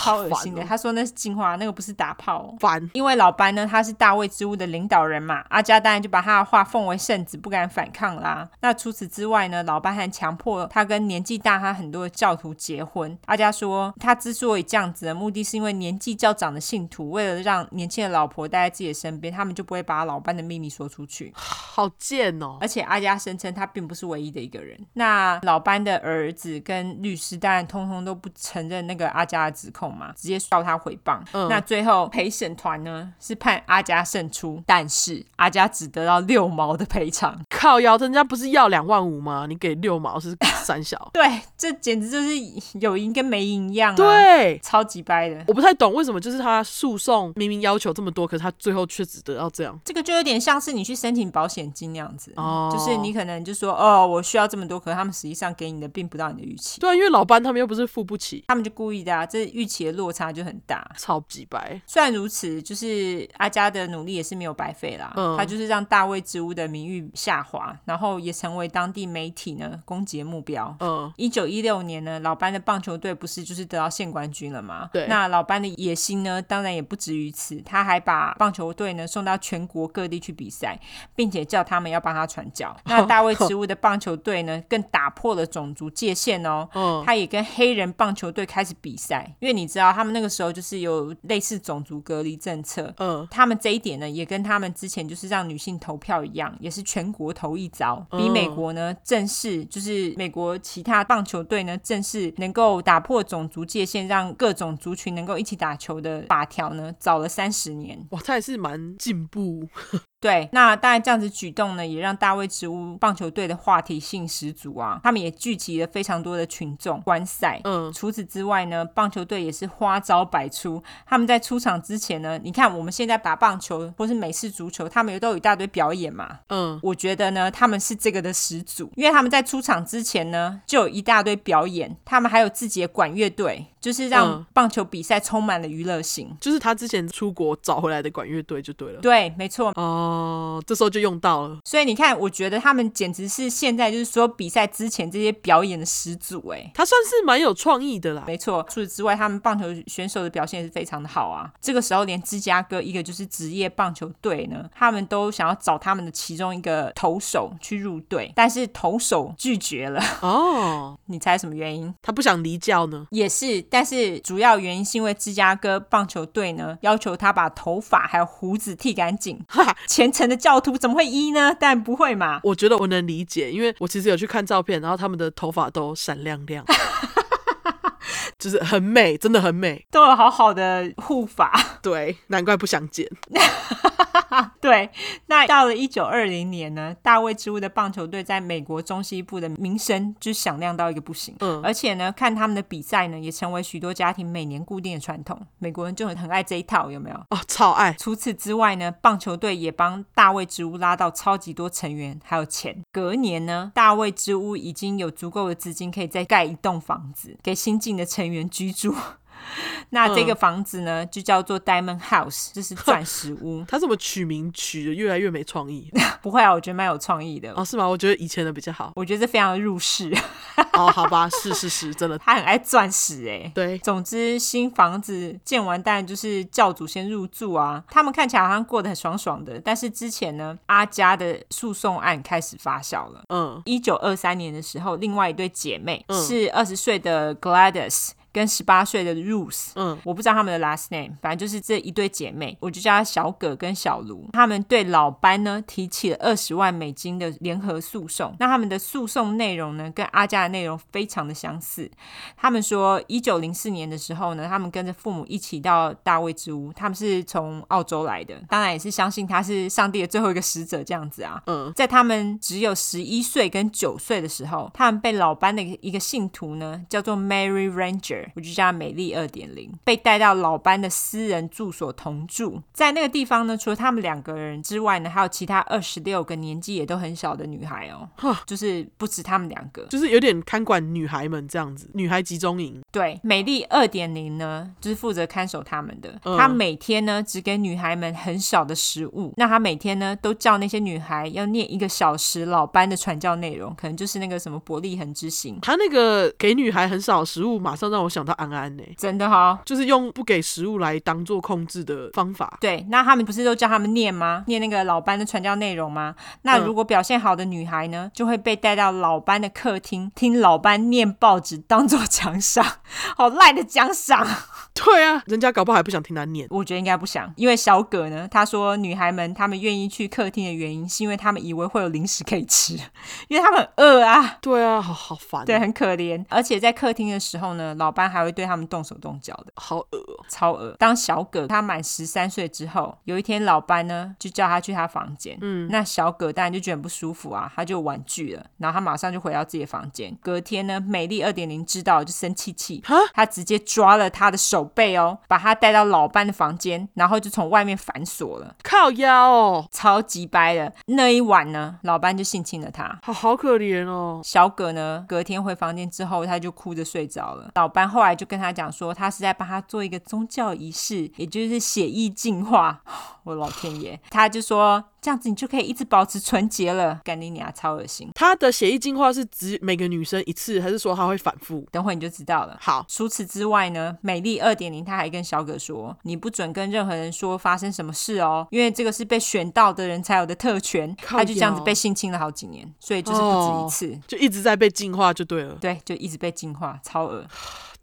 B: 超恶心欸的。
A: 好烦哦
B: 他说那是净化，那个不是打炮、哦。
A: 烦，
B: 因为老班呢，他是大卫之屋的领导人嘛，阿加当然就把他的话奉为圣旨，不敢反抗啦。那除此之外呢，老班还强迫他跟年纪大他很多的教徒结婚。阿加说，他之所以这样子的目的，是因为年纪较长的信徒，为了让年轻的老婆待在自己的身边，他们就不会把老班的秘密说出去。
A: 好贱哦！
B: 而且阿加声称他并不是唯一的一个人。那老班的儿子跟律师当然通通都不承认那个阿加的指控嘛，直接告他诽谤。
A: 嗯
B: 那最后陪审团呢是判阿加胜出，但是阿加只得到六毛的赔偿。
A: 靠腰，人家不是要两万五吗？你给六毛是三 小，
B: 对，这简直就是有赢跟没赢一样、啊，，
A: 对。
B: 超级掰的。
A: 我不太懂为什么，就是他诉讼明明要求这么多，可是他最后却只得到这样。
B: 这个就有点像是你去申请保险金那样子，
A: 哦
B: 嗯就是你可能就说哦，我需要这么多，可是他们实际上给你的并不到你的预期，
A: 对啊，因为老班他们又不是付不起，
B: 他们就故意的啊，这预期的落差就很大。
A: 超级白。
B: 虽然如此，就是阿加的努力也是没有白费啦，
A: 嗯
B: 他就是让大卫之屋的名誉下滑，然后也成为当地媒体呢攻击的目标。
A: 嗯，
B: 一九一六年呢，老班的棒球队不是就是得到县冠军了吗？
A: 对
B: 那老班的野心呢，当然也不止于此，他还把棒球队呢送到全国各地去比赛，并且叫他们要帮他传教。 那大卫植物的棒球队呢，更打破了种族界限哦。
A: 嗯
B: 他也跟黑人棒球队开始比赛，因为你知道他们那个时候就是有类似种族隔离政策，
A: 嗯，
B: 他们这一点呢，也跟他们之前就是让女性投票一样，也是全国投一遭，
A: 嗯
B: 比美国呢正式就是美国其他棒球队呢正式能够打破种族界限，让各种族群能够一起打球的法条呢，早了三十年。
A: 哇，他也是蛮进步。
B: 对，那当然这样子举动呢，也让大卫植物棒球队的话题性十足啊，他们也聚集了非常多的群众观赛。
A: 嗯，
B: 除此之外呢，棒球队也是花招百出。他们在出场之前呢，你看我们现在把棒球或是美式足球，他们也都有一大堆表演嘛。
A: 嗯，
B: 我觉得呢，他们是这个的始祖，因为他们在出场之前呢，就有一大堆表演，他们还有自己的管乐队，就是让
A: 嗯
B: 棒球比赛充满了娱乐性。
A: 就是他之前出国找回来的管乐队就对了。
B: 对，没错。
A: 哦，这时候就用到了。
B: 所以你看，我觉得他们简直是现在就是说比赛之前这些表演的始祖、哎，
A: 他算是蛮有创意的啦。
B: 没错，除此之外，他们棒球选手的表现也是非常的好啊。这个时候，连芝加哥一个就是职业棒球队呢，他们都想要找他们的其中一个投手去入队，但是投手拒绝了。
A: 哦，
B: 你猜什么原因？
A: 他不想离教呢。
B: 也是，但是主要原因是因为芝加哥棒球队呢要求他把头发还有胡子剃干净。哈，虔诚的教徒怎么会依呢？但不会嘛。
A: 我觉得我能理解，因为我其实有去看照片，然后他们的头发都闪亮 亮，就是很美，真的很美。
B: 都有好好的护法，
A: 对，难怪不想剪。
B: 对，那到了一九二零年呢，大卫之屋的棒球队在美国中西部的名声就响亮到一个不行。
A: 嗯
B: 而且呢，看他们的比赛呢，也成为许多家庭每年固定的传统。美国人就很很爱这一套，有没有？
A: 哦，超爱。
B: 除此之外呢，棒球队也帮大卫之屋拉到超级多成员，还有钱。隔年呢，大卫之屋已经有足够的资金可以再盖一栋房子给新进的成员居住。 那这个房子呢，就叫做 Diamond House，这是钻石屋。
A: 他怎么取名取的越来越没创意？
B: 不会啊，我觉得蛮有创意的。。
A: 哦，是吗？我觉得以前的比较好
B: 我觉得这非常的入世，
A: 哦，好吧，是是是，真的。
B: 他很爱钻石哎、
A: 对，
B: 总之，新房子建完，当然就是教主先入住啊。他们看起来好像过得很爽爽的，但是之前呢，阿家的诉讼案开始发酵了。
A: 嗯，
B: 一九二三年的时候，另外一对姐妹、
A: 嗯
B: 是二十岁的 Gladys 跟十八岁的 Ruth，
A: 嗯
B: 我不知道她们的 last name，反正就是这一对姐妹，我就叫她小葛跟小卢。她们对老班呢提起了二十万美金的联合诉讼。那他们的诉讼内容呢，跟阿加的内容非常的相似。他们说，一九零四年的时候呢，他们跟着父母一起到大卫之屋，他们是从澳洲来的，当然也是相信他是上帝的最后一个使者这样子啊。
A: 嗯，
B: 在他们只有十一岁跟九岁的时候，他们被老班的一个信徒呢，叫做 Mary Ranger，我就叫她美丽二点零，被带到老班的私人住所同住。在那个地方呢，除了他们两个人之外呢，还有其他二十六个年纪也都很小的女孩哦，就是不止他们两个。
A: 就是有点看管女孩们这样子，女孩集中营。
B: 对，美丽二点零呢，就是负责看守他们的。
A: 嗯
B: 她每天呢，只给女孩们很少的食物。那她每天呢，都叫那些女孩要念一个小时老班的传教内容，可能就是那个什么伯利恒之行。
A: 他那个给女孩很少的食物，马上让我想到安安呢、
B: 真的哈、
A: 就是用不给食物来当做控制的方法。
B: 对，那他们不是都叫他们念吗？念那个老班的传教内容吗？那
A: 嗯
B: 如果表现好的女孩呢，就会被带到老班的客厅，听老班念报纸，当做奖赏。 好赖的奖赏！
A: 对啊，人家搞不好还不想听他念。
B: 我觉得应该不想，因为小葛呢，他说女孩们她们愿意去客厅的原因，是因为她们以为会有零食可以吃， 因为她们很饿啊。
A: 对啊，好好烦、
B: 对，，很可怜。而且在客厅的时候呢，老班还会对他们动手动脚的，
A: 好恶哦、
B: 超恶。当小葛他满十三岁之后，有一天老班呢就叫他去他房间，嗯，那小葛当然就觉得很不舒服啊，他就婉拒了，然后他马上就回到自己的房间。隔天呢，美丽二点零知道了就生气气
A: 哈，
B: 他直接抓了他的手背哦，把他带到老班的房间，然后就从外面反锁了。
A: 靠腰哦，
B: 超级掰的。那一晚呢，老班就性侵了他。
A: 好好可怜哦。
B: 小葛呢，隔天回房间之后，他就哭着睡着了。老班后来就跟他讲说，他是在帮他做一个宗教仪式，也就是血液净化。 我老天爷，他就说这样子你就可以一直保持纯洁了。干你娘，超恶心！
A: 他的血液净化是指每个女生一次，还是说他会反复？
B: 等会你就知道了。
A: 好，
B: 除此之外呢，美丽二点零她还跟小葛说，你不准跟任何人说发生什么事哦，因为这个是被选到的人才有的特权。
A: 靠
B: 她就这样子
A: 腰哦
B: 被性侵了好几年，所以就是不止一次。
A: 就一直在被净化就对了。
B: 对，就一直被净化，超恶。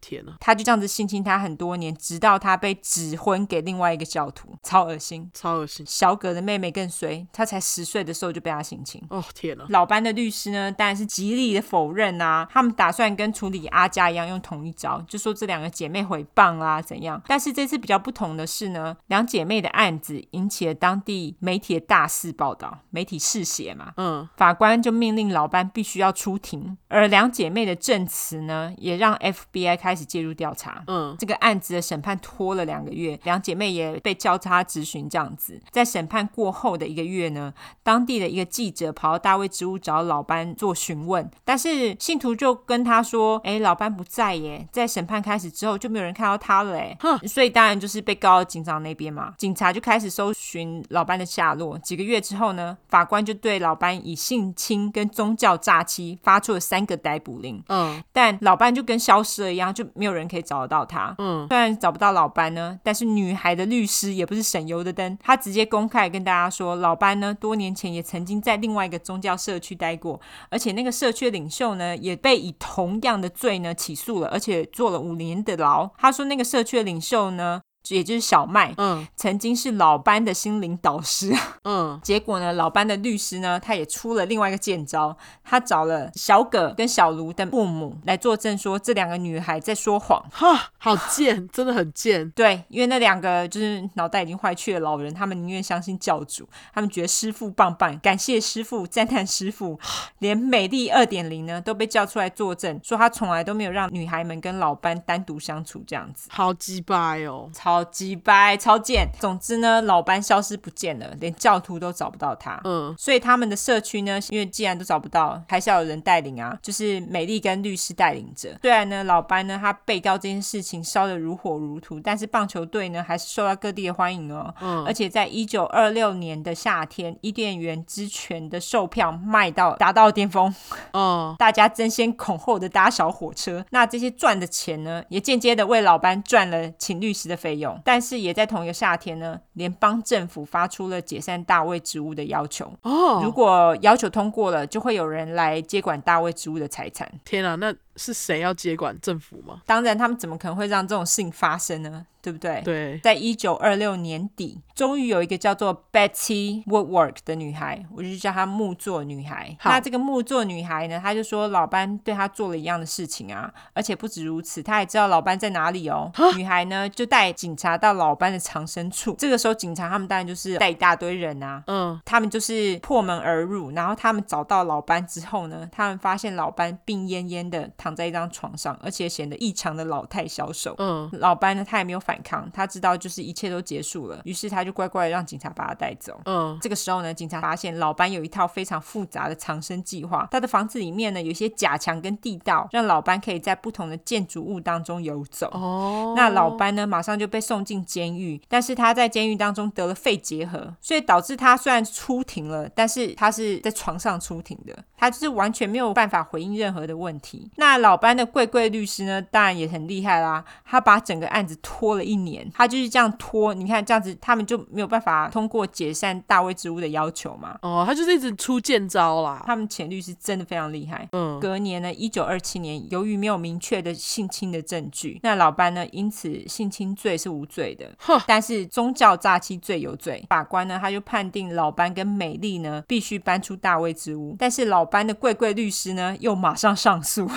A: 天啊哪，
B: 他就这样子性侵她很多年，直到她被指婚给另外一个教徒，超恶心。
A: 超恶心
B: 小葛的妹妹更衰，她才十岁的时候就被他性侵。
A: 哦！天哪，
B: 老班的律师呢，当然是极力的否认啊。他们打算跟处理阿佳一样，用同一招，就说这两个姐妹毁谤啦、怎样。但是这次比较不同的是呢，两姐妹的案子引起了当地媒体的大肆报道，媒体嗜血嘛。
A: 嗯，
B: 法官就命令老班必须要出庭，而两姐妹的证词呢，也让 FBI 开始介入调查。
A: 嗯，
B: 这个案子的审判拖了两个月，两姐妹也被交叉质询，这样子。在审判过后的一个月呢，当地的一个记者跑到大卫之屋找老班做询问，但是信徒就跟他说：“哎，老班不在耶，在审判开始之后就没有人看到他了。”哎，所以当然就是被告到警长那边嘛。警察就开始搜寻老班的下落。几个月之后呢，法官就对老班以性侵跟宗教诈欺发出了三个逮捕令。
A: 嗯，
B: 但老班就跟消失了一样，就没有人可以找得到他。
A: 嗯，
B: 虽然找不到老班呢，但是女孩的律师也不是省油的灯，他直接公开跟大家说，老班呢多年前也曾经在另外一个宗教社区待过，而且那个社区的领袖呢也被以同样的罪呢起诉了，而且坐了五年的牢。他说那个社区的领袖呢，也就是小麦。
A: 嗯，
B: 曾经是老班的心灵导师，
A: 嗯，
B: 结果呢，老班的律师呢，他也出了另外一个见招，他找了小葛跟小卢的父母来作证，说这两个女孩在说谎。
A: 哈，好贱，真的很贱。
B: 对，因为那两个就是脑袋已经坏去的老人，他们宁愿相信教主，他们觉得师傅棒棒，感谢师傅，赞叹师傅， 连美丽二点零呢都被叫出来作证，说他从来都没有让女孩们跟老班单独相处这样子。
A: 好鸡巴哦！
B: 超级掰，超贱。总之呢，老班消失不见了，连教徒都找不到他。
A: 嗯，
B: 所以他们的社区呢，因为既然都找不到，还是要有人带领啊，就是美丽跟律师带领着。虽然呢，老班呢他被告这件事情烧得如火如荼，但是棒球队呢还是受到各地的欢迎哦。
A: 嗯
B: 而且在一九二六年的夏天，伊甸园之泉的售票卖到达到巅峰。
A: 哦，
B: 大家争先恐后的搭小火车。那这些赚的钱呢，也间接的为老班赚了请律师的费用。但是也在同一个夏天呢，联邦政府发出了解散大卫职务的要求。如
A: 哦，
B: 果要求通过了，就会有人来接管大卫职务的财产。
A: 天哪，那是谁要接管政府吗？
B: 当然，他们怎么可能会让这种事情发生呢？对不对？
A: 对，
B: 在一九二六年底，终于有一个叫做 Betty Woodwork 的女孩，我就叫她木作女孩。
A: 好
B: 那这个木作女孩呢，她就说老班对她做了一样的事情啊，而且不止如此，她还知道老班在哪里哦。女孩呢就带警察到老班的藏身处，这个时候警察他们当然就是带一大堆人啊，
A: 嗯，
B: 他们就是破门而入，然后他们找到老班之后呢，他们发现老班病恹恹的躺在一张床上，而且显得异常的老态消瘦。
A: 嗯，
B: 老班呢，他也没有反抗，他知道就是一切都结束了，于是他就乖乖的让警察把他带走。
A: 嗯，
B: 这个时候呢，警察发现老班有一套非常复杂的藏身计划。他的房子里面呢，有一些假墙跟地道，让老班可以在不同的建筑物当中游走。
A: 哦，
B: 那老班呢，马上就被送进监狱，但是他在监狱当中得了肺结核，所以导致他虽然出庭了，但是他是在床上出庭的，他就是完全没有办法回应任何的问题。那老班的贵贵律师呢，当然也很厉害啦，他把整个案子拖了一年，他就是这样拖，你看这样子，他们就没有办法通过解散大卫之屋的要求嘛。
A: 哦，他就是一直出剑招啦。
B: 他们前律师真的非常厉害，
A: 嗯，
B: 隔年呢，一九二七年，由于没有明确的性侵的证据，那老班呢，因此性侵罪是无罪的
A: 哼。
B: 但是宗教诈欺罪有罪。法官呢，他就判定老班跟美丽呢必须搬出大卫之屋，但是老班的贵贵律师呢又马上上 诉，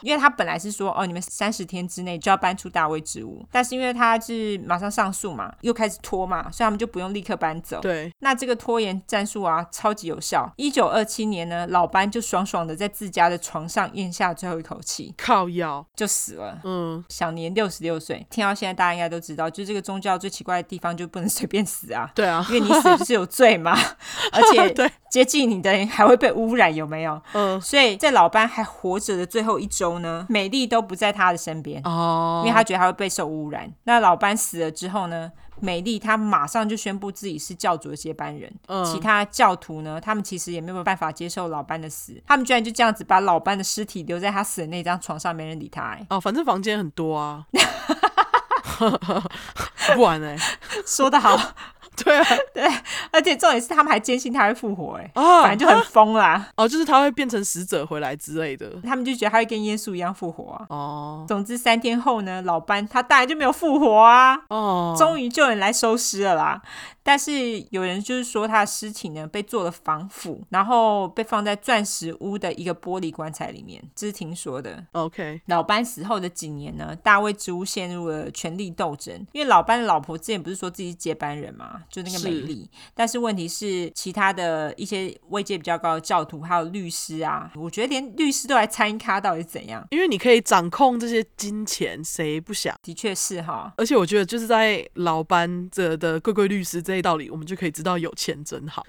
B: 因为他本来是说哦，你们三十天之内就要搬出大卫之屋，但是因为他是马上上诉嘛，又开始拖嘛，所以他们就不用立刻搬走。
A: 对，
B: 那这个拖延战术啊，超级有效。一九二七年呢，老班就爽爽的在自家的床上咽下最后一口气，
A: 靠药，
B: 就死了。
A: 嗯，
B: 享年六十六岁。听到现在，大家应该都知道，就这个宗教最奇怪的地方，就不能 随便死啊，
A: 对啊，
B: 因为你死就是有罪嘛，而且
A: 对，
B: 接近你的人还会被污染，有没有？
A: 嗯，
B: 所以在老班还活着的最后一周呢，美丽都不在他的身边，
A: 哦，
B: 因为他觉得他会被受污染。那老班死了之后呢，美丽她马上就宣布自己是教主的接班人。其
A: 嗯，
B: 他教徒呢，他们其实也没有办法接受老班的死，他们居然就这样子把老班的尸体留在他死的那张床上，没人理他、哎
A: 哦，反正房间很多啊， 不玩哎、
B: 说得好，
A: 对啊，
B: 而且重点是他们还坚信他会复活、哎、
A: 啊，
B: 反正就很疯啦。
A: 哦，就是他会变成死者回来之类的，
B: 他们就觉得他会跟耶稣一样复活啊。
A: 哦
B: 总之三天后呢，老班他当然就没有复活啊。
A: 哦，
B: 终于就有人来收尸了啦！但是有人就是说他的尸体呢被做了防腐，然后被放在钻石屋的一个玻璃棺材里面，这是听说的。
A: OK，
B: 老班死后的几年呢，大卫之屋陷入了权力斗争，因为老班的老婆之前不是说自己是接班人嘛，就那个美丽。但是问题是，其他的一些位阶比较高的教徒还有律师啊，我觉得连律师都来参与他到底是怎样。
A: 因为你可以掌控这些金钱，谁不想？
B: 的确是哈，
A: 而且我觉得，就是在老班这的贵贵律师这一道理，我们就可以知道有钱真好，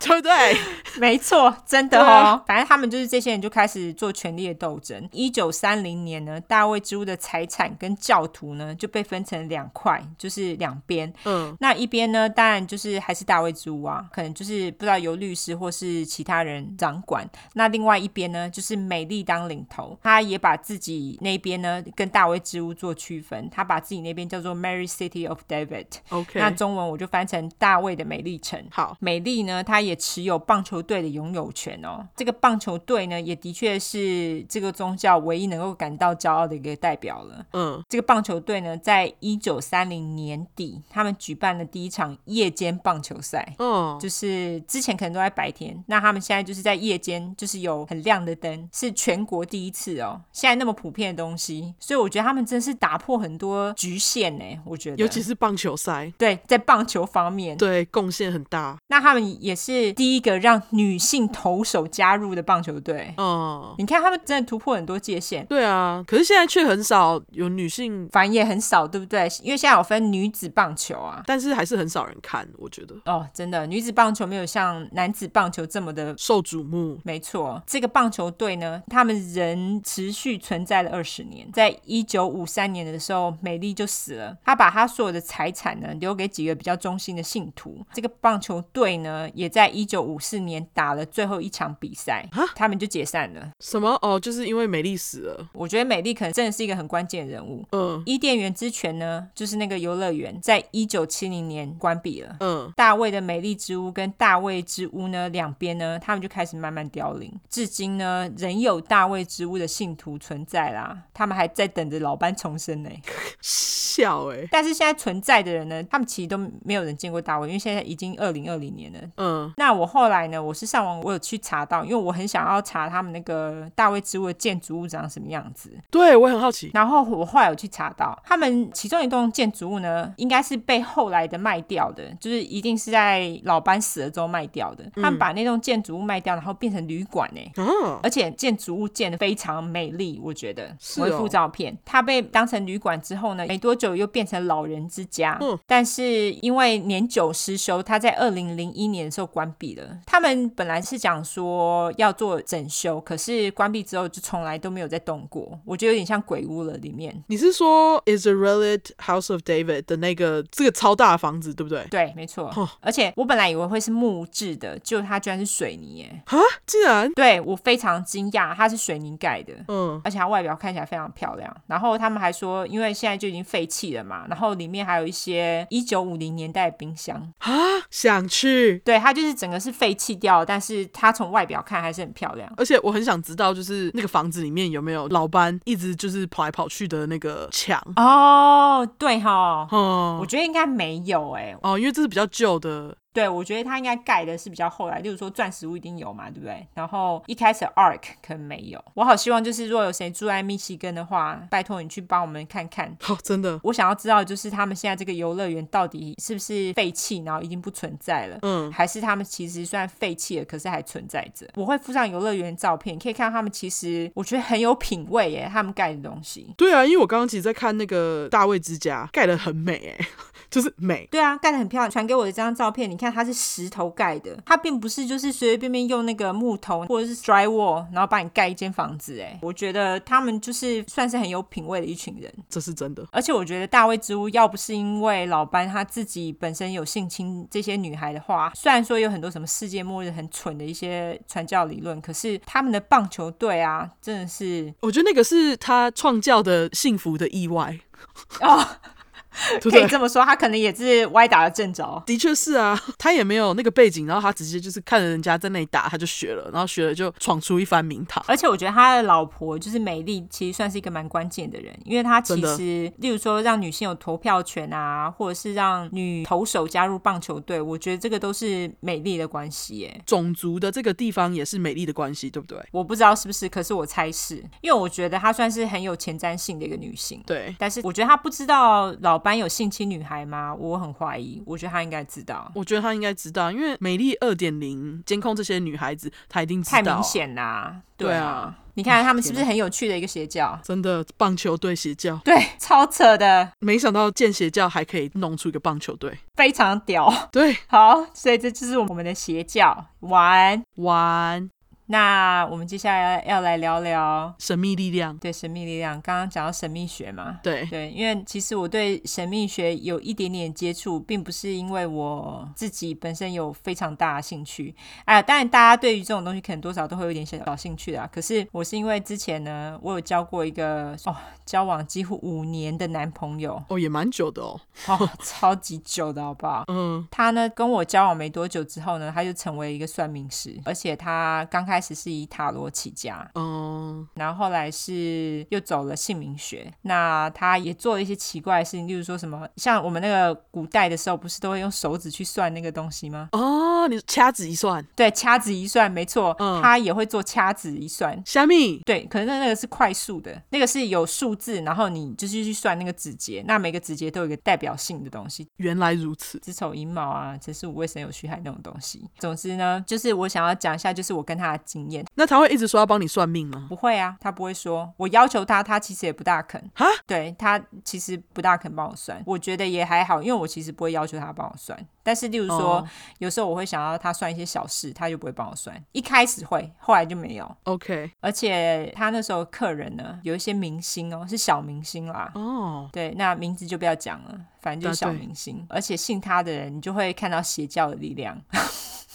A: 对不对？
B: 没错，真的
A: 对
B: 哦
A: 啊。
B: 反正他们就是这些人就开始做权力的斗争。一九三零年呢，大卫之屋的财产跟教徒呢就被分成两块，就是两边。
A: 嗯，
B: 那一边呢，当然就是还是大卫之屋啊，可能就是不知道由律师或是其他人掌管。那另外一边呢，就是美丽当领头，她也把自己那边呢跟大卫之屋做区分，她把自己那边叫做 Mary City of David，
A: OK，
B: 那中文我就翻成大卫的美丽城。
A: 好，
B: 美丽呢，她也持有棒球队的拥有权哦。这个棒球队呢，也的确是这个宗教唯一能够感到骄傲的一个代表了。
A: 嗯，
B: 这个棒球队呢，在一九三零年底，他们举办了第一场夜间棒球赛。
A: 嗯，
B: 就是之前可能都在白天，那他们现在就是在夜间，就是有很亮的灯，是全国第一次哦。现在那么普遍的东西，所以我觉得他们真是打破很多局限呢。我觉得，
A: 尤其是棒球赛，
B: 对在棒球方面，
A: 对贡献很大，
B: 那他们也是第一个让女性投手加入的棒球队。
A: 嗯，
B: 你看，他们真的突破很多界限。
A: 对啊。可是现在却很少有女性，
B: 反正也很少，对不对？因为现在有分女子棒球啊，
A: 但是还是很少人看，我觉得
B: 哦，真的，女子棒球没有像男子棒球这么的。
A: 受瞩目。
B: 没错，这个棒球队呢，他们仍持续存在了二十年。在一九五三年的时候，美丽就死了。她把她所有的财产呢，留给几个比较忠心的信徒。这个棒球队呢，也在一九五四年打了最后一场比赛，他们就解散了。
A: 什么？哦，就是因为美丽死了。
B: 我觉得美丽可能真的是一个很关键的人物。
A: 嗯
B: 伊甸园之泉呢，就是那个游乐园，在一九七零年关闭了。
A: 嗯，
B: 大卫的美丽之屋跟大卫之屋呢，两边呢，他们就开始慢慢凋零，至今呢，仍有大卫之屋的信徒存在啦，他们还在等着老班重生呢。
A: 笑哎、欸，
B: 但是现在存在的人呢，他们其实都没有人见过大卫，因为现在已经二零二零年了。
A: 嗯
B: 那我后来呢，我是上网，我有去查到，因为我很想要查他们那个大卫之屋的建筑物长什么样子。
A: 对我也很好奇。
B: 然后我后来有去查到，他们其中一栋建筑物呢，应该是被后来的卖掉的，就是一定是在老班死了之后卖掉的。他们把那栋建筑物卖掉，然后变成旅馆欸呢、
A: 嗯，
B: 而且建筑物建得非常美丽，我觉得
A: 是
B: 我
A: 哦
B: 会附照片。它被当成旅馆之后呢，没多久又变成老人之家。
A: 嗯
B: 但是因为年久失修，它在二零零一年的时候关闭了。他们本来是讲说要做整修，可是关闭之后就从来都没有再动过。我觉得有点像鬼屋了里面。
A: 你是说 Israeli House of David 的那个这个超大的房子，对不对？
B: 对，没错
A: 哦。
B: 而且我本来以为会是木质的，结果它居然是水泥耶！
A: 啊，竟然，
B: 对我非常惊讶，它是水泥盖的。
A: 嗯，
B: 而且它外表看起来非常漂亮。然后他们还说，因为现在就已经废弃了嘛，然后里面还有一些一九五零年代的冰箱。
A: 啊，想去，
B: 对，它就是整个是废弃掉，但是它从外表看还是很漂亮。
A: 而且我很想知道，就是那个房子里面有没有老班一直就是跑来跑去的那个墙。
B: 哦，对哈，
A: 哦
B: 我觉得应该没有哎、
A: 哦，因为这是比较旧的，
B: 对，我觉得它应该盖的是比较后来，例如说钻石屋一定有嘛，对不对？然后一开始 Arc 可能没有。我好希望就是，如果有谁住在密西根的话，拜托你去帮我们看看。
A: 哦，真的，
B: 我想要知道，就是他们现在这个游乐园到底是不是废弃，然后已经不存在了，
A: 嗯，
B: 还是他们其实虽然废弃了，可是还存在着。我会附上游乐园照片，可以看到他们其实我觉得很有品味耶，他们盖的东西。
A: 对啊，因为我刚刚其实在看那个大卫之家，盖得很美哎， 就是美，
B: 对啊，盖的很漂亮。传给我的这张照片，你看它是石头盖的，它并不是就是随随便便用那个木头或者是 drywall，然后帮你盖一间房子。哎，我觉得他们就是算是很有品味的一群人。
A: 这是真的。
B: 而且我觉得大卫之屋要不是因为老班他自己本身有性侵这些女孩的话，虽然说有很多什么世界末日很蠢的一些传教理论，可是他们的棒球队啊，真的是
A: 我觉得那个是他创造的幸福的意外，
B: 哦，
A: 对不
B: 可以
A: 对？
B: 这么说，他可能也是歪打了正着。
A: 的确是啊，他也没有那个背景，然后他直接就是看着人家在那里打，他就学了，然后学了就闯出一番名堂。
B: 而且我觉得他的老婆就是美丽，其实算是一个蛮关键的人，因为她其
A: 真的
B: 实，例如说让女性有投票权啊，或者是让女投手加入棒球队，我觉得这个都是美丽的关系耶。
A: 种族的这个地方也是美丽的关系，对不对？
B: 我不知道是不是，可是我猜是，因为我觉得她算是很有前瞻性的一个女性。
A: 对，
B: 但是我觉得她不知道老班有性侵女孩吗？我很怀疑，我觉得她应该知道，
A: 我觉得他应该知道，因为美丽二点零监控这些女孩子，他一定知道、
B: 太明，显啦、对
A: 对
B: 啊
A: 啊，
B: 你看他们
A: 天
B: 是不是很有趣的一个邪教？
A: 真的棒球队邪教，
B: 对，超扯的，
A: 没想到建邪教还可以弄出一个棒球队。
B: 非常屌。
A: 对，
B: 好，所以这就是我们的邪教玩。
A: 玩
B: 那我们接下来要来聊聊
A: 神秘力量，
B: 对神秘力量。刚刚讲到神秘学嘛，
A: 对，
B: 对，因为其实我对神秘学有一点点接触，并不是因为我自己本身有非常大的兴趣。哎、呀，当然大家对于这种东西可能多少都会有点小小兴趣啦。可是我是因为之前呢，我有交过一个哦，交往几乎五年的男朋友，
A: 哦，也蛮久的哦，
B: 哦， 超级久的好不好？
A: 嗯，
B: 他呢跟我交往没多久之后呢，他就成为一个算命师，而且他刚开始是以塔罗起家，
A: 哦、
B: 然后后来是又走了姓名学。那他也做了一些奇怪的事情，例如说什么，像我们那个古代的时候，不是都会用手指去算那个东西吗？
A: 哦，你掐指一算，
B: 对，掐指一算，没错，
A: 嗯
B: 他也会做掐指一算。
A: 虾米，
B: 对，可是那个是快速的，那个是有数字，然后你就是去算那个指节，那每个指节都有一个代表性的东西，
A: 原来如此，
B: 子丑寅卯啊，辰是午未申酉戌亥那种东西。总之呢，就是我想要讲一下，就是我跟他的经验。
A: 那他会一直说要帮你算命吗？
B: 不会啊，他不会说，我要求他，他其实也不大肯。
A: 哈，
B: 对他其实不大肯帮我算，我觉得也还好，因为我其实不会要求他帮我算。但是例如说，
A: 哦
B: 有时候我会想要他算一些小事，他就不会帮我算。一开始会，后来就没有。
A: OK，
B: 而且他那时候客人呢，有一些明星哦，是小明星啦，
A: 哦，
B: 对，那名字就不要讲了，反正就是小
A: 啊对
B: 明星。而且信他的人，你就会看到邪教的力 量，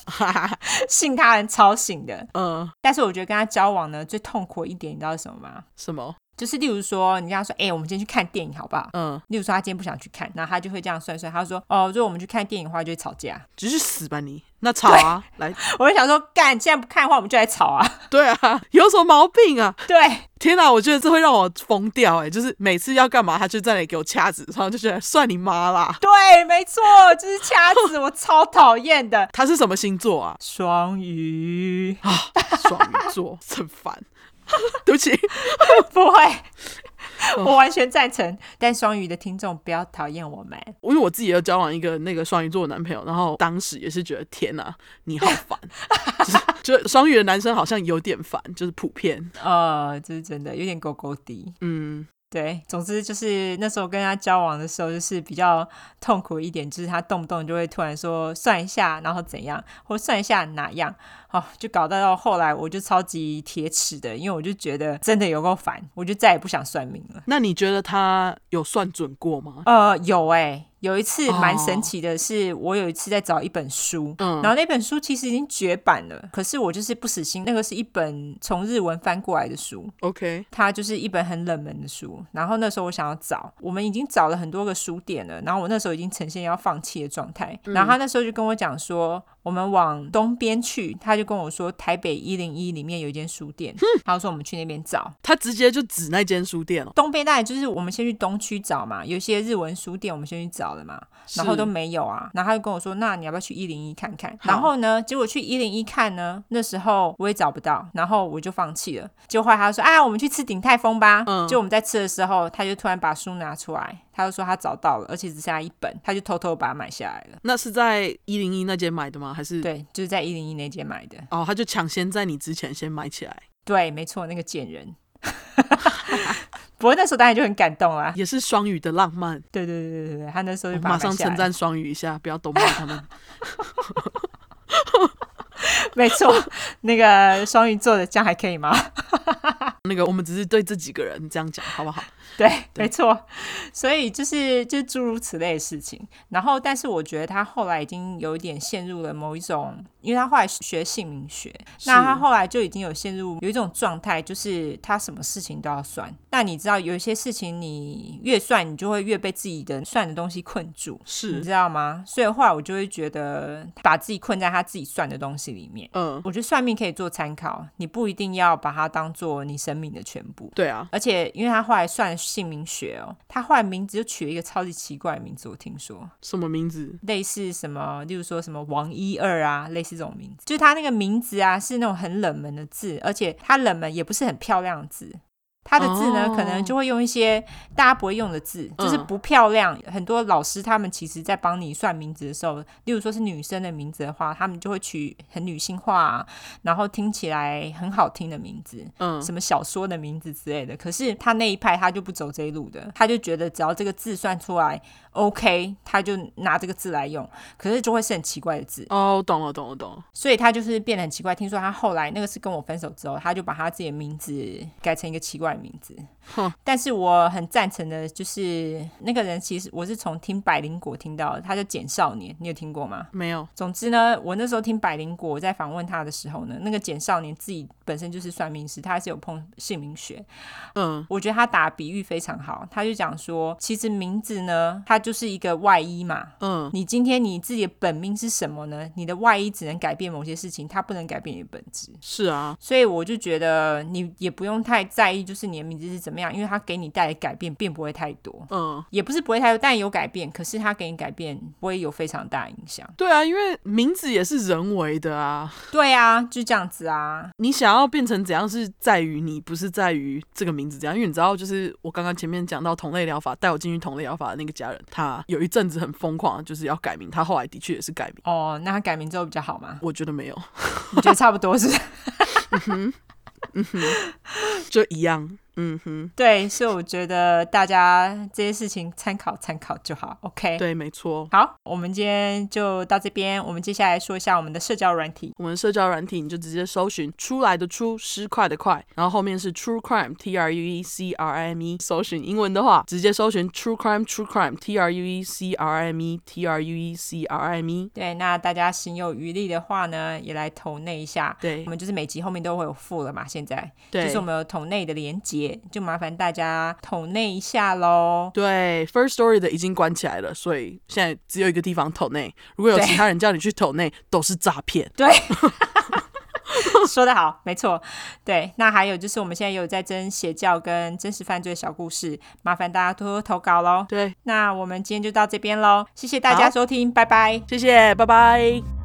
A: 哈哈哈，
B: 信他人超醒的。
A: 呃，
B: 但是我觉得跟他交往呢，最痛苦的一点，你知道是什么吗？
A: 什么？
B: 就是例如说，你跟他说：“哎、我们今天去看电影好不好
A: 嗯、？”
B: 例如说，他今天不想去看，然后他就会这样算一算，他就说：“哦，如果我们去看电影的话，就会吵架。
A: 只是死吧你，那吵啊，来，”
B: 我就想说，干，既然不看的话，我们就来吵啊。
A: 对啊，有什么毛病啊？
B: 对，
A: 天哪，我觉得这会让我疯掉哎、就是每次要干嘛，他就在那里给我掐指，然后就觉得算你妈啦。
B: 对，没错，就是掐指，我超讨厌的。
A: 他是什么星座 啊？
B: 双鱼
A: 双鱼座，很烦。 对不起，
B: 不会，我完全赞成。但双鱼的听众不要讨厌我们。
A: 因为我自己有交往一个那个双鱼座的男朋友，然后当时也是觉得天哪，你好 烦，就是就双鱼的男生好像有点烦，就是普遍，
B: 呃，这是真的，有点狗狗低。
A: 嗯，
B: 对，总之就是那时候跟他交往的时候，就是比较痛苦一点，就是他动不动就会突然说算一下，然后怎样，或算一下哪样，哦，就搞到到后来我就超级铁齿的，因为我就觉得真的有够烦，我就再也不想算命了。
A: 那你觉得他有算准过吗？
B: 呃，有哎、有一次蛮神奇的是，我有一次在找一本书，
A: 嗯
B: 然后那本书其实已经绝版了，可是我就是不死心，那个是一本从日文翻过来的书，
A: OK，
B: 它就是一本很冷门的书。然后那时候我想要找，我们已经找了很多个书店了，然后我那时候已经呈现要放弃的状态。然后他那时候就跟我讲说，我们往东边去，他就跟我说台北一零一里面有一间书店，他说我们去那边找。
A: 他直接就指那间书店了，
B: 东边当然就是我们先去东区找嘛，有一些日文书店我们先去找了嘛，然后
A: 是
B: 都没有啊，然后他就跟我说，那你要不要去一零一看看？
A: 好
B: 然后呢，结果去一零一看呢，那时候我也找不到，然后我就放弃了。结果后来他就说，啊，我们去吃鼎泰丰吧。
A: 嗯
B: 就我们在吃的时候，他就突然把书拿出来，他就说他找到了，而且只剩下一本，他就偷偷把它买下来了。
A: 那是在一零一那间买的吗？还是？
B: 对，就是在一零一那间买的。
A: 哦，他就抢先在你之前先买起来，
B: 对，没错，那个 贱人。不过那时候当然就很感动啦。
A: 也是双语的浪漫。
B: 对对对对对，他那时候
A: 我
B: 就把它
A: 马
B: 买
A: 上
B: 下来
A: 称赞双语一下，不要懂骂他们。
B: 没错，那个双鱼座的这样还可以吗？
A: 那个，我们只是对这几个人这样讲，好不好？
B: 对，
A: 对
B: 没错。所以就是就是诸如此类的事情。然后，但是我觉得他后来已经有一点陷入了某一种，因为他后来学姓名学，那他后来就已经有陷入有一种状态，就是他什么事情都要算。那你知道，有一些事情你越算，你就会越被自己的算的东西困住。你
A: 是，
B: 知道吗？所以后来我就会觉得，把自己困在他自己算的东西里面。
A: 嗯，
B: 我觉得算命可以做参考，你不一定要把它当做你生命的全部。
A: 对啊，
B: 而且，因为他后来算姓名学哦，他后来名字就取了一个超级奇怪的名字，我听说
A: 什么名字？
B: 类似什么，例如说什么王一二啊，类似这种名字，就是他那个名字啊是那种很冷门的字，而且他冷门也不是很漂亮的字。他的字呢
A: 哦
B: 可能就会用一些大家不会用的字，
A: 嗯
B: 就是不漂亮。很多老师他们其实，在帮你算名字的时候，例如说是女生的名字的话，他们就会取很女性化啊、然后听起来很好听的名字。
A: 嗯，
B: 什么小说的名字之类的。可是他那一派他就不走这一路的，他就觉得只要这个字算出来 OK，他就拿这个字来用，可是就会是很奇怪的字，
A: 哦，懂了，懂了，懂了。
B: 所以他就是变得很奇怪。听说他后来那个是跟我分手之后，他就把他自己的名字改成一个奇怪的名字
A: 哼。
B: 但是我很赞成的就是那个人，其实我是从听百灵果听到的，他叫简少年，你有听过吗？
A: 没有，
B: 总之呢，我那时候听百灵果在访问他的时候呢，那个简少年自己本身就是算命师，他是有碰姓名学，
A: 嗯，
B: 我觉得他打比喻非常好，他就讲说，其实名字呢，它就是一个外衣嘛。
A: 嗯，
B: 你今天你自己的本命是什么呢？你的外衣只能改变某些事情，它不能改变你的本质。
A: 是啊，
B: 所以我就觉得你也不用太在意，就是你的名字是怎么样，因为它给你带来改变并不会太多，
A: 嗯，
B: 也不是不会太多，但有改变，可是它给你改变不会有非常大影响。
A: 对啊，因为名字也是人为的啊。
B: 对啊，就这样子啊。
A: 你想要变成怎样是在于你，不是在于这个名字怎样。因为你知道，就是我刚刚前面讲到同类疗法，带我进去同类疗法的那个家人，他有一阵子很疯狂，就是要改名。他后来的确也是改名，
B: 哦，那他改名之后比较好吗？
A: 我觉得没有，
B: 我觉得差不多是不是
A: 就一样。嗯哼，
B: 对，所以我觉得大家这些事情参考参考就好。OK，
A: 对，没错。
B: 好，我们今天就到这边。我们接下来说一下我们的社交软体。
A: 我们社交软体你就直接搜寻“出来的出失快的快”，然后后面是 True Crime T R U E C R I M E。搜寻英文的话，直接搜寻 True Crime True Crime T R U E C R I M E T R U E C R I M E。
B: 对，那大家心有余力的话呢，也来投内一下。
A: 对
B: 我们就是每集后面都会有附了嘛，现在
A: 对，
B: 就是我们有投内的连接，就麻烦大家投内一下喽。
A: 对，First Story 的已经关起来了，所以现在只有一个地方投内。如果有
B: 对
A: 其他人叫你去投内，都是诈骗。
B: 对。 说得好，没错，对。那还有就是，我们现在有在征邪教跟真实犯罪小故事，麻烦大家多多投稿喽。
A: 对，
B: 那我们今天就到这边喽，谢谢大家
A: 好
B: 收听，拜拜。
A: 谢谢，拜拜。